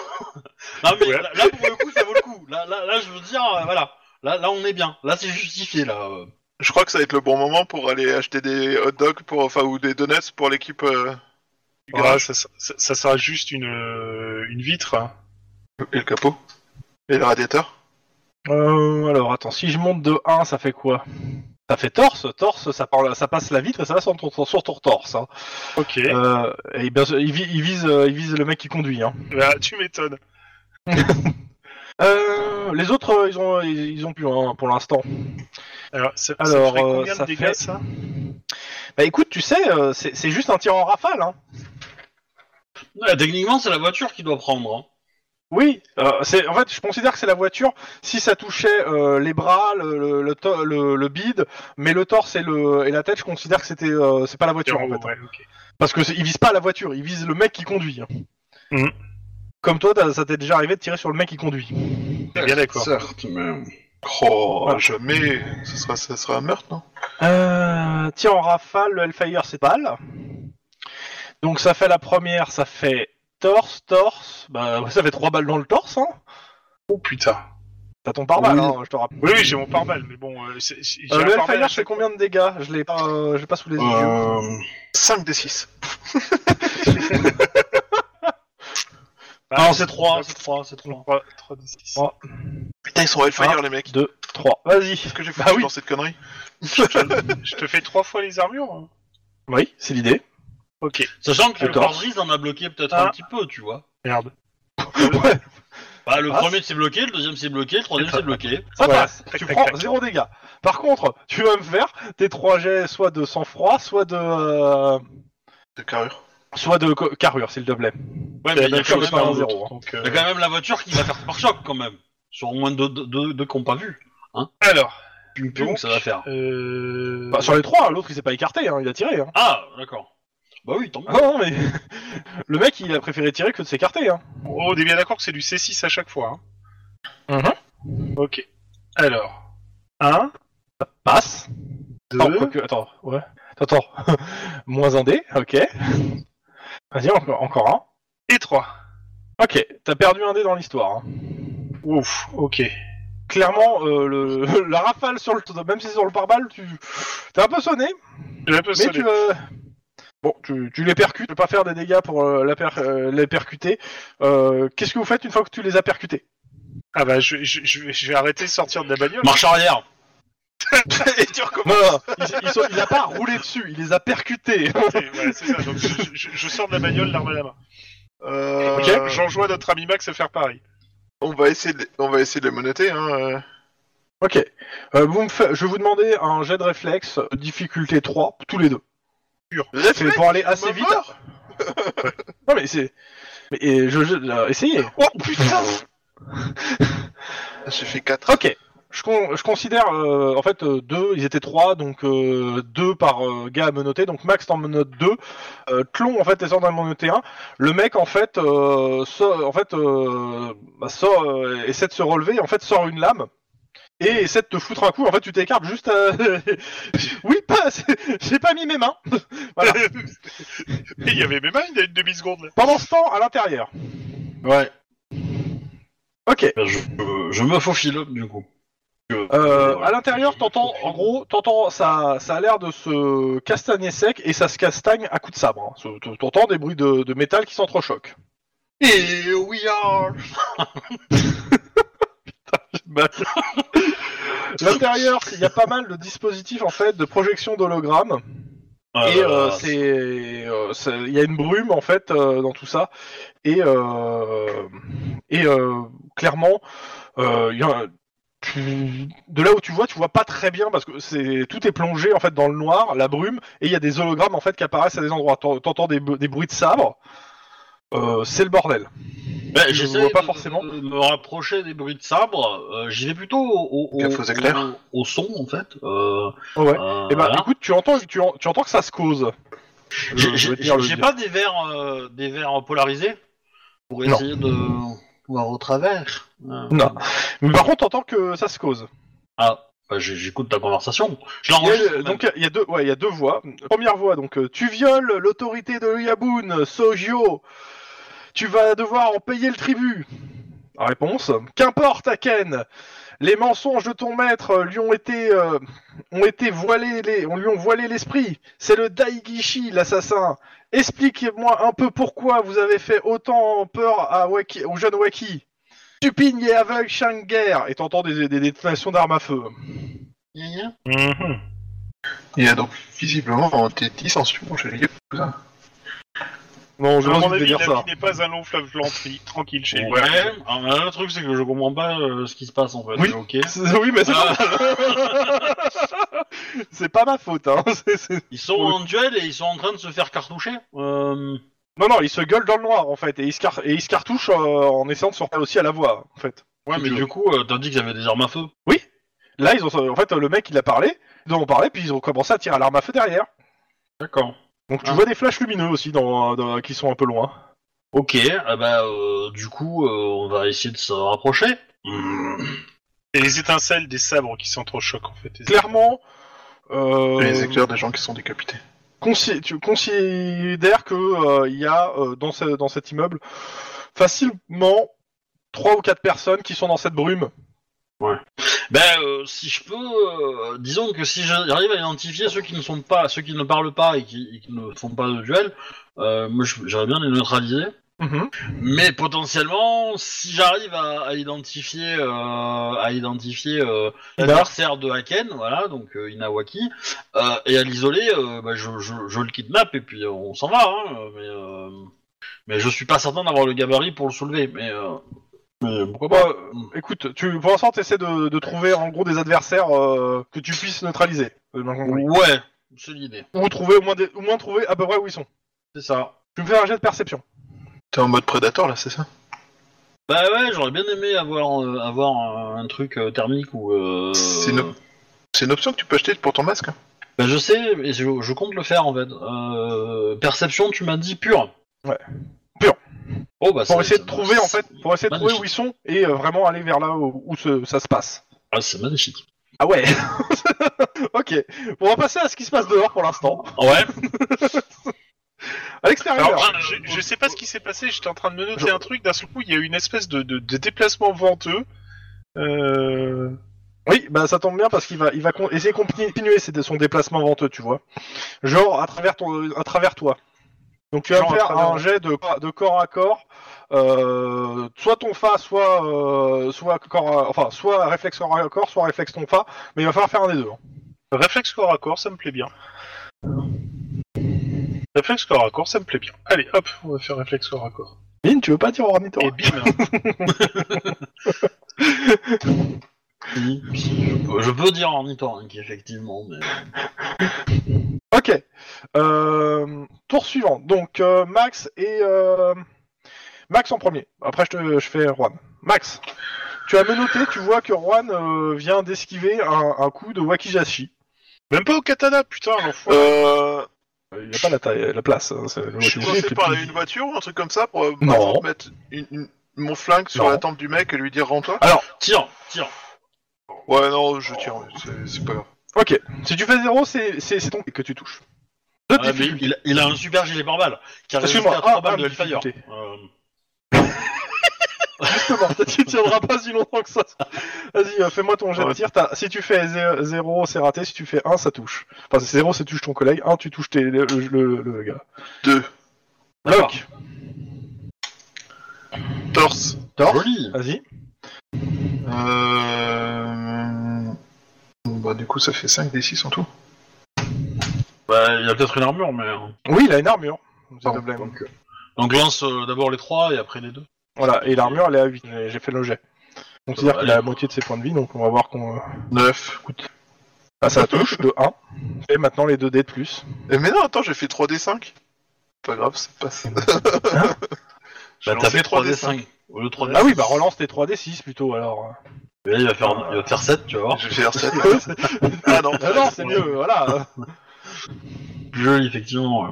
S2: Non, mais
S3: Ouais.
S2: là, là, pour le coup, ça vaut le coup. Là, là, là je veux dire, euh, voilà. Là, là, on est bien. Là, c'est justifié, là. euh.
S4: Je crois que ça va être le bon moment pour aller acheter des hot dogs pour, enfin, ou des donuts pour l'équipe. euh, du
S3: Ah,
S4: garage.
S3: ça, ça- ça sera juste une, euh, une vitre. hein.
S4: Et le capot Et le radiateur
S1: Euh, alors attends, si je monte de 1, ça fait quoi Ça fait torse, torse, ça, parle- ça passe la vitre et ça va sur ton, sur ton torse. hein.
S3: Ok,
S1: Euh, et bien, sûr, il, vi- il vise, euh, il vise le mec qui conduit. hein.
S3: bah, tu m'étonnes.
S1: Euh, les autres, euh, ils ont, ils, ils ont plus hein, pour l'instant.
S3: Alors, ça, ça
S1: Alors,
S3: ferait
S1: euh,
S3: combien
S1: ça
S3: de dégâts
S1: fait-
S3: ça
S1: Bah écoute, tu sais, euh, c'est c'est juste un tir en rafale. Hein.
S2: Ouais, Euh, techniquement, c'est la voiture qui doit prendre. hein.
S1: Oui, euh, c'est en fait, je considère que c'est la voiture. Si ça touchait euh, les bras, le, le, le, to- le- le bide, mais le torse et, le, et la tête, je considère que c'était, euh, c'est pas la voiture en fait.
S3: Ouais, ok.
S1: Parce que c'est- il vise pas la voiture, il vise le mec qui conduit. hein.
S3: Mhm.
S1: Comme toi, t'as- ça t'est déjà arrivé de tirer sur le mec qui conduit.
S3: Bien d'accord.
S2: Certes, mais...
S4: Oh,
S1: Ouais.
S4: jamais Ce sera, ça sera un meurtre, non
S1: Euh, tir en rafale, le Hellfire c'est balle. Donc ça fait la première, ça fait torse, torse. Bah ouais, ça fait trois balles dans le torse, hein.
S3: Oh putain.
S1: T'as ton pare-balles,
S2: Oui.
S1: hein, je te rappelle.
S3: Oui, oui, j'ai mon pare-balles, mais bon, euh, c'est- j'ai
S1: Euh,
S3: un
S1: le
S3: pare-balles à
S1: Hellfire c'est
S3: chaque-
S1: combien de dégâts Je l'ai pas, euh, je l'ai pas sous les yeux.
S2: Euh...
S4: 5 des 6.
S3: Ah,
S2: Ah, non, c'est trois, c'est trois, c'est trois.
S3: trois- trois des six.
S1: Oh.
S4: Putain, ils sont Hellfire,
S1: Ah.
S4: les mecs.
S1: 2, 3, vas-y.
S4: Qu'est-ce que j'ai
S1: Bah
S4: foutu
S1: oui.
S4: dans cette connerie
S3: Je te fais trois fois les armures hein.
S1: Oui, c'est l'idée.
S3: Ok,
S2: Sachant que le
S1: D'accord.
S2: pare-brise en a bloqué peut-être
S3: Ah.
S2: un petit peu, tu vois.
S3: merde.
S1: Ouais,
S2: Bah, le
S1: Ah.
S2: premier s'est bloqué, le deuxième s'est bloqué, le troisième s'est bloqué.
S1: ça
S3: Voilà.
S1: passe,
S3: Tac,
S1: tu
S3: tac,
S1: prends
S3: tac.
S1: zéro dégâts. Par contre, tu vas me faire tes trois jets soit de sang-froid, soit de. euh,
S4: De carrure.
S1: soit de co- carrure, s'il te plaît.
S2: Ouais,
S1: C'est la
S2: mais il y, a
S1: même chose,
S2: quand
S1: c'est
S2: même
S1: pas
S2: un-
S1: un zéro. hein.
S3: Donc, euh,
S2: il y a quand même la voiture qui va faire par choc, quand même. Sur au moins deux, deux, deux, deux qu'on pas vu.
S3: Alors,
S2: Pum, pum,
S3: Donc,
S2: ça va faire.
S3: euh...
S1: Bah, sur les trois, l'autre il s'est pas écarté, hein, il a tiré. Hein.
S2: Ah, d'accord. Bah oui, tant mieux.
S1: Ah Non, mais (laughs) le mec il a préféré tirer que de s'écarter. Hein.
S3: on est oh, bien d'accord que c'est du C6 à chaque fois. hein.
S1: Mhm.
S3: Ok. Alors, 1,
S1: Passe. Attends,
S3: 2,
S1: quoique- attends, ouais. Attends, attends. (laughs) moins un dé, ok. Vas-y, encore, encore un.
S3: et 3.
S1: Ok, t'as perdu un dé dans l'histoire. hein.
S3: Ouf, ok.
S1: Clairement, euh, le, (laughs) la rafale sur le, même si c'est sur le pare-balles, tu t'es un peu sonné,
S3: J'ai un peu
S1: mais
S3: sonné.
S1: tu euh, bon, tu, tu les percutes, tu peux pas faire des dégâts pour euh, la per- euh, les percuter. Euh, Qu'est-ce que vous faites une fois que tu les as percutés
S3: Ah bah, je, je, je vais- je vais arrêter de sortir de la bagnole.
S2: Marche arrière.
S4: Et tu
S1: Non,
S4: recommences.
S1: non, non, ils- ils sont- il a pas roulé dessus, il les a percutés.
S3: Et voilà, c'est ça. Donc, je, je- je sors de la bagnole, l'arme à la main.
S4: Euh,
S3: Ok, j'enjoins notre ami Max à faire pareil.
S4: on, va essayer de, on va essayer de les monoter, hein. euh.
S1: (laughs) Ok. Euh, vous me fa- Je vais vous demander un jet de réflexe, euh, difficulté 3, tous les deux. C'est
S4: Réflexe
S1: pour aller assez
S4: ma
S1: vite.
S4: mort
S1: Non mais c'est... Mais, et je, je- euh, essayez.
S4: Oh
S3: (laughs)
S4: putain J'ai fait 4.
S1: Ok. Je, con- je considère, euh, en fait, euh, deux, ils étaient trois, donc euh, deux par euh, gars à menoter. Donc Max t'en menote deux, euh, Tlon en fait est d'en menoter un. Le mec en fait, euh, sort- en fait, euh, bah, sort, euh, essaie de se relever, et en fait sort une lame et essaie de te foutre un coup. En fait, tu t'écartes juste à... (laughs) oui, pas... (laughs) J'ai pas mis mes mains. Voilà.
S3: Mais il y avait même un, il y a une demi-seconde là.
S1: Pendant ce temps, à l'intérieur.
S2: Ouais.
S1: Ok.
S2: Ben, je, euh, je me faufile, du coup. Euh,
S1: Euh,
S2: voilà.
S1: à l'intérieur, t'entends, en gros, t'entends, ça, ça a l'air de se castagner sec et ça se castagne à coups de sabre. hein. Ce- t- T'entends des bruits de, de métal qui s'entrechoquent.
S2: Et we are...
S1: L'intérieur, il y a pas mal de dispositifs en fait de projection d'hologrammes
S2: Ah
S1: et euh, c'est, euh, c'est- il y a une brume en fait euh, dans tout ça et euh, et euh, clairement, euh, il y a- tu- de là où tu vois, tu vois pas très bien parce que c'est tout est plongé en fait dans le noir, la brume, et il y a des hologrammes en fait qui apparaissent à des endroits. T'en- T'entends des, bu- des bruits de sabre. Euh, c'est le bordel.
S2: Ben,
S1: je
S2: j'essaie
S1: vois pas
S2: de-
S1: forcément.
S2: de me rapprocher des bruits de sabre. euh, J'y vais plutôt au, au,
S4: Bien
S2: au-
S4: faux éclair.
S2: au- au son, en fait. Euh,
S1: ouais.
S2: euh,
S1: Et bah
S2: voilà.
S1: écoute, tu entends, tu, en- tu entends que ça se cause. Je-
S2: J'ai-
S1: je
S2: j'ai
S1: vais te dire le
S2: j'ai
S1: dire.
S2: pas des verres, euh, des verres polarisés pour
S1: Non.
S2: essayer de voir au travers. Euh,
S1: Non. Mais par contre, t'entends que ça se cause.
S2: Ah, bah, j'ai- j'écoute ta conversation. Je
S1: Il y a-
S2: l'enregistre. quand même.
S1: donc il y a deux, ouais, il y a deux voix. Première voix, donc euh, tu violes l'autorité de Yaboun, Sogio. Tu vas devoir en payer le tribut. Réponse. Qu'importe, Aken. Les mensonges de ton maître lui ont été, euh, ont été voilés, les, on lui ont voilé l'esprit. C'est le Daigishi, l'assassin. Expliquez-moi un peu pourquoi vous avez fait autant peur à Waki, au jeune Waki. Stupide et aveugle Shanger. Et t'entends des, des détonations d'armes à feu.
S2: Gna gna.
S4: Il y a donc visiblement des dissensions chez les cousins.
S1: Non,
S3: À mon avis,
S1: dire
S3: la vie n'est pas un long fleuve lentille. Tranquille chez
S2: Ouais,
S3: lui.
S2: ah, mais le truc c'est que je comprends pas euh, ce qui se passe en fait.
S1: Oui.
S2: mais ok.
S1: C'est- Oui, mais c'est
S2: Ah.
S1: pas... c'est pas ma faute. (laughs) Hein. c'est- c'est-
S2: Ils sont en duel et ils sont en train de se faire cartoucher. Euh,
S1: Non, non, ils se gueulent dans le noir en fait, et ils se, car- et ils se cartouchent euh, en essayant de se reprendre aussi à la voix en fait.
S2: Ouais, mais du coup, euh, t'as dit qu'ils avaient des armes à feu.
S1: Là, ils ont, euh, en fait, le mec il a parlé, ils en ont parlé, puis ils ont commencé à tirer à l'arme à feu derrière.
S2: D'accord.
S1: Donc tu
S2: Ah.
S1: vois des flashs lumineux aussi dans, euh, dans- qui sont un peu loin.
S2: Ok, ah bah, euh, du coup, euh, on va essayer de se rapprocher. Hmm.
S3: Et les étincelles des sabres qui s'entrechoquent en fait.
S1: Clairement, euh,
S4: Les éclairs des gens qui sont décapités.
S1: consi- tu considères que euh, il y a euh, dans, ce- dans cet immeuble facilement trois ou quatre personnes qui sont dans cette brume.
S2: Ben, euh, si je peux, euh, disons que si j'arrive à identifier ceux qui ne sont pas, ceux qui ne parlent pas et qui, et qui ne font pas de duel, euh, moi je- j'aimerais bien les neutraliser. Mais potentiellement, si j'arrive à, à identifier, euh, à identifier euh,
S1: Ina.
S2: l'adversaire de Haken, voilà, donc euh, Inawaki, euh, et à l'isoler, euh, bah, je, je- je le kidnappe et puis euh, on s'en va. Hein, euh, mais, euh, mais je suis pas certain d'avoir le gabarit pour le soulever. Mais, euh, mais pourquoi
S1: Bah,
S2: pas
S1: euh, écoute, tu, pour l'instant, t'essaies de, de trouver en gros des adversaires euh, que tu puisses neutraliser. euh, bien compris.
S2: Ouais, c'est l'idée.
S1: Ou trouver au moins, des- au moins trouver à peu près où ils sont.
S2: C'est ça.
S1: Tu me fais un jet de perception.
S4: T'es en mode prédateur là, c'est ça
S2: Bah ouais, j'aurais bien aimé avoir, euh, avoir un truc euh, thermique ou. Euh...
S4: C'est une- C'est une option que tu peux acheter pour ton masque. hein.
S2: Bah je sais, et je, je compte le faire en fait. Euh... Perception, tu m'as dit pure.
S1: Ouais. Pure.
S2: Oh bah
S1: Pour
S2: c'est-
S1: essayer de
S2: c'est-
S1: trouver en fait, pour essayer de trouver
S2: magnifique.
S1: où ils sont et euh, vraiment aller vers là où, où ce- ça se passe.
S2: Ah, c'est magnifique.
S1: Ah ouais. (laughs) ok. Bon, on va passer à ce qui se passe dehors pour l'instant. (laughs)
S2: Ouais.
S1: À l'extérieur.
S3: Alors, je, je- je sais pas ce qui s'est passé, j'étais en train de me noter un truc, d'un seul coup, il y a eu une espèce de, de- de déplacement venteux. Euh...
S1: Oui, bah ça tombe bien parce qu'il va, il va con- essayer de continuer ses- son déplacement venteux, tu vois. Genre à travers ton, euh, à travers toi. Donc tu vas
S3: Genre
S1: me
S3: à
S1: faire
S3: travers
S1: un
S3: moi.
S1: jet de, de corps à corps, euh, soit ton fa, soit, euh, soit corps, à- enfin soit réflexe corps à corps, soit réflexe ton fa, mais il va falloir faire un des deux. hein.
S3: Réflexe corps à corps, ça me plaît bien. Réflexe corps à corps, ça me plaît bien. Allez, hop, on va faire réflexe corps à corps.
S1: Lynn, tu veux pas dire ornithorynque
S3: Et bim
S2: Si, (laughs) si, je, peux, je peux dire en ornithorynque, effectivement. Mais...
S1: Ok. Euh, tour suivant. Donc euh, Max et euh, Max en premier. Après je, te, je fais Juan. Max, tu as menotté, tu vois que Juan euh, vient d'esquiver un, un coup de Wakijashi.
S3: Même pas au katana, putain, l'enfoiré.
S4: Euh,
S1: Il n'y a pas la, taille, la place. hein, c'est- le
S4: je suis
S1: Wakizashi,
S4: coincé
S1: c'est
S4: par
S1: plus-
S4: une voiture ou un truc comme ça pour euh,
S1: Non.
S4: par exemple, mettre une- une- mon flingue sur
S1: Non.
S4: la tempe du mec et lui dire rends-toi.
S2: Tire, tire.
S4: Ouais, non, je tire, c'est- c'est pas grave.
S1: Ok, si tu fais 0, c'est c'est- c'est ton que tu touches. Deux
S2: Ouais, Ah, mais
S1: difficultés.
S2: il, il a un super gilet pare-balles qui a résisté
S1: Excuse-moi,
S2: à 3
S1: un- un
S2: balles de
S1: difficulté.
S2: Hellfire. Euh,
S1: Justement,
S4: (laughs)
S1: tu ne tiendras pas si longtemps que ça. Vas-y, euh, fais-moi ton jet de
S4: Ouais.
S1: tir. T'as- Si tu fais 0, c'est raté. Si tu fais 1, ça touche. Enfin, 0, c'est touche ton collègue. 1, tu touches tes- le, le- le- le gars.
S4: Deux.
S2: d'accord.
S1: Lock,
S4: Torse.
S1: Torse.
S2: Joli.
S1: vas-y.
S4: Euh... Bah, du coup, ça fait 5 des 6 en tout.
S2: Bah, il a peut-être une armure, mais. euh,
S1: Oui, il a une armure. C'est
S4: Pardon.
S1: de blême.
S4: Donc, euh,
S2: Donc lance euh, d'abord les 3 et après les 2.
S1: Voilà, et l'armure, elle est à 8. J'ai j'ai fait le jet. On considère
S2: Ouais.
S1: qu'il a la moitié de ses points de vie, donc on va voir qu'on. euh,
S4: 9.
S1: Ah, ça touche de 1. Et maintenant les 2 dés de plus.
S4: Eh, mais non, attends, j'ai fait 3 des 5. Pas grave, ça passe. J'ai
S2: Bah, t'as
S4: lancé
S2: fait 3
S4: 3
S2: d
S4: des 5.
S2: 5. Au lieu de 3 d
S1: Ah oui, bah relance tes 3 dés 6 plutôt alors.
S2: il, va faire, il va te faire 7, tu vas voir.
S4: J'ai fait R7. (laughs) ah non,
S1: Ah non, c'est
S4: Ouais.
S1: mieux, voilà.
S2: Plus joli, effectivement.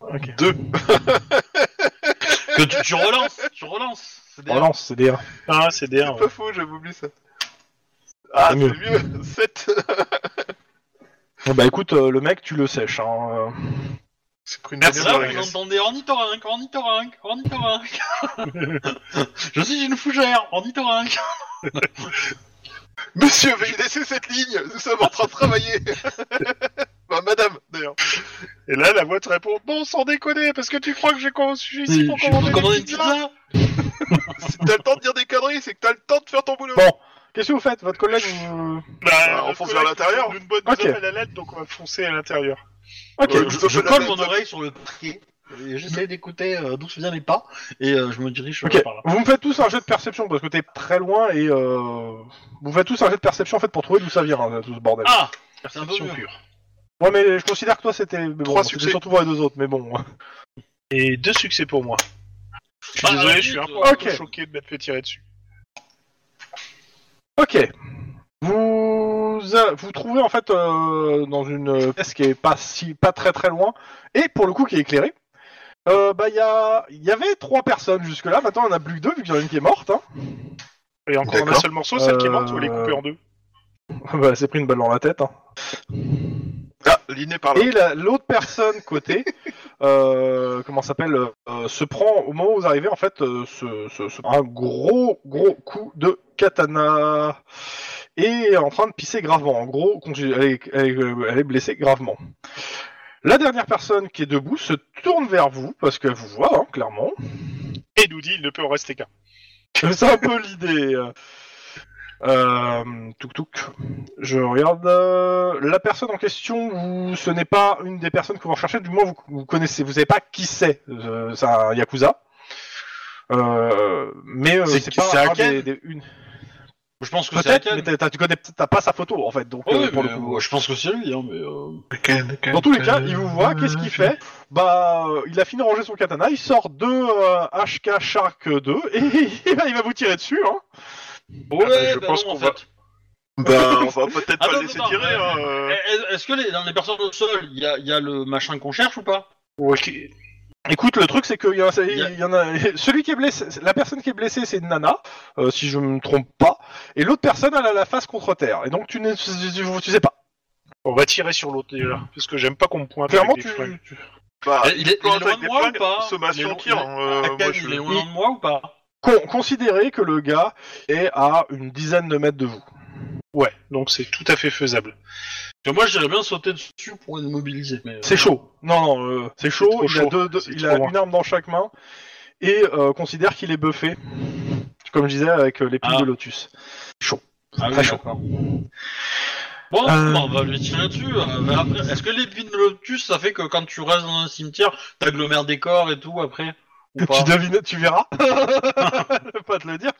S2: ouais.
S4: Deux.
S2: Que tu, tu relances, tu relances. C'est des-
S1: relance, c'est des 1.
S3: Ah, c'est des
S4: C'est pas faux, j'avais oublié ça. Ah,
S1: C'est
S4: c'est
S1: mieux.
S4: mieux. (laughs) 7.
S1: Bah écoute, euh, le mec, tu le sèches. Hein. euh.
S4: C'est pris une
S2: Merci,
S4: bagnole dans la
S2: vous
S4: glace.
S2: entendez ornithorynque, ornithorynque, (laughs) ornithorynque. Je suis une fougère, ornithorynque.
S4: Monsieur, veuillez laisser cette ligne. Nous sommes en train de (laughs) travailler. bah, madame, d'ailleurs.
S3: Et là, la voix te répond Bon, sans déconner, parce que tu crois que j'ai con- je suis ici
S2: Je
S3: pour
S2: suis venu commander
S3: commander
S2: une pizza.
S4: Si t'as le temps de dire des conneries, c'est que t'as le temps de faire ton boulot.
S2: Bah,
S1: Bon, qu'est-ce que vous faites Votre collègue vous...
S4: Bah, on fonce vers l'intérieur.
S3: Une bonne
S1: Ok.
S3: nous appelle à l'aide, donc on va foncer à l'intérieur.
S1: Ok,
S4: Ouais.
S2: Je,
S4: Stop
S2: je
S4: Euh, la
S2: colle
S4: tête.
S2: mon oreille sur le pied. et J'essaie d'écouter euh, d'où viennent les pas et euh, je me dirige euh,
S1: ok.
S2: par là.
S1: Vous me faites tous un jet de perception parce que t'es très loin et euh... vous faites tous un jet de perception en fait pour trouver d'où ça vient hein, tout ce bordel.
S2: Ah C'est un peu
S3: Action
S2: mieux.
S3: pure.
S1: Ouais, mais je considère que toi c'était mais bon,
S4: Trois
S1: c'était
S4: succès.
S1: surtout pour les deux autres, mais bon. (laughs)
S3: Et deux succès pour moi. Je suis
S2: Ah,
S3: désolé,
S2: la
S3: je suis un
S2: pute.
S3: peu un peu
S1: Ok.
S3: choqué de m'être fait tirer dessus.
S1: Ok. Vous euh, vous trouvez en fait euh, dans une pièce qui est pas si pas très très loin et pour le coup qui est éclairée. Euh, bah il y a il y avait trois personnes jusque là. Maintenant on en a plus que deux vu qu'il y en a une qui est morte. Hein. (laughs)
S3: Et encore un
S4: D'accord.
S3: seul morceau, celle qui est morte,
S1: Euh,
S3: vous les couper en deux.
S1: bah, elle s'est pris une balle dans la tête. Hein.
S4: Ah, l'inné par là.
S1: Et la- l'autre personne côté euh, comment ça s'appelle euh, se prend au moment où vous arrivez en fait euh, se- se- se- un gros gros coup de katana et est en train de pisser gravement. En gros, contu- elle est, elle est- euh, elle est blessée gravement. La dernière personne qui est debout se tourne vers vous parce qu'elle vous voit hein, clairement.
S3: Et nous dit Il ne peut en rester qu'un.
S1: (laughs) C'est un peu l'idée. Euh, touk touk. Je regarde euh, la personne en question. Vous, ce n'est pas une des personnes que vous recherchez. Du moins, vous, vous connaissez. Vous savez pas qui c'est. Euh, c'est un yakuza. Euh, mais euh,
S2: C'est
S1: c'est
S2: qui-
S1: pas
S2: c'est
S1: un
S2: Aken
S1: des- des- une.
S2: Je pense que c'est
S1: Peut-être,
S2: Aken.
S1: mais t'as- t'as- tu connais, t'as pas sa photo en fait. Donc
S2: Ouais,
S1: euh,
S2: ouais,
S1: pour
S2: mais,
S1: le coup.
S2: euh, je pense que c'est lui, hein, mais. euh,
S1: Dans tous les cas, il vous voit, qu'est-ce qu'il fait Bah, euh, il a fini de ranger son katana, il sort deux euh, HK Shark 2 et (laughs) il va vous tirer dessus. Hein.
S2: Ouais,
S3: bah, je
S2: bah
S3: pense
S2: non, en
S3: qu'on va-
S2: fait.
S4: Bah, (laughs) on va peut-être pas
S2: Attends,
S4: le laisser
S2: attends,
S4: tirer.
S2: euh,
S4: hein, euh.
S2: Eh, Est-ce que les- dans les personnes au sol, il y a, il y a le machin qu'on cherche ou pas
S3: Ok.
S1: Écoute, le truc c'est qu'il y, en a-
S2: y a-
S1: il y en a (laughs) celui qui est blessé, la personne qui est blessée c'est une Nana, euh, si je me trompe pas, et l'autre personne elle a la face contre terre. Et donc tu ne tu, tu sais pas.
S3: On va tirer sur l'autre déjà, parce que j'aime pas qu'on me pointe.
S1: Clairement
S3: avec des
S1: tu,
S3: flingues.
S1: tu-
S4: Bah,
S2: Eh, il est- il est
S4: plante
S2: loin
S4: avec
S2: de
S4: des
S2: moi ou
S4: flingues,
S2: pas Il est
S4: Sommation
S2: loin-
S4: tire. hein, euh,
S2: Aken,
S4: moi, je-
S2: il est loin de moi ou pas
S1: con- considérez que le gars est à une dizaine de mètres de vous.
S3: Ouais, donc c'est tout à fait faisable.
S2: Parce que moi, j'irais bien sauter dessus pour l'immobiliser. mais, euh,
S1: C'est chaud. Non, non, euh, c'est chaud.
S3: trop
S1: Il a,
S3: chaud.
S1: deux, deux-
S3: C'est
S1: il
S3: trop
S1: a
S3: loin.
S1: une arme dans chaque main et euh, considère qu'il est buffé. Comme je disais avec euh, l'épine
S2: Ah.
S1: de Lotus.
S2: Ah oui,
S1: Très chaud.
S2: d'accord. Bon,
S1: Euh.
S2: bah, on va lui tirer dessus. euh, mais après, Est-ce que l'épine de lotus, ça fait que quand tu restes dans un cimetière, t'agglomères des corps et tout après ou pas
S1: (laughs) Tu devines, tu verras. Je peux pas te le dire.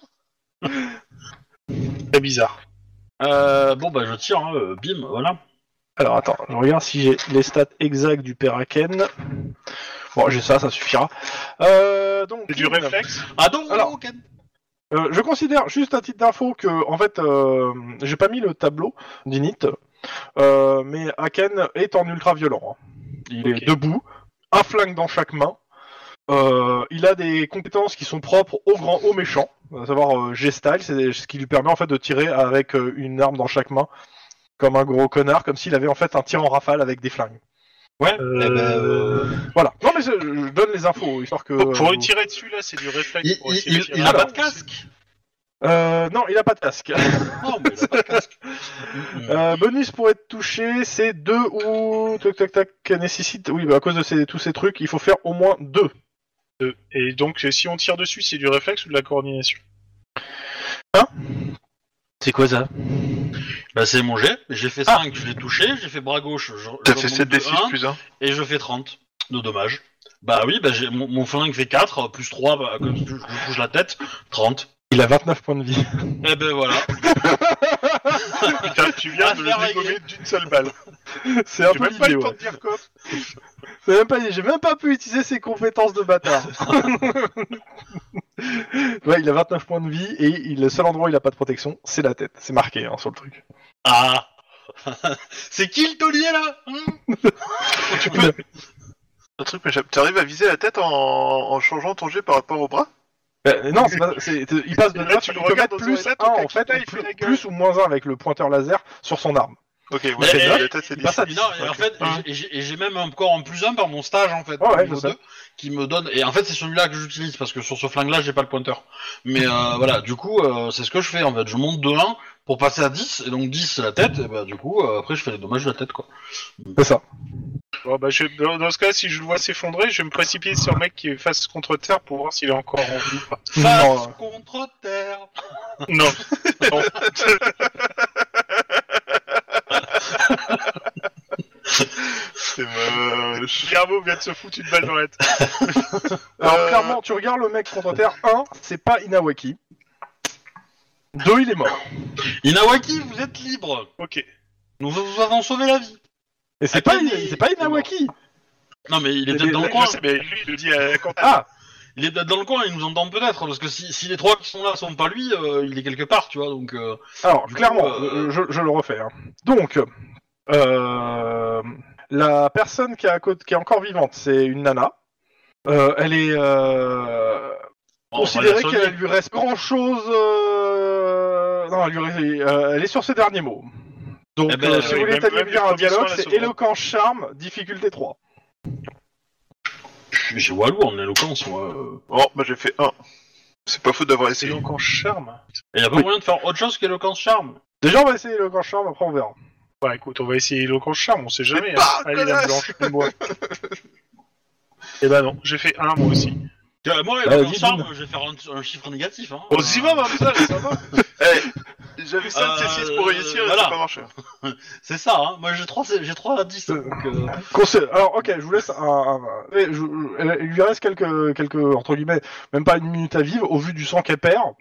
S3: C'est bizarre.
S2: Euh, Bon, bah je tire, hein, euh, bim, voilà.
S1: Alors attends, je regarde si j'ai les stats exacts du Peraken. Bon, j'ai ça, ça suffira. Euh, donc,
S3: C'est du
S1: Lynn,
S3: réflexe
S2: Ah non,
S1: Alors.
S2: non, Ken.
S1: euh, je considère juste à titre d'info que, en fait, euh, j'ai pas mis le tableau d'Init, euh, mais Aken est en ultra violent. hein. Il
S3: Ok.
S1: est debout, un flingue dans chaque main. Euh, il a des compétences qui sont propres au grand haut méchant, à savoir euh, G-Style, c'est ce qui lui permet en fait de tirer avec euh, une arme dans chaque main, comme un gros connard, comme s'il avait en fait un tir en rafale avec des flingues.
S2: Ouais.
S3: Euh,
S2: eh ben, euh,
S1: Voilà. Non mais je, je donne les infos histoire que.
S3: Pour, pour
S1: euh,
S3: lui tirer dessus, là, c'est du réflexe.
S2: Il,
S3: pour
S2: il-
S3: essayer de
S2: il-
S3: tirer
S2: il a
S3: à
S2: pas de
S3: l'arme aussi.
S2: casque.
S1: euh, non, il a pas de
S3: (laughs)
S1: casque.
S2: Non, mais il a pas de casque.
S1: Euh, bonus pour être touché, c'est deux ou tac tac tac nécessite. Oui, bah, à cause de ces- tous ces trucs, il faut faire au moins deux.
S3: Euh, Et donc, euh, si on tire dessus, c'est du réflexe ou de la coordination
S2: C'est quoi ça Bah c'est mon jet, j'ai fait 5, je l'ai touché, j'ai fait bras gauche, je,
S4: T'as
S2: je
S4: fait
S2: remonte
S4: 7
S2: de
S4: des 6
S2: un,
S4: plus 1.
S2: et je fais 30 de dommages. Bah oui, bah j'ai mon, mon flingue fait 4, plus 3, bah, comme je, je touche la tête, 30.
S1: Il a 29 points de vie.
S2: Et ben voilà.
S3: Putain, (laughs) tu
S2: Ah,
S3: viens de
S2: faire
S3: le dégommer
S2: régler.
S3: d'une seule
S2: (laughs)
S3: balle.
S1: (laughs) C'est un
S3: J'ai
S1: peu
S3: même pas
S1: l'idée.
S3: eu le temps
S1: Ouais.
S3: de dire quoi.
S1: C'est même pas- J'ai même pas pu utiliser ses compétences de
S3: (laughs)
S1: bâtard. (laughs) ouais, il a 29 points de vie et il, le seul endroit où il a pas de protection, c'est la tête. C'est marqué hein, sur le truc.
S2: Ah (laughs) C'est qui le taulier là Hein
S4: Tu peux. Un truc m'échappe. T'arrives à viser la tête en... en changeant ton jet par rapport au bras
S1: Euh, non, c'est pas- c'est- c'est- il passe de
S3: Là,
S1: 9,
S3: tu le
S1: il peut
S3: regardes
S1: mettre
S3: dans
S1: plus
S3: son état,
S1: 1
S3: ton
S1: en fait,
S3: Kakita, il
S1: ou
S3: fait la
S1: plus,
S3: gueule.
S1: plus ou moins 1 avec le pointeur laser sur son arme.
S4: Ok, ouais,
S2: Mais-
S4: la tête c'est
S1: Il
S4: 10.
S1: passe à
S2: Mais
S1: 10.
S2: non, et en fait,
S1: Hein.
S2: et j'ai- et j'ai même encore en plus un par mon stage en fait,
S1: Ouais, ouais,
S2: niveau
S1: je sais.
S2: 2, qui me donne. Et en fait, c'est celui-là que j'utilise parce que sur ce flingue-là, j'ai pas le pointeur. Mais
S1: (laughs)
S2: euh, voilà, du coup, euh, c'est ce que je fais en fait. Je monte de 1 pour passer à 10, et donc 10 c'est la tête, et bah du coup, euh, après je fais les dommages de la tête quoi.
S3: Mm.
S1: C'est ça.
S3: Bon, bah, je- dans, dans ce cas, si je le vois s'effondrer, je vais me précipiter sur le mec qui est face contre terre pour voir s'il est encore en
S2: (laughs)
S3: vie ou pas.
S2: Face
S1: (laughs) Non, euh,
S2: contre terre
S3: Non. Non.
S4: C'est euh, moche.
S3: Gerbo vient de se foutre une balle dans la tête.
S1: Alors
S4: Euh,
S1: clairement, tu regardes le mec contre terre. 1, c'est pas Inawaki. 2, il est mort.
S2: Inawaki, vous êtes libre
S3: Ok.
S2: Nous vous avons sauvé la vie
S1: Et c'est pas,
S2: Akane,
S1: c'est pas
S2: il est mort.
S1: Inawaki.
S2: Non mais il est
S1: Mais-
S2: peut-être dans le
S1: mais-
S2: coin
S3: Je sais, mais lui, il le dit à Quentin.
S1: Ah,
S2: Il est peut-être dans le coin, il nous entend peut-être, parce que si, si les trois qui sont là sont pas lui, euh, il est quelque part, tu vois, donc... euh,
S1: Alors,
S2: Du coup,
S1: clairement,
S2: euh,
S1: euh, je, je le refais. hein. Donc, euh, la personne qui est, à côté, qui est encore vivante, c'est une nana. Euh, elle est euh,
S2: on va
S1: considérée
S2: la sauver.
S1: qu'elle lui reste grand chose. Non, elle, lui reste- euh, elle est sur ses derniers mots. Donc,
S2: Eh ben,
S1: euh, si
S2: oui,
S1: vous voulez
S3: même-
S1: établir
S3: même le
S1: un
S3: premier
S1: dialogue,
S3: soin, la
S1: c'est
S3: seconde.
S1: éloquent charme, difficulté 3.
S2: J'ai Walou en éloquence, moi. euh.
S4: Bon, bah j'ai fait 1. C'est pas faute d'avoir
S3: C'est
S4: essayé.
S3: donc en charme.
S2: Et y a pas
S1: Oui.
S2: moyen de faire autre chose qu'éloquence charme
S1: Déjà, on va essayer éloquent charme, après on verra.
S3: Bah écoute, on va essayer l'éloquence charme, on sait jamais. hein.
S4: pas un
S3: Allez, la
S4: connasse
S3: blanche, comme moi.
S4: Eh
S3: Et
S4: ben
S3: bah non, j'ai fait un moi aussi.
S2: Euh, Moi,
S1: Bah,
S2: éloquence
S1: vas-y,
S2: charme,
S1: dis-nous.
S2: je vais faire un, un chiffre négatif, hein.
S3: On s'y va,
S4: bah,
S3: ma putain,
S1: (laughs)
S3: ça va.
S4: Eh, j'avais 5
S2: Euh,
S4: C6 pour réussir et
S2: voilà.
S4: ça n'a pas marché.
S2: C'est ça, hein. Moi, j'ai 3, j'ai 3 à 10,
S1: Euh.
S2: donc... euh,
S1: Conseil- Alors, ok, je vous laisse. Un, un- eh, je- je- il lui reste quelques, quelques, entre guillemets, même pas une minute à vivre au vu du sang qu'elle perd.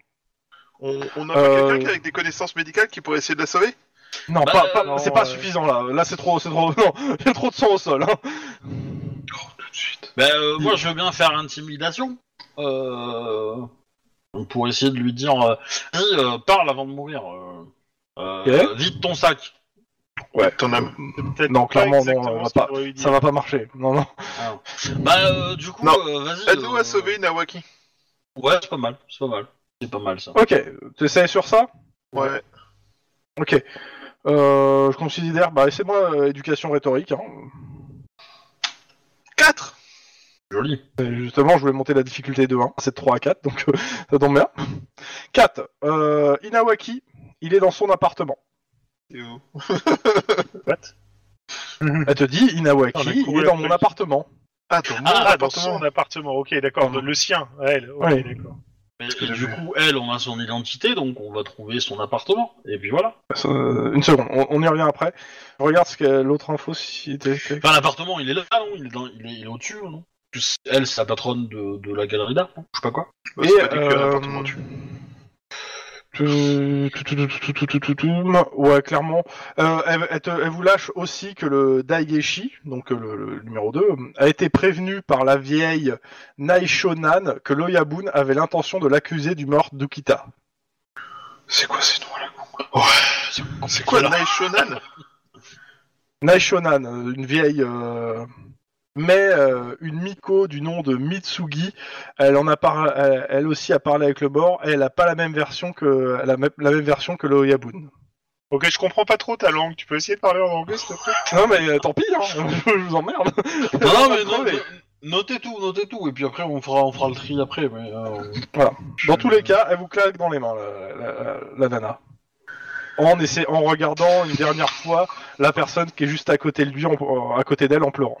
S4: On, on a
S1: Euh,
S4: quelqu'un qui avec des connaissances médicales qui pourrait essayer de la sauver
S1: Non,
S2: Bah,
S1: pas,
S2: euh,
S1: pas-
S3: non,
S1: c'est pas
S3: euh,
S1: suffisant là. Là, c'est trop, c'est trop. (laughs) Non, il y a trop de sang au sol. hein.
S2: Bah, euh, moi, je veux bien faire intimidation. Euh... Pour essayer de lui dire... Euh, Vas-y, euh, parle avant de mourir. Euh... euh, Vide ton sac.
S1: Ouais.
S4: Ton âme.
S3: Peut-être
S1: Non,
S3: pas
S1: clairement, non,
S3: exactement
S1: on va
S3: ce qu'il
S1: pas.
S3: aurait dû dire.
S1: Ça va pas marcher. Non, non.
S2: Bah, euh, du coup,
S4: Non.
S2: euh, vas-y...
S4: Aide-nous
S2: euh,
S4: à sauver Inawaki.
S2: Ouais, c'est pas mal, c'est pas mal. C'est pas mal, ça.
S1: Ok, t'essayes sur ça.
S4: Ouais.
S1: Ok. Euh, je considère, bah, laissez-moi euh, éducation rhétorique. Hein.
S4: 4
S2: Joli.
S1: Et Justement, je voulais monter la difficulté de 1, c'est de 3 à 4, donc euh, ça tombe bien. 4. Euh, Inawaki, il est dans son appartement.
S4: C'est où
S1: Elle te dit,
S3: On a
S1: Inawaki, il
S3: couru
S1: est dans
S3: après
S1: mon
S3: lui.
S1: appartement.
S4: Ah, ton
S2: Ah,
S3: Ah, dans
S4: appartement.
S3: son appartement, ok, d'accord, le sien, à elle, ok,
S1: Ouais.
S3: d'accord.
S2: Mais
S4: que j'ai
S2: du
S4: vu.
S2: coup, elle, on a son identité, donc on va trouver son appartement. Et puis voilà.
S1: Euh, une seconde, on, on y revient après. Je regarde ce que l'autre info si était.
S2: Enfin, l'appartement, il est là, non Il est, dans- il est, il est au-dessus, non Parce que Elle, c'est la patronne de, de la galerie d'art, non je sais pas quoi.
S4: Bah, c'est
S1: Et,
S4: pas dit qu'il y a un
S1: euh,
S4: appartement dessus.
S1: Tout- tout- tout- tout- tout- tout- tout- tout. Ouais, clairement. Euh, elle, elle te- elle vous lâche aussi que le Daigeshi, donc euh, le, le numéro 2, a été prévenu par la vieille Naishonan que l'Oyabun avait l'intention de l'accuser du mort d'Ukita.
S4: C'est quoi ces noms là
S2: C'est
S4: C'est quoi Naishonan
S1: Naishonan, euh, une vieille euh, Mais euh, une Miko du nom de Mitsugi, elle en a par... elle, elle aussi a parlé avec le bord. Elle n'a pas la même version que elle a même- la même version que le Oyabun.
S3: Ok, je comprends pas trop ta langue. Tu peux essayer de parler en anglais, s'il te plaît
S1: Non mais euh, tant pis, hein, (laughs) je vous emmerde.
S2: Non, non, mais
S1: Après,
S2: non,
S1: les-
S2: mais notez tout, notez tout, et puis après on fera, on fera le tri après. Mais, euh,
S1: Dans tous les cas, elle vous claque dans les mains, la, la- la- la nana. En, essa- en regardant une dernière fois la personne qui est juste à côté de lui, en- euh, à côté d'elle, en pleurant.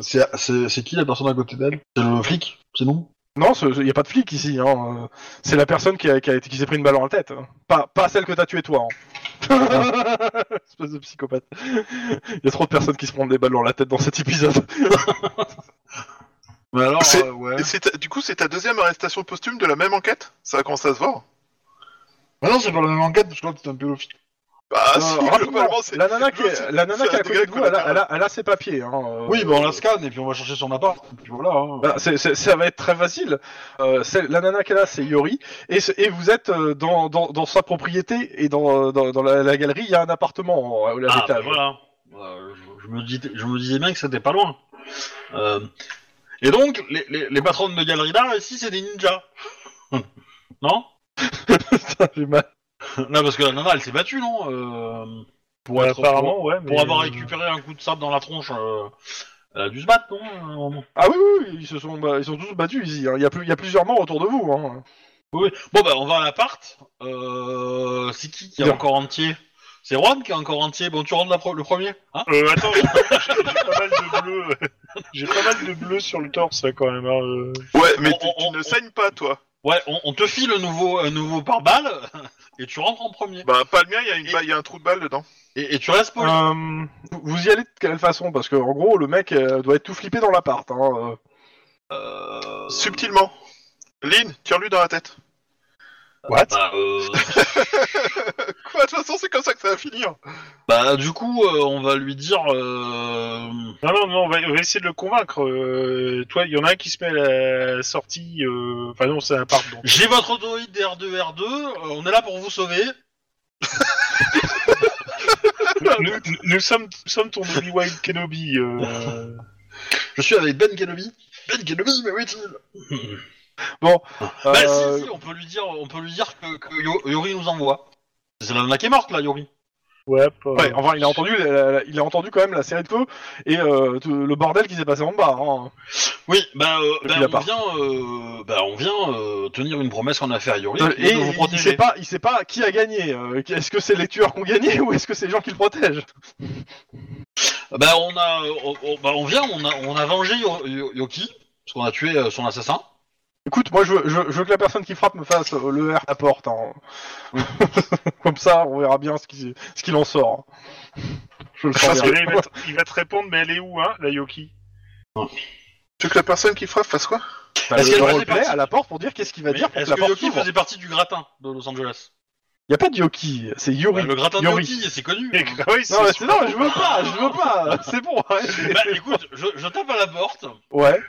S2: c'est- C'est c'est qui la personne à côté d'elle C'est le flic, sinon
S1: Non, il n'y a pas de flic ici. hein, euh, C'est la personne qui, a- qui a été- qui s'est pris une balle dans la tête. hein. Pas, pas celle que t'as tuée toi.
S4: (laughs)
S1: hein. Espèce de psychopathe. Il y a trop de personnes qui se prennent des balles dans la tête dans cet épisode.
S2: Mais alors,
S4: C'est-
S2: euh, ouais.
S4: Et c'est ta- du coup, c'est ta deuxième arrestation posthume de la même enquête Ça commence à se voir
S2: Mais non, c'est pas la même enquête, parce que l'autre c'est un pédophile.
S4: Bah,
S1: Euh,
S4: si,
S1: rapidement,
S4: globalement, c'est.
S1: la nana qui est, la nana
S4: c'est
S1: qui est
S4: un
S1: à côté
S4: dégât
S1: de vous, elle a,
S4: collatéral.
S1: elle a- elle a ses papiers. hein, euh,
S2: Oui, bah on la scanne, et puis on va chercher son appart, et puis voilà. hein.
S1: Bah, c'est- c'est- ça va être très facile. Euh, c'est- la nana qu'elle a, c'est Yori, et, c'est- et vous êtes euh, dans, dans, dans sa propriété et dans, euh, dans, dans la, la galerie, il y a un appartement euh, au
S2: Ah, bah
S1: étage.
S2: voilà. Euh, je, je me dis, je me disais bien que c'était pas loin. Euh, et donc, les, les, les patrons de galerie d'art, ici, c'est des ninjas. (laughs) non
S1: Putain, (laughs) j'ai mal.
S2: Non, parce que la nana, elle s'est battue, non Euh, Pour être-
S3: Bah, Apparemment, ouais.
S2: pour,
S3: mais- euh,
S2: avoir récupéré un coup de sable dans la tronche, euh, elle a dû se battre, non à un moment
S1: Ah oui, oui, oui, ils se sont, bah, ils sont tous battus ici. hein. Il y, a plus, il y a plusieurs morts autour de vous. Hein.
S2: Oui. Bon, bah, on va à l'appart. Euh, c'est qui qui est
S1: Non.
S2: encore entier C'est Juan qui est encore entier. Bon, tu rentres la pro- le premier hein
S3: Euh, attends, j'ai j'ai pas mal de bleu. (laughs) J'ai pas mal de bleu sur le torse là, quand même. hein, euh.
S4: Ouais, mais
S2: on-
S4: tu, tu
S2: on-
S4: ne
S2: on-
S4: saignes pas, toi.
S2: Ouais, on, on te file un nouveau, un nouveau pare-balles (laughs) et tu rentres en premier.
S4: Bah, pas le mien, il y a une
S2: Et-
S4: ba- il y a un trou de balle dedans.
S2: Et, et tu restes poli.
S1: Euh, vous- vous y allez de quelle façon Parce que en gros, le mec euh, doit être tout flippé dans l'appart. Hein.
S2: Euh,
S4: Subtilement. Lynn, tire-lui dans la tête.
S2: bah, euh,
S4: Quoi, de toute façon, c'est comme ça que ça va finir.
S2: bah, du coup, euh, on va lui dire. euh,
S3: Non, non, non, on va, on va essayer de le convaincre. euh, toi, il y en a un qui se met à la sortie. euh, Enfin, non, c'est un part.
S2: (laughs)
S3: Donc.
S2: J'ai votre autoïde R2 R2. euh, on est là pour vous sauver.
S3: nous, nous- nous sommes, nous sommes ton Obi-Wan Kenobi. (laughs) euh.
S2: Je suis avec Ben Kenobi. Ben Kenobi, mais où est-il
S1: Euh,
S2: Bah si, si, on peut lui dire, on peut lui dire que, que Yo- Yori nous envoie. C'est la nana qui est morte là, Yori.
S3: Ouais, pas-
S1: ouais, enfin, il a entendu, la- la- la- il a entendu quand même la série de feux et euh, tout- le bordel qui s'est passé en bas. Hein.
S2: Oui, bah, euh,
S1: Depuis
S2: bah,
S1: la
S2: on,
S1: part.
S2: vient, euh, bah on vient euh, tenir une promesse qu'on a fait à Yori, qui
S1: et
S2: est de vous
S1: il, il sait
S2: protéger.
S1: pas, il sait pas qui a gagné. euh, qui- est-ce que c'est les tueurs qui ont gagné (laughs) ou est-ce que c'est les gens qui le protègent
S2: Bah on a, euh, on, on- bah, on vient, on a, on a vengé Yo- Yo- Yoki parce qu'on a tué euh, son assassin.
S1: Écoute, moi je veux, je, veux- je veux que la personne qui frappe me fasse euh, le R à la porte. hein. (laughs) Comme ça, on verra bien ce qu'il ce qu'il en sort. hein. Je le sens
S3: Parce que
S1: bien.
S3: là, il va, te, il va te répondre, mais elle est où, hein, la Yoki
S4: Tu veux que la personne qui frappe fasse quoi
S1: Bah,
S2: Est-ce
S1: le-
S2: qu'elle
S1: le
S2: faisait
S1: replay
S2: partie
S1: à la porte pour dire qu'est-ce qu'il va dire pour que
S2: Est-ce
S1: la
S2: que
S1: porte
S2: Yoki
S1: s'ouvre.
S2: faisait partie du gratin de Los Angeles
S1: Y a pas de Yoki, c'est
S2: Bah,
S1: Yuri.
S2: Le gratin de
S1: Yori.
S2: Yoki, c'est connu.
S3: Et- ah oui, c'est
S1: non, mais c'est-
S3: sûr.
S1: non, je veux pas, je veux (laughs) pas, c'est bon. arrêtez.
S2: bah écoute, je, je tape à la porte.
S1: Ouais.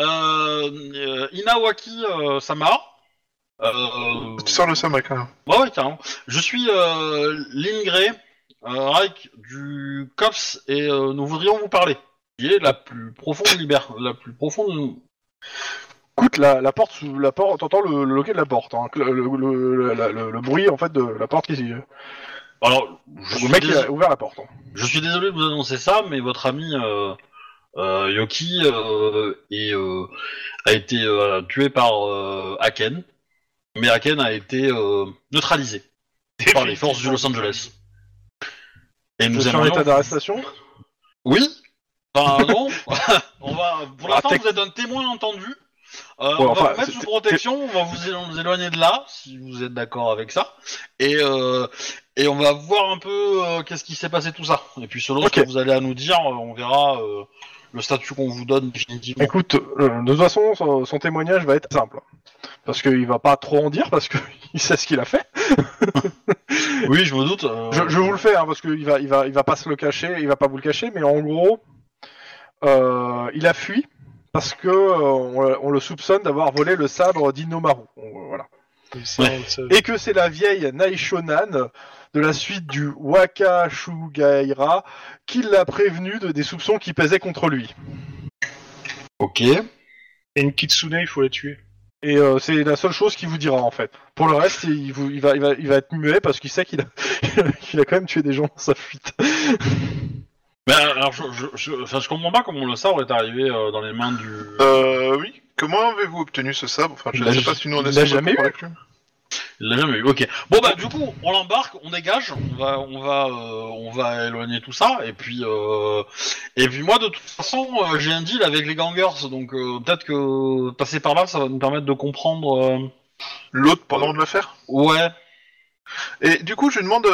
S2: Euh, euh, Inawaki euh, Sama. Euh,
S4: Tu sors le sommet quand même.
S2: Ouais, ouais, carrément. Je suis euh, Lynn Gray, euh, Reich du COPS, et euh, nous voudrions vous parler. Qui est la plus profonde libère, la plus profonde.
S1: Écoute, la, la porte, sous la porte, t'entends le, le loquet de la porte, hein, le, le- le- la- le- le bruit en fait de la porte qui.
S2: Alors, je
S1: Le
S2: suis,
S1: mec qui
S2: désolé,
S1: a ouvert la porte. hein.
S2: je suis désolé de vous annoncer ça, mais votre ami euh, euh, Yoki euh, est, euh, a été euh, tué par euh, Aken, mais Aken a été euh, neutralisé par les forces du Los Angeles. Et
S1: Je
S2: nous
S1: suis en état
S2: aimerions
S1: d'arrestation.
S2: Oui
S1: (laughs)
S2: Enfin, non Bah, on va, Pour
S1: Ah,
S2: l'instant,
S1: t'es-
S2: vous êtes un témoin entendu. Euh,
S1: Ouais,
S2: on va
S1: enfin,
S2: vous mettre
S1: c'est-
S2: sous protection, on va vous élo- vous éloigner de là, si vous êtes d'accord avec ça. Et, euh, et on va voir un peu euh, qu'est-ce qui s'est passé, tout ça. Et puis selon
S1: Ok.
S2: ce que vous allez à nous dire, euh, on verra euh, le statut qu'on vous donne définitivement.
S1: Écoute, euh, de toute façon, son, son témoignage va être simple. Parce qu'il va pas trop en dire, (laughs) parce qu'il sait ce qu'il a fait.
S2: Oui, je me doute. euh,
S1: Je, je vous le fais, hein, parce qu'il va, il va, il va pas se le cacher, il va pas vous le cacher, mais en gros, euh, il a fui parce que euh, on, on le soupçonne d'avoir volé le sabre d'Inomaru. On- Voilà.
S3: Ça, ça-
S1: Et que c'est la vieille Naishonan de la suite du Waka Shugaira qui l'a prévenu de, des soupçons qui pesaient contre lui.
S2: Ok.
S3: Et une kitsune, il faut la tuer.
S1: Et euh, c'est la seule chose qu'il vous dira en fait. Pour le reste, il, vous- il va, il, va, il va être muet parce qu'il sait qu'il a, (laughs) qu'il a quand même tué des gens dans sa fuite. (laughs)
S2: Ben, alors, je, je, je- enfin, je comprends pas comment le sabre est arrivé euh, dans les mains du.
S4: Euh, oui. Comment avez-vous obtenu ce sabre Enfin, je
S1: Il l'a
S4: ne sais
S1: ju-
S4: pas si nous on
S1: il
S4: est
S1: l'a
S4: sur le
S1: jamais
S4: coup pour
S1: eu.
S4: la plume.
S2: Il l'a jamais eu. Ok. Bon bah du coup, on l'embarque, on dégage, on va, on va, euh, on va éloigner tout ça. Et puis, euh, et puis moi de toute façon, euh, j'ai un deal avec les gangers, donc euh, peut-être que passer par là, ça va nous permettre de comprendre.
S4: L'autre pendant de le faire
S2: euh, Ouais.
S4: Et du coup, je lui demande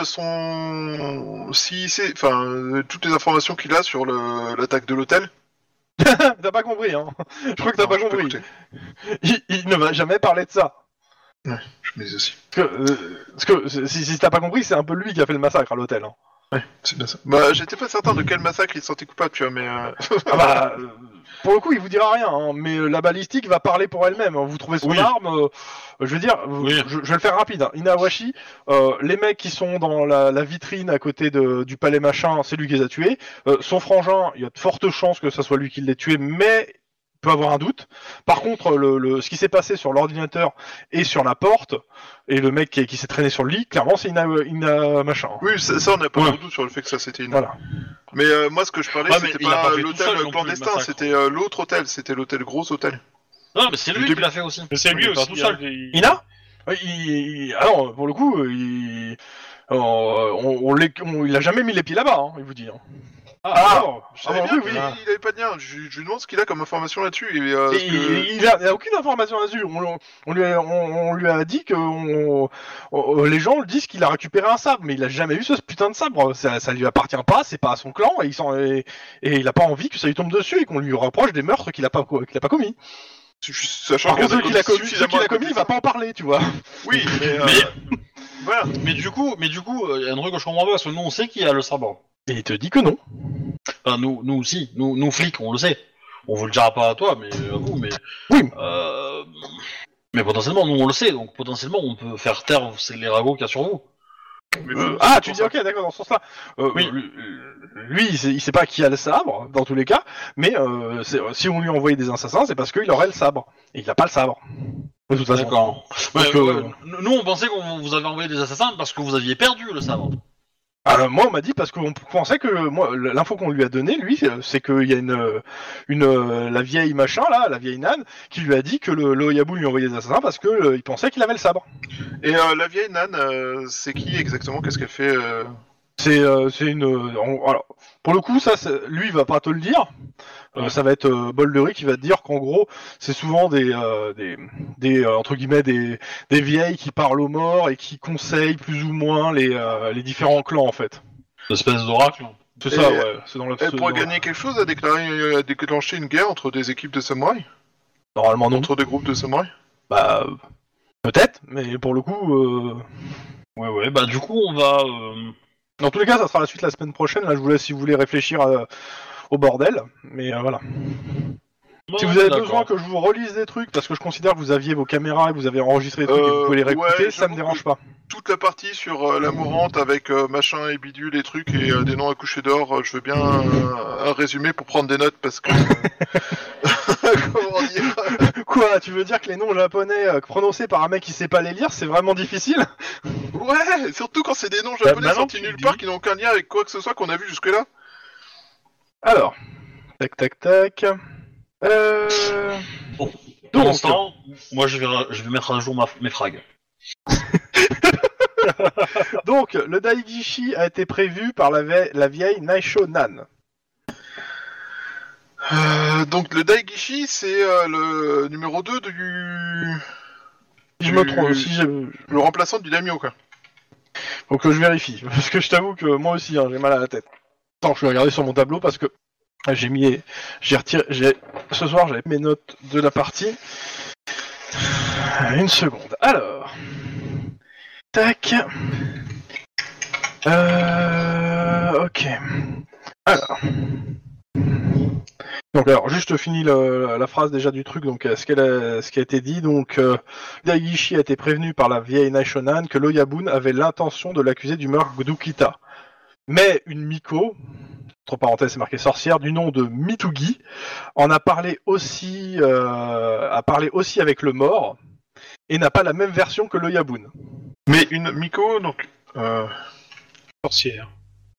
S4: son. Si c'est. Enfin, euh, toutes les informations qu'il a sur le- l'attaque de l'hôtel.
S1: t'as pas compris, hein Je crois que t'as
S4: Non,
S1: pas
S4: je peux
S1: compris.
S4: écouter.
S1: Il, il ne va jamais parler de ça.
S4: Je me dis aussi.
S1: Parce que, euh, parce que si, si t'as pas compris, c'est un peu lui qui a fait le massacre à l'hôtel. hein.
S4: C'est bien ça. Bah, j'étais pas certain de quel massacre il se sentait coupable, tu vois, mais. euh,
S1: Ah bah, euh, pour le coup, il vous dira rien, hein, mais euh, la balistique va parler pour elle-même. hein. Vous trouvez son
S2: Oui.
S1: arme, euh, je veux dire, vous-
S2: Oui.
S1: je, je vais le faire rapide. hein. Inawashi, euh, les mecs qui sont dans la, la vitrine à côté de- du palais machin, c'est lui qui les a tués. Euh, son frangin, il y a de fortes chances que ça soit lui qui l'ait tué, mais il peut avoir un doute. Par contre, le, le- ce qui s'est passé sur l'ordinateur et sur la porte, et le mec qui, qui s'est traîné sur le lit, clairement, c'est Ina, Ina machin. hein.
S4: Oui, ça, ça, on n'a pas
S2: Ouais.
S4: de doute sur le fait que ça c'était une.
S1: Voilà.
S4: Mais euh, moi, ce que je parlais,
S2: Ouais, mais
S4: c'était
S2: il a
S4: pas,
S2: pas fait tout seul non
S4: l'hôtel
S2: plus, le
S4: clandestin,
S2: massacre.
S4: c'était euh, l'autre hôtel, c'était l'hôtel gros hôtel.
S2: Non mais c'est lui
S4: début-
S2: qui l'a fait aussi.
S3: Mais c'est
S2: Il
S3: lui
S2: est pas
S3: aussi.
S2: tout seul.
S3: hein, il-
S1: Ina Oui, il- il- Ah non, pour le coup, euh, il... euh, on, on l'est- on- il a jamais mis les pieds là-bas, hein, il vous dit. hein. Ah, non,
S4: Je
S1: ah
S4: savais
S1: bon,
S4: bien
S1: oui,
S4: qu'il-
S1: oui.
S4: il avait pas de lien. Je, je lui demande ce qu'il a comme information là-dessus. Et, euh,
S1: Et
S4: ce que-
S1: il, il a, il a aucune information là-dessus. On, on lui a, on- on lui a dit que on- on- les gens disent qu'il a récupéré un sabre, mais il a jamais eu ce putain de sabre. Ça, ça lui appartient pas, c'est pas à son clan, et il, s'en- et, et il a pas envie que ça lui tombe dessus et qu'on lui reproche des meurtres qu'il a pas, co- qu'il a pas commis.
S4: je- sachant
S1: Par
S4: qu'il
S1: contre,
S4: avait
S1: ceux qu'il a commis, ceux
S4: suffisamment
S1: qu'il a
S4: à côté
S1: commis, il
S4: de
S1: va pas en parler, tu vois.
S4: ça. Oui, mais. euh, voilà.
S2: Mais du coup, mais du coup, euh, il y a un truc que je comprends pas parce que nous on sait qu'il a le sabre.
S1: Et il te dit que non.
S2: Enfin nous, nous aussi, nous, nous flics, on le sait. On vous le dira pas à toi, mais à vous, mais.
S1: Oui.
S2: Euh, mais potentiellement, nous on le sait, donc potentiellement on peut faire taire les ragots qu'il y a sur vous.
S4: Mais
S1: Euh,
S4: bon,
S1: ah,
S4: c'est
S1: tu
S4: pour
S1: dis
S4: ça.
S1: ok, d'accord, dans ce sens-là. Euh,
S2: Oui.
S1: lui- Lui, il sait, il sait pas qui a le sabre, dans tous les cas, mais euh, c'est- euh, si on lui envoyait des assassins, c'est parce qu'il aurait le sabre. Et il n'a pas le sabre. De toute façon.
S2: D'accord.
S1: Parce
S2: Ouais,
S1: que-
S2: ouais, euh, nous, nous, on pensait qu'on vous avait envoyé des assassins parce que vous aviez perdu le sabre.
S1: Euh, moi, on m'a dit parce qu'on pensait que euh, moi, l'info qu'on lui a donnée, lui, euh, c'est qu'il y a une, euh, une, euh, la vieille machin là, la vieille nan, qui lui a dit que le, le Oyabu lui envoyait des assassins parce que euh, il pensait qu'il avait le sabre.
S4: Et euh, la vieille Nan, euh, c'est qui exactement Qu'est-ce qu'elle fait euh
S1: C'est euh, c'est une. euh, en- alors, pour le coup, ça, c'est- lui, il va pas te le dire. Euh, Ça va être euh, Boldery qui va te dire qu'en gros, c'est souvent des, euh, des, des euh, entre guillemets, des, des vieilles qui parlent aux morts et qui conseillent plus ou moins les, euh, les différents clans en fait.
S2: Une espèce d'oracle.
S1: C'est
S4: Et-
S1: ça, ouais. C'est dans la.
S4: Elle
S1: c'est
S4: pourrait
S1: dans-
S4: gagner quelque chose à, déclarer, euh, à déclencher une guerre entre des équipes de samouraïs
S1: Normalement non.
S4: Entre des groupes de samouraïs
S1: Bah euh, peut-être, mais pour le coup, euh,
S2: Ouais, ouais, bah du coup, on va. euh,
S1: dans tous les cas, ça sera la suite la semaine prochaine. Là, je vous laisse si vous voulez réfléchir euh, au bordel, mais euh, voilà. Si
S2: ouais,
S1: vous avez
S2: d'accord.
S1: besoin que je vous relise des trucs, parce que je considère que vous aviez vos caméras et que vous avez enregistré des trucs et que vous
S4: Euh,
S1: pouvez les réécouter,
S4: ouais,
S1: ça me
S4: j'avoue
S1: dérange
S4: que-
S1: pas.
S4: Toute la partie sur euh, la mourante avec euh, machin et bidule et trucs et euh, des noms à coucher dehors, euh, je veux bien euh, un résumé pour prendre des notes parce que. (laughs) Comment dire
S1: Quoi, tu veux dire que les noms japonais euh, prononcés par un mec qui sait pas les lire, c'est vraiment difficile
S4: Ouais, surtout quand c'est des noms japonais
S3: maintenant,
S4: sortis
S3: tu le
S4: nulle
S3: dis.
S4: part qui n'ont aucun lien avec quoi que ce soit qu'on a vu jusque-là.
S1: Alors, tac tac tac. Euh...
S2: Bon. Pour
S1: Donc,
S2: l'instant, moi je vais, ra- je vais mettre à jour ma- mes frags.
S1: donc, le Daigishi a été prévu par la, ve- la vieille Naisho Nan.
S4: Euh, donc le Daigishi, c'est euh, le numéro 2 du.
S1: Si je me
S4: Tu-
S1: trompe, si j'ai-
S4: le remplaçant du Daimyo, quoi.
S1: faut que je vérifie, (laughs) parce que je t'avoue que moi aussi, hein, j'ai mal à la tête. Attends, je vais regarder sur mon tableau parce que j'ai mis, j'ai retiré, j'ai, ce soir j'avais mes notes de la partie. Une seconde. Alors, tac. Euh, ok. Alors, Donc alors, juste fini la, la phrase déjà du truc. Donc euh, ce, qu'elle a, ce qui a été dit, donc euh, Daigishi a été prévenu par la vieille Naishonan que l'Oyabun avait l'intention de l'accuser du meurtre d'Ukita. Mais une Miko, entre parenthèses c'est marqué sorcière, du nom de Mitugi, en a parlé aussi, euh, a parlé aussi avec le mort et n'a pas la même version que l'Oyabun.
S3: Mais une Miko, donc. Euh... Sorcière.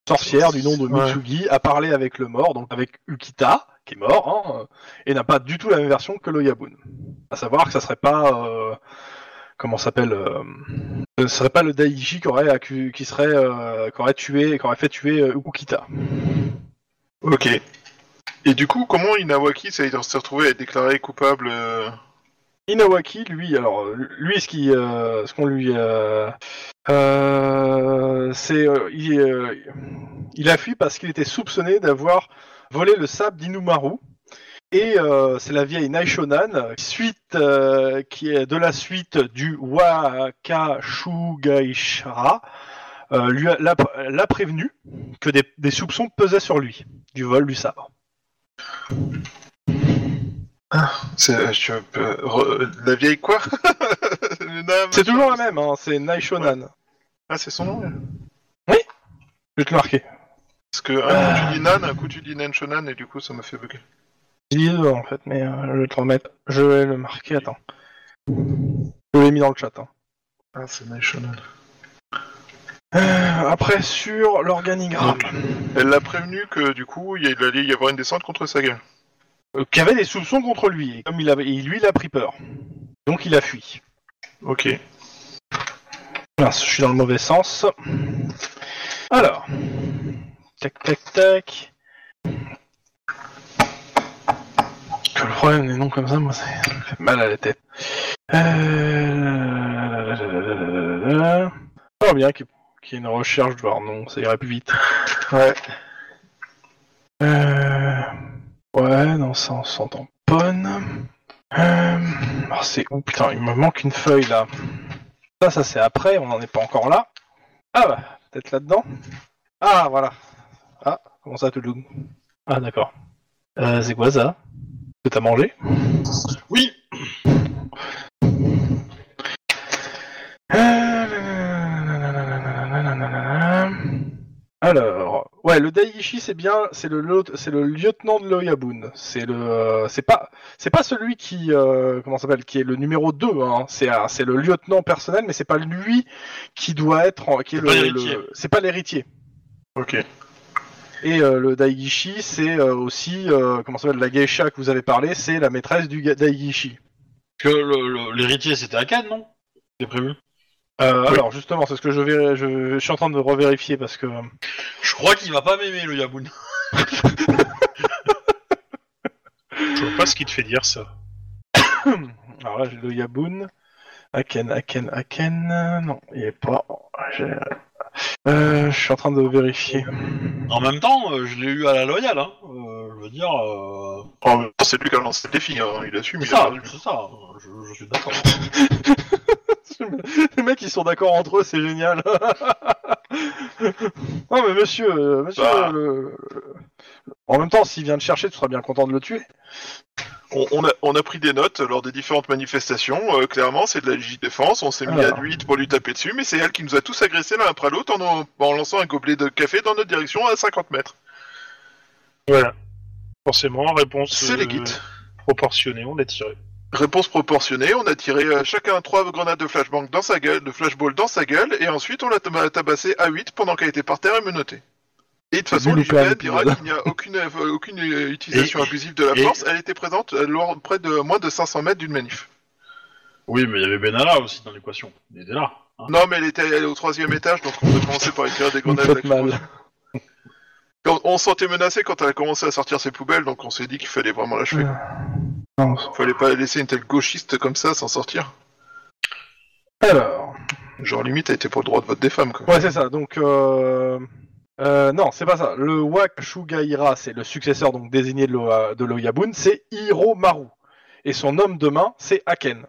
S1: Sorcière du nom de
S3: Ouais.
S1: Mitsugi a parlé avec le mort, donc avec Ukita, qui est mort, hein, euh, et n'a pas du tout la même version que l'Oyabun. À savoir que ça serait pas. euh, comment ça s'appelle euh, Ce serait pas le Daiichi qui aurait, accu- qui serait, euh, qui aurait tué, qui aurait fait tuer euh, Ukita.
S4: Ok. Et du coup, comment Inawaki s'est s'est retrouvé à être déclaré coupable euh,
S1: Inawaki, lui, alors euh, lui, ce qui, euh, ce qu'on lui, euh, euh, c'est, euh, il, euh, il a fui parce qu'il était soupçonné d'avoir volé le sable d'Inumaru. Et euh, c'est la vieille Naishonan, euh, suite, euh, qui est de la suite du Wakashugaishara, euh, lui a- l'a l'a prévenu que des, des soupçons pesaient sur lui du vol du sabre.
S4: c'est- euh, je- euh, re- La vieille quoi (laughs) Le Nam-
S1: C'est toujours la même, hein, c'est Naishonan.
S4: Ah, c'est son nom ouais.
S1: Je vais te le marquer.
S4: Parce que un coup tu dis Nan, un coup tu dis Nanshonan, et du coup ça m'a fait bugger.
S1: J'ai dit dedans, en fait, mais euh, je vais te le remettre. Je vais le marquer, attends. Je l'ai mis dans le chat. hein.
S4: Ah, c'est Nanshonan.
S1: Euh, après, sur l'organigramme.
S4: Elle l'a prévenu que du coup il allait y avoir une descente contre Saga.
S1: Euh, qui avait des soupçons contre lui, et comme il avait, et lui, il a pris peur. Donc il a fui.
S4: Ok.
S1: Mince, je suis dans le mauvais sens. Alors. Tac, tac, tac. Que le problème des noms comme ça, moi, c'est- ça me fait mal à la tête. Euh... Oh, bien qu'il qu'il y ait une recherche de leur nom, ça irait plus vite.
S4: Ouais.
S1: Euh... Ouais, non, ça on s'en tamponne. Euh... Alors c'est où Putain, il me manque une feuille là. Ça, ça c'est après, on n'en est pas encore là. Ah bah, peut-être là-dedans. Ah, voilà. Ah, comment ça, Touloum Ah, d'accord. Euh, c'est quoi ça Que t'as mangé
S2: Oui.
S1: Ah, Alors, ouais, le Daiichi, c'est bien, c'est le, lot- c'est le lieutenant de l'Oyabun. C'est le, euh, c'est pas, c'est pas celui qui, euh, comment ça s'appelle, qui est le numéro 2. Hein. C'est, un- c'est le lieutenant personnel, mais c'est pas lui qui doit être, en- qui est
S2: C'est pas
S1: le-
S2: l'héritier.
S1: le, c'est pas l'héritier.
S4: Ok.
S1: Et euh, le Daigishi, c'est euh, aussi, euh, comment ça s'appelle, la geisha que vous avez parlé, c'est la maîtresse du ga- Daigishi.
S2: Que le- le- l'héritier c'était Akan, non C'était prévu.
S1: Euh,
S2: Ah
S1: Alors justement, c'est ce que je, vais, je, je suis en train de revérifier parce que...
S2: Je crois qu'il va pas m'aimer le Yaboun.
S3: Je vois pas ce qui te fait dire ça.
S1: Alors là, j'ai le Yabun. Aken, Aken, Aken... euh, Non, il est pas... j'ai- Euh, je suis en train de vérifier.
S2: En même temps, euh, je l'ai eu à la loyale, hein. Euh, je veux dire, euh,
S4: En même temps, c'est lui qui a lancé le défi, hein, il assume.
S2: c'est
S4: il a
S2: ça,
S4: perdu.
S2: c'est ça. euh, Je, je suis d'accord.
S1: (laughs) Les mecs, ils sont d'accord entre eux, c'est génial. (laughs) non mais monsieur, euh, monsieur...
S4: Bah.
S1: le- le- En même temps, s'il vient te chercher, tu seras bien content de le tuer.
S4: On, on a, on a pris des notes lors des différentes manifestations. euh, clairement, c'est de la défense. On s'est mis à
S1: Alors.
S4: 8 pour lui taper dessus, mais c'est elle qui nous a tous agressés l'un après l'autre en, en- en lançant un gobelet de café dans notre direction à 50 mètres.
S3: Voilà. Forcément, réponse euh,
S4: C'est les guides.
S3: proportionnée, on l'a tiré.
S4: Réponse proportionnée, on a tiré euh, chacun trois grenades de flashbang dans sa gueule, de flashball dans sa gueule, et ensuite on l'a tab- tabassé à 8 pendant qu'elle était par terre et menottée. Et de toute façon,
S1: J'ai loupé un
S4: l'UPN dira
S1: épisode.
S4: qu'il n'y a aucune, euh, aucune euh, utilisation
S2: Et-
S4: abusive de la
S2: et-
S4: force. Elle était présente euh, lors, près de moins de 500 mètres d'une manif.
S2: Oui, mais il y avait Benalla aussi dans l'équation. Il était là. hein.
S4: Non, mais elle était allée au troisième étage, donc on a commencé par écrire des
S1: Vous me
S4: grenades.
S1: faites mal.
S4: lacrymogènes. On, on se sentait menacé quand elle a commencé à sortir ses poubelles, donc on s'est dit qu'il fallait vraiment l'achever.
S1: Ouais.
S4: quoi. Fallait pas laisser une telle gauchiste comme ça s'en sortir.
S1: Alors...
S4: Genre limite, elle était pour le droit de vote des femmes. Quoi.
S1: Ouais, c'est ça. Donc, euh... euh, non, c'est pas ça. Le Wakshugaira, c'est le successeur donc désigné de l'Oya- de l'Oyabun, c'est Hiromaru. Et son homme de main, c'est Aken.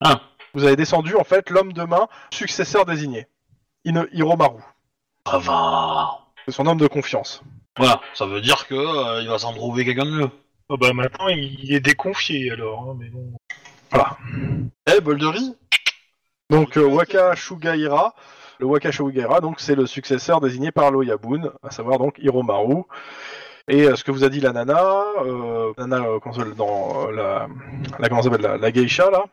S2: Ah.
S1: Vous avez descendu, en fait, l'homme de main, successeur désigné. Ino- Hiromaru.
S2: Ça va.
S1: C'est son homme de confiance.
S2: Voilà, ça veut dire que euh, il va s'en trouver quelqu'un de mieux.
S3: Ah bah maintenant, il est déconfié alors. hein, mais bon.
S2: Eh, bol de riz
S1: Donc euh, Waka Shugaira, le Waka Shugaira, donc c'est le successeur désigné par l'Oyabun, à savoir donc Hiromaru. Et euh, ce que vous a dit la nana, euh, nana euh, qu'on appelle dans euh, la, la- comment ça s'appelle, la, la geisha là,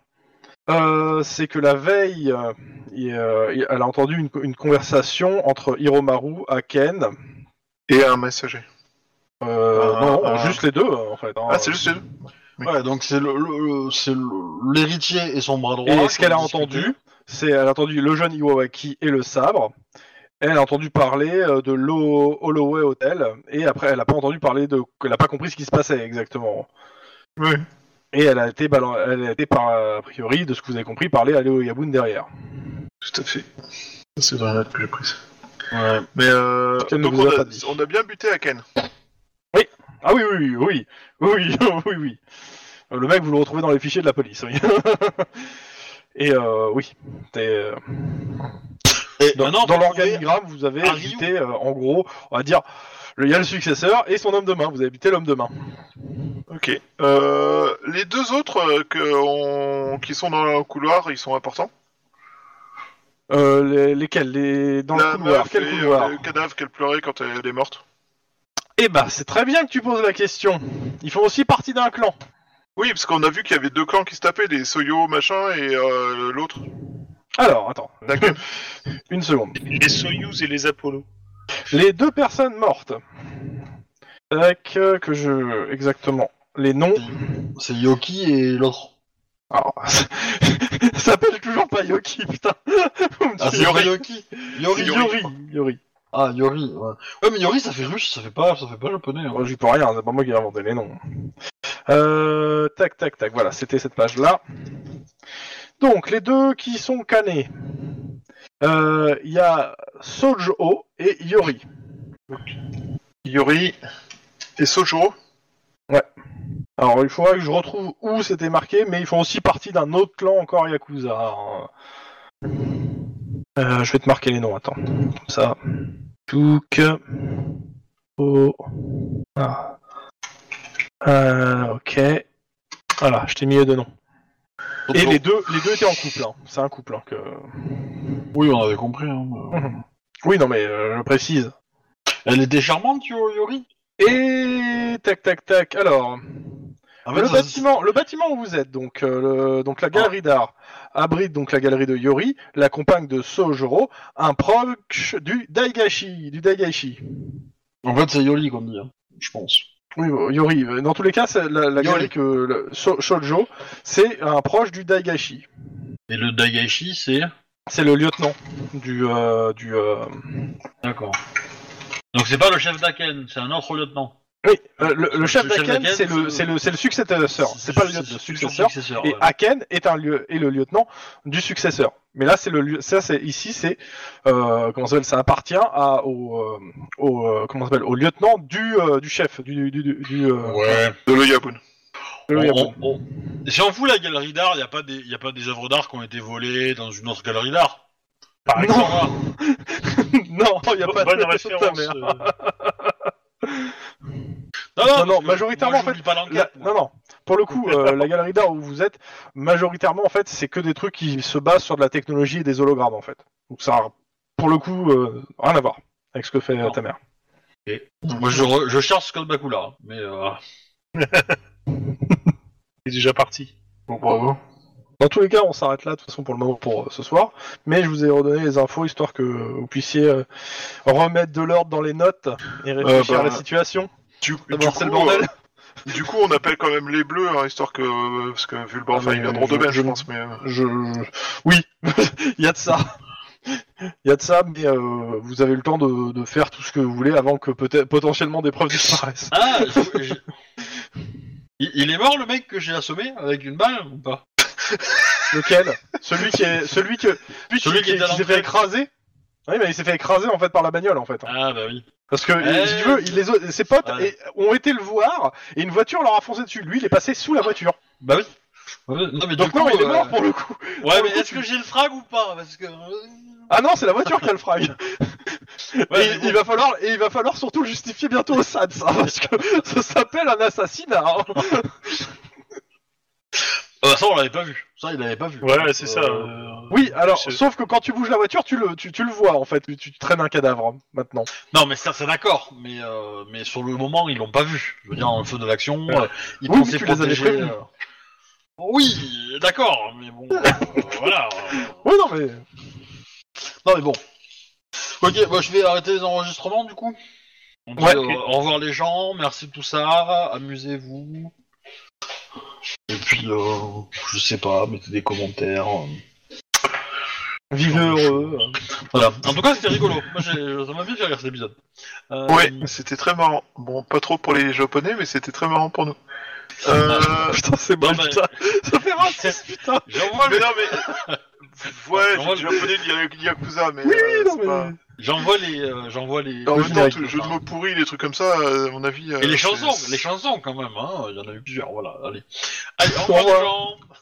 S1: euh, c'est que la veille, euh, il- euh, il- elle a entendu une, une conversation entre Hiromaru, Aken,
S4: Et un messager.
S1: euh,
S2: Ah,
S1: non,
S2: ah.
S1: juste les deux en fait. hein.
S4: Ah, c'est juste une. Oui.
S2: Ouais, donc c'est le, le- le- c'est le- l'héritier et son bras droit.
S1: Et
S2: qui
S1: ce qu'elle a
S2: ont discuté.
S1: entendu, c'est elle a entendu le jeune Iwawaki et le sabre. Elle a entendu parler euh, de l'O- Holloway Hotel et après elle a pas entendu parler de, elle a pas compris ce qui se passait exactement.
S4: Oui.
S1: Et elle a été, balan- elle a été par a priori de ce que vous avez compris parler à Léo Yabun derrière.
S4: Tout à fait. C'est dans la note que j'ai prise.
S2: Ouais.
S4: Mais euh,
S1: Qu'elle ne
S4: donc
S1: vous
S4: on
S1: a pas
S4: a,
S1: dit.
S4: on a bien buté à Ken.
S1: Ah oui oui oui oui (laughs) oui oui oui. Euh, Le mec vous le retrouvez dans les fichiers de la police. Oui. (laughs) et euh, oui, T'es, euh,
S2: Et
S1: Dans,
S2: maintenant,
S1: dans
S2: vous pouvez-
S1: l'organigramme, vous avez
S2: un
S1: évité, euh, en gros, on va dire, le- il y a le successeur et son homme de main. Vous avez évité l'homme de main.
S4: Ok. Euh, les deux autres euh, que on- qui sont dans le couloir, ils sont importants.
S1: Euh, les- lesquels les... Dans
S4: La
S1: le couloir
S4: meuf
S1: Quel
S4: et,
S1: couloir
S4: euh, le cadavre qu'elle pleurait quand elle est morte.
S1: Eh ben, c'est très bien que tu poses la question. Ils font aussi partie d'un clan.
S4: Oui, parce qu'on a vu qu'il y avait deux clans qui se tapaient, les Soyo machin et euh, l'autre.
S1: Alors, attends,
S4: D'accord.
S1: (laughs) une seconde.
S3: Les Soyuz et les Apollo.
S1: Les deux personnes mortes. Tac, euh, que je... Exactement. Les noms...
S2: C'est Yoki et l'autre.
S1: Alors, Ah. (laughs) ça s'appelle toujours pas Yoki, putain. Vous me (laughs)
S2: Ah,
S1: dites
S2: c'est
S1: Yori.
S2: pas Yoki Yori,
S1: Yori,
S2: Yori.
S1: Yori, Yori.
S2: Ah, Yori, ouais. Ouais, mais Yori, ça fait russe, ça fait pas, ça fait pas japonais. hein.
S1: Moi, j'y peux rien, c'est pas moi qui ai inventé les noms. Euh, tac, tac, tac, voilà, c'était cette page-là. Donc, les deux qui sont canés, Euh, il y a Sojo et Yori.
S4: Yori et Sojo.
S1: Alors, il faudra que je retrouve où c'était marqué, mais ils font aussi partie d'un autre clan encore Yakuza. hein. Euh, je vais te marquer les noms, attends. Comme ça. Touk. Oh. Ah. Euh, ok. Voilà, je t'ai mis les deux noms. Et les deux, les deux étaient en couple. hein. C'est un couple. hein, que...
S2: Oui, on avait compris. hein, mais-
S1: Oui, non, mais euh, je précise.
S2: Elle était charmante, Yo- Yori
S1: Et tac, tac, tac. Alors,
S2: En fait,
S1: le
S2: ça-
S1: bâtiment, le bâtiment où vous êtes, donc, euh, le- donc la galerie d'art abrite donc la galerie de Yori, la compagne de Sojoro, un proche du Daigashi, du Daigashi.
S2: En fait, c'est Yori qu'on dit, hein, je pense.
S1: Oui, bon, Yori. euh, Dans tous les cas, c'est la, la
S2: Yori.
S1: galerie que le, So- Shoujo, c'est un proche du Daigashi.
S2: Et le Dagashi, c'est.
S1: C'est le lieutenant du euh, du. euh,
S2: D'accord. Donc c'est pas le chef d'Aken, c'est un autre lieutenant.
S1: Oui, euh, le, le chef
S2: Le chef
S1: d'Aken,
S2: d'Aken,
S1: c'est le
S2: c'est-
S1: c'est le c'est le successeur. C'est pas le lieutenant, le successeur.
S2: successeur, Euh,
S1: Et
S2: ouais.
S1: Aken est un lieu est le lieutenant du successeur. Mais là, c'est le lieu- ça, c'est ici, c'est euh, comment ça s'appelle Ça appartient à au, euh, au euh, comment ça s'appelle au lieutenant du euh, du chef du du du. du, euh,
S2: Ouais.
S4: De l'Oyabun.
S1: de
S2: On-
S1: Yabon.
S2: on- on- Si on fout la galerie d'art, il a pas des, y a pas des œuvres d'art qui ont été volées dans une autre galerie d'art. Par
S1: Non.
S2: exemple.
S1: (laughs) non, il y a pas
S3: Bonne
S1: de
S3: référence.
S2: (laughs)
S3: euh.
S1: Non, non, majoritairement,
S2: moi,
S1: en fait,
S2: j'oublie pas
S1: La-
S2: l'enquête. moi.
S1: non, non. Pour le coup, euh, la galerie d'art où vous êtes, majoritairement, en fait, c'est que des trucs qui se basent sur de la technologie et des hologrammes, en fait. Donc ça, a, pour le coup, euh, rien à voir avec ce que fait euh, ta mère.
S2: Moi, je, re- je cherche Scott Bakula, mais euh,
S3: Il est déjà parti.
S4: Bon, bravo.
S1: Dans tous les cas, on s'arrête là, de toute façon, pour le moment, pour euh, ce soir. Mais je vous ai redonné les infos, histoire que vous puissiez euh, remettre de l'ordre dans les notes et réfléchir
S4: Euh, bah,
S1: à la situation.
S4: Du, du
S1: D'abord,
S4: coup,
S1: Ah, c'est le bordel.
S4: euh, du coup, on appelle quand même les bleus, hein, histoire que. Parce que vu le bordel,
S1: Ah, mais
S4: ils viendront
S1: je-
S4: de même,
S1: je-
S4: je pense. Mais... euh,
S1: Je... je- Oui, (laughs) il y a de ça. Il y a de ça, mais euh, vous avez le temps de, de faire tout ce que vous voulez avant que peut-être potentiellement des preuves disparaissent.
S2: ah, je- (laughs) je- il, il est mort le mec que j'ai assommé avec une balle ou pas
S1: (laughs) Lequel Celui qui est celui que celui,
S2: Celui
S1: qui,
S2: qui était à
S1: qui s'est fait
S2: l'entrée.
S1: écraser. Oui, mais il s'est fait écraser en fait par la bagnole en fait.
S2: Ah bah oui.
S1: Parce que
S2: Eh,
S1: si tu veux, il- les autres- ses potes
S2: Ouais.
S1: et- ont été le voir et une voiture leur a foncé dessus. Lui, il est passé sous la voiture.
S2: Bah oui. Ouais, Non mais du
S1: Donc
S2: coup,
S1: non, il est
S2: euh,
S1: mort pour le coup.
S2: Ouais,
S1: Pour
S2: mais
S1: le coup,
S2: est-ce que j'ai le frag ou pas Parce que. euh,
S1: Ah non, c'est la voiture qui a le frag.
S2: (laughs) Ouais,
S1: et,
S2: mais bon.
S1: il va falloir, et il va falloir surtout le justifier bientôt au SAD, ça, parce que (laughs) ça s'appelle un assassinat. hein.
S2: Euh, ça, on l'avait pas vu. Ça, il l'avait pas vu.
S3: Voilà, c'est ça.
S2: Euh,
S3: euh,
S1: Oui, alors,
S3: C'est-
S1: sauf que quand tu bouges la voiture, tu le, tu, tu le vois en fait, tu, tu traînes un cadavre hein, maintenant.
S2: Non, mais ça, c'est d'accord. Mais, euh, mais sur le moment, ils l'ont pas vu. Je veux dire, en feu de l'action,
S3: Ouais.
S2: euh, ils
S1: Oui, mais
S2: pensaient
S1: tu les avais
S2: protéger.
S1: prévenus.
S2: euh, Oui, d'accord. Mais bon, (laughs) euh, voilà. euh,
S1: Oui, non, mais.
S2: Non, mais bon. Ok, bah, je vais arrêter les enregistrements du coup. On dit,
S1: Ouais.
S2: euh, au revoir les gens, merci de tout ça, amusez-vous. Et puis, euh, je sais pas, mettez des commentaires. euh,
S1: Vive heureux.
S2: Voilà. En tout cas, c'était rigolo. Moi, j'ai- ça m'a bien fait rire cet épisode. Euh,
S4: Ouais, c'était très marrant. Bon, pas trop pour les Japonais, mais c'était très marrant pour nous. Euh...
S1: (laughs) Putain, c'est
S2: Non,
S1: bon,
S2: mais-
S1: putain. Ça fait raciste, putain.
S2: J'en
S4: Ouais,
S2: vois
S4: mais
S2: le-
S4: non, mais... (laughs) Ouais,
S2: Normal.
S4: j'ai japonais de Yakuza, mais...
S1: Oui,
S4: euh,
S1: oui, non,
S4: c'est
S1: mais.
S4: pas-
S2: J'en vois les. euh, J'en vois les.
S4: En
S1: Le
S4: même temps,
S1: générique,
S4: tout le jeu de
S2: enfin.
S4: mots pourris, les trucs comme ça, euh, à mon avis... euh,
S2: Et les
S4: c'est- (laughs)
S2: chansons, les chansons quand même, hein. Il y en a eu plusieurs, voilà. Allez. Allez, au revoir
S1: Au revoir.
S2: les gens.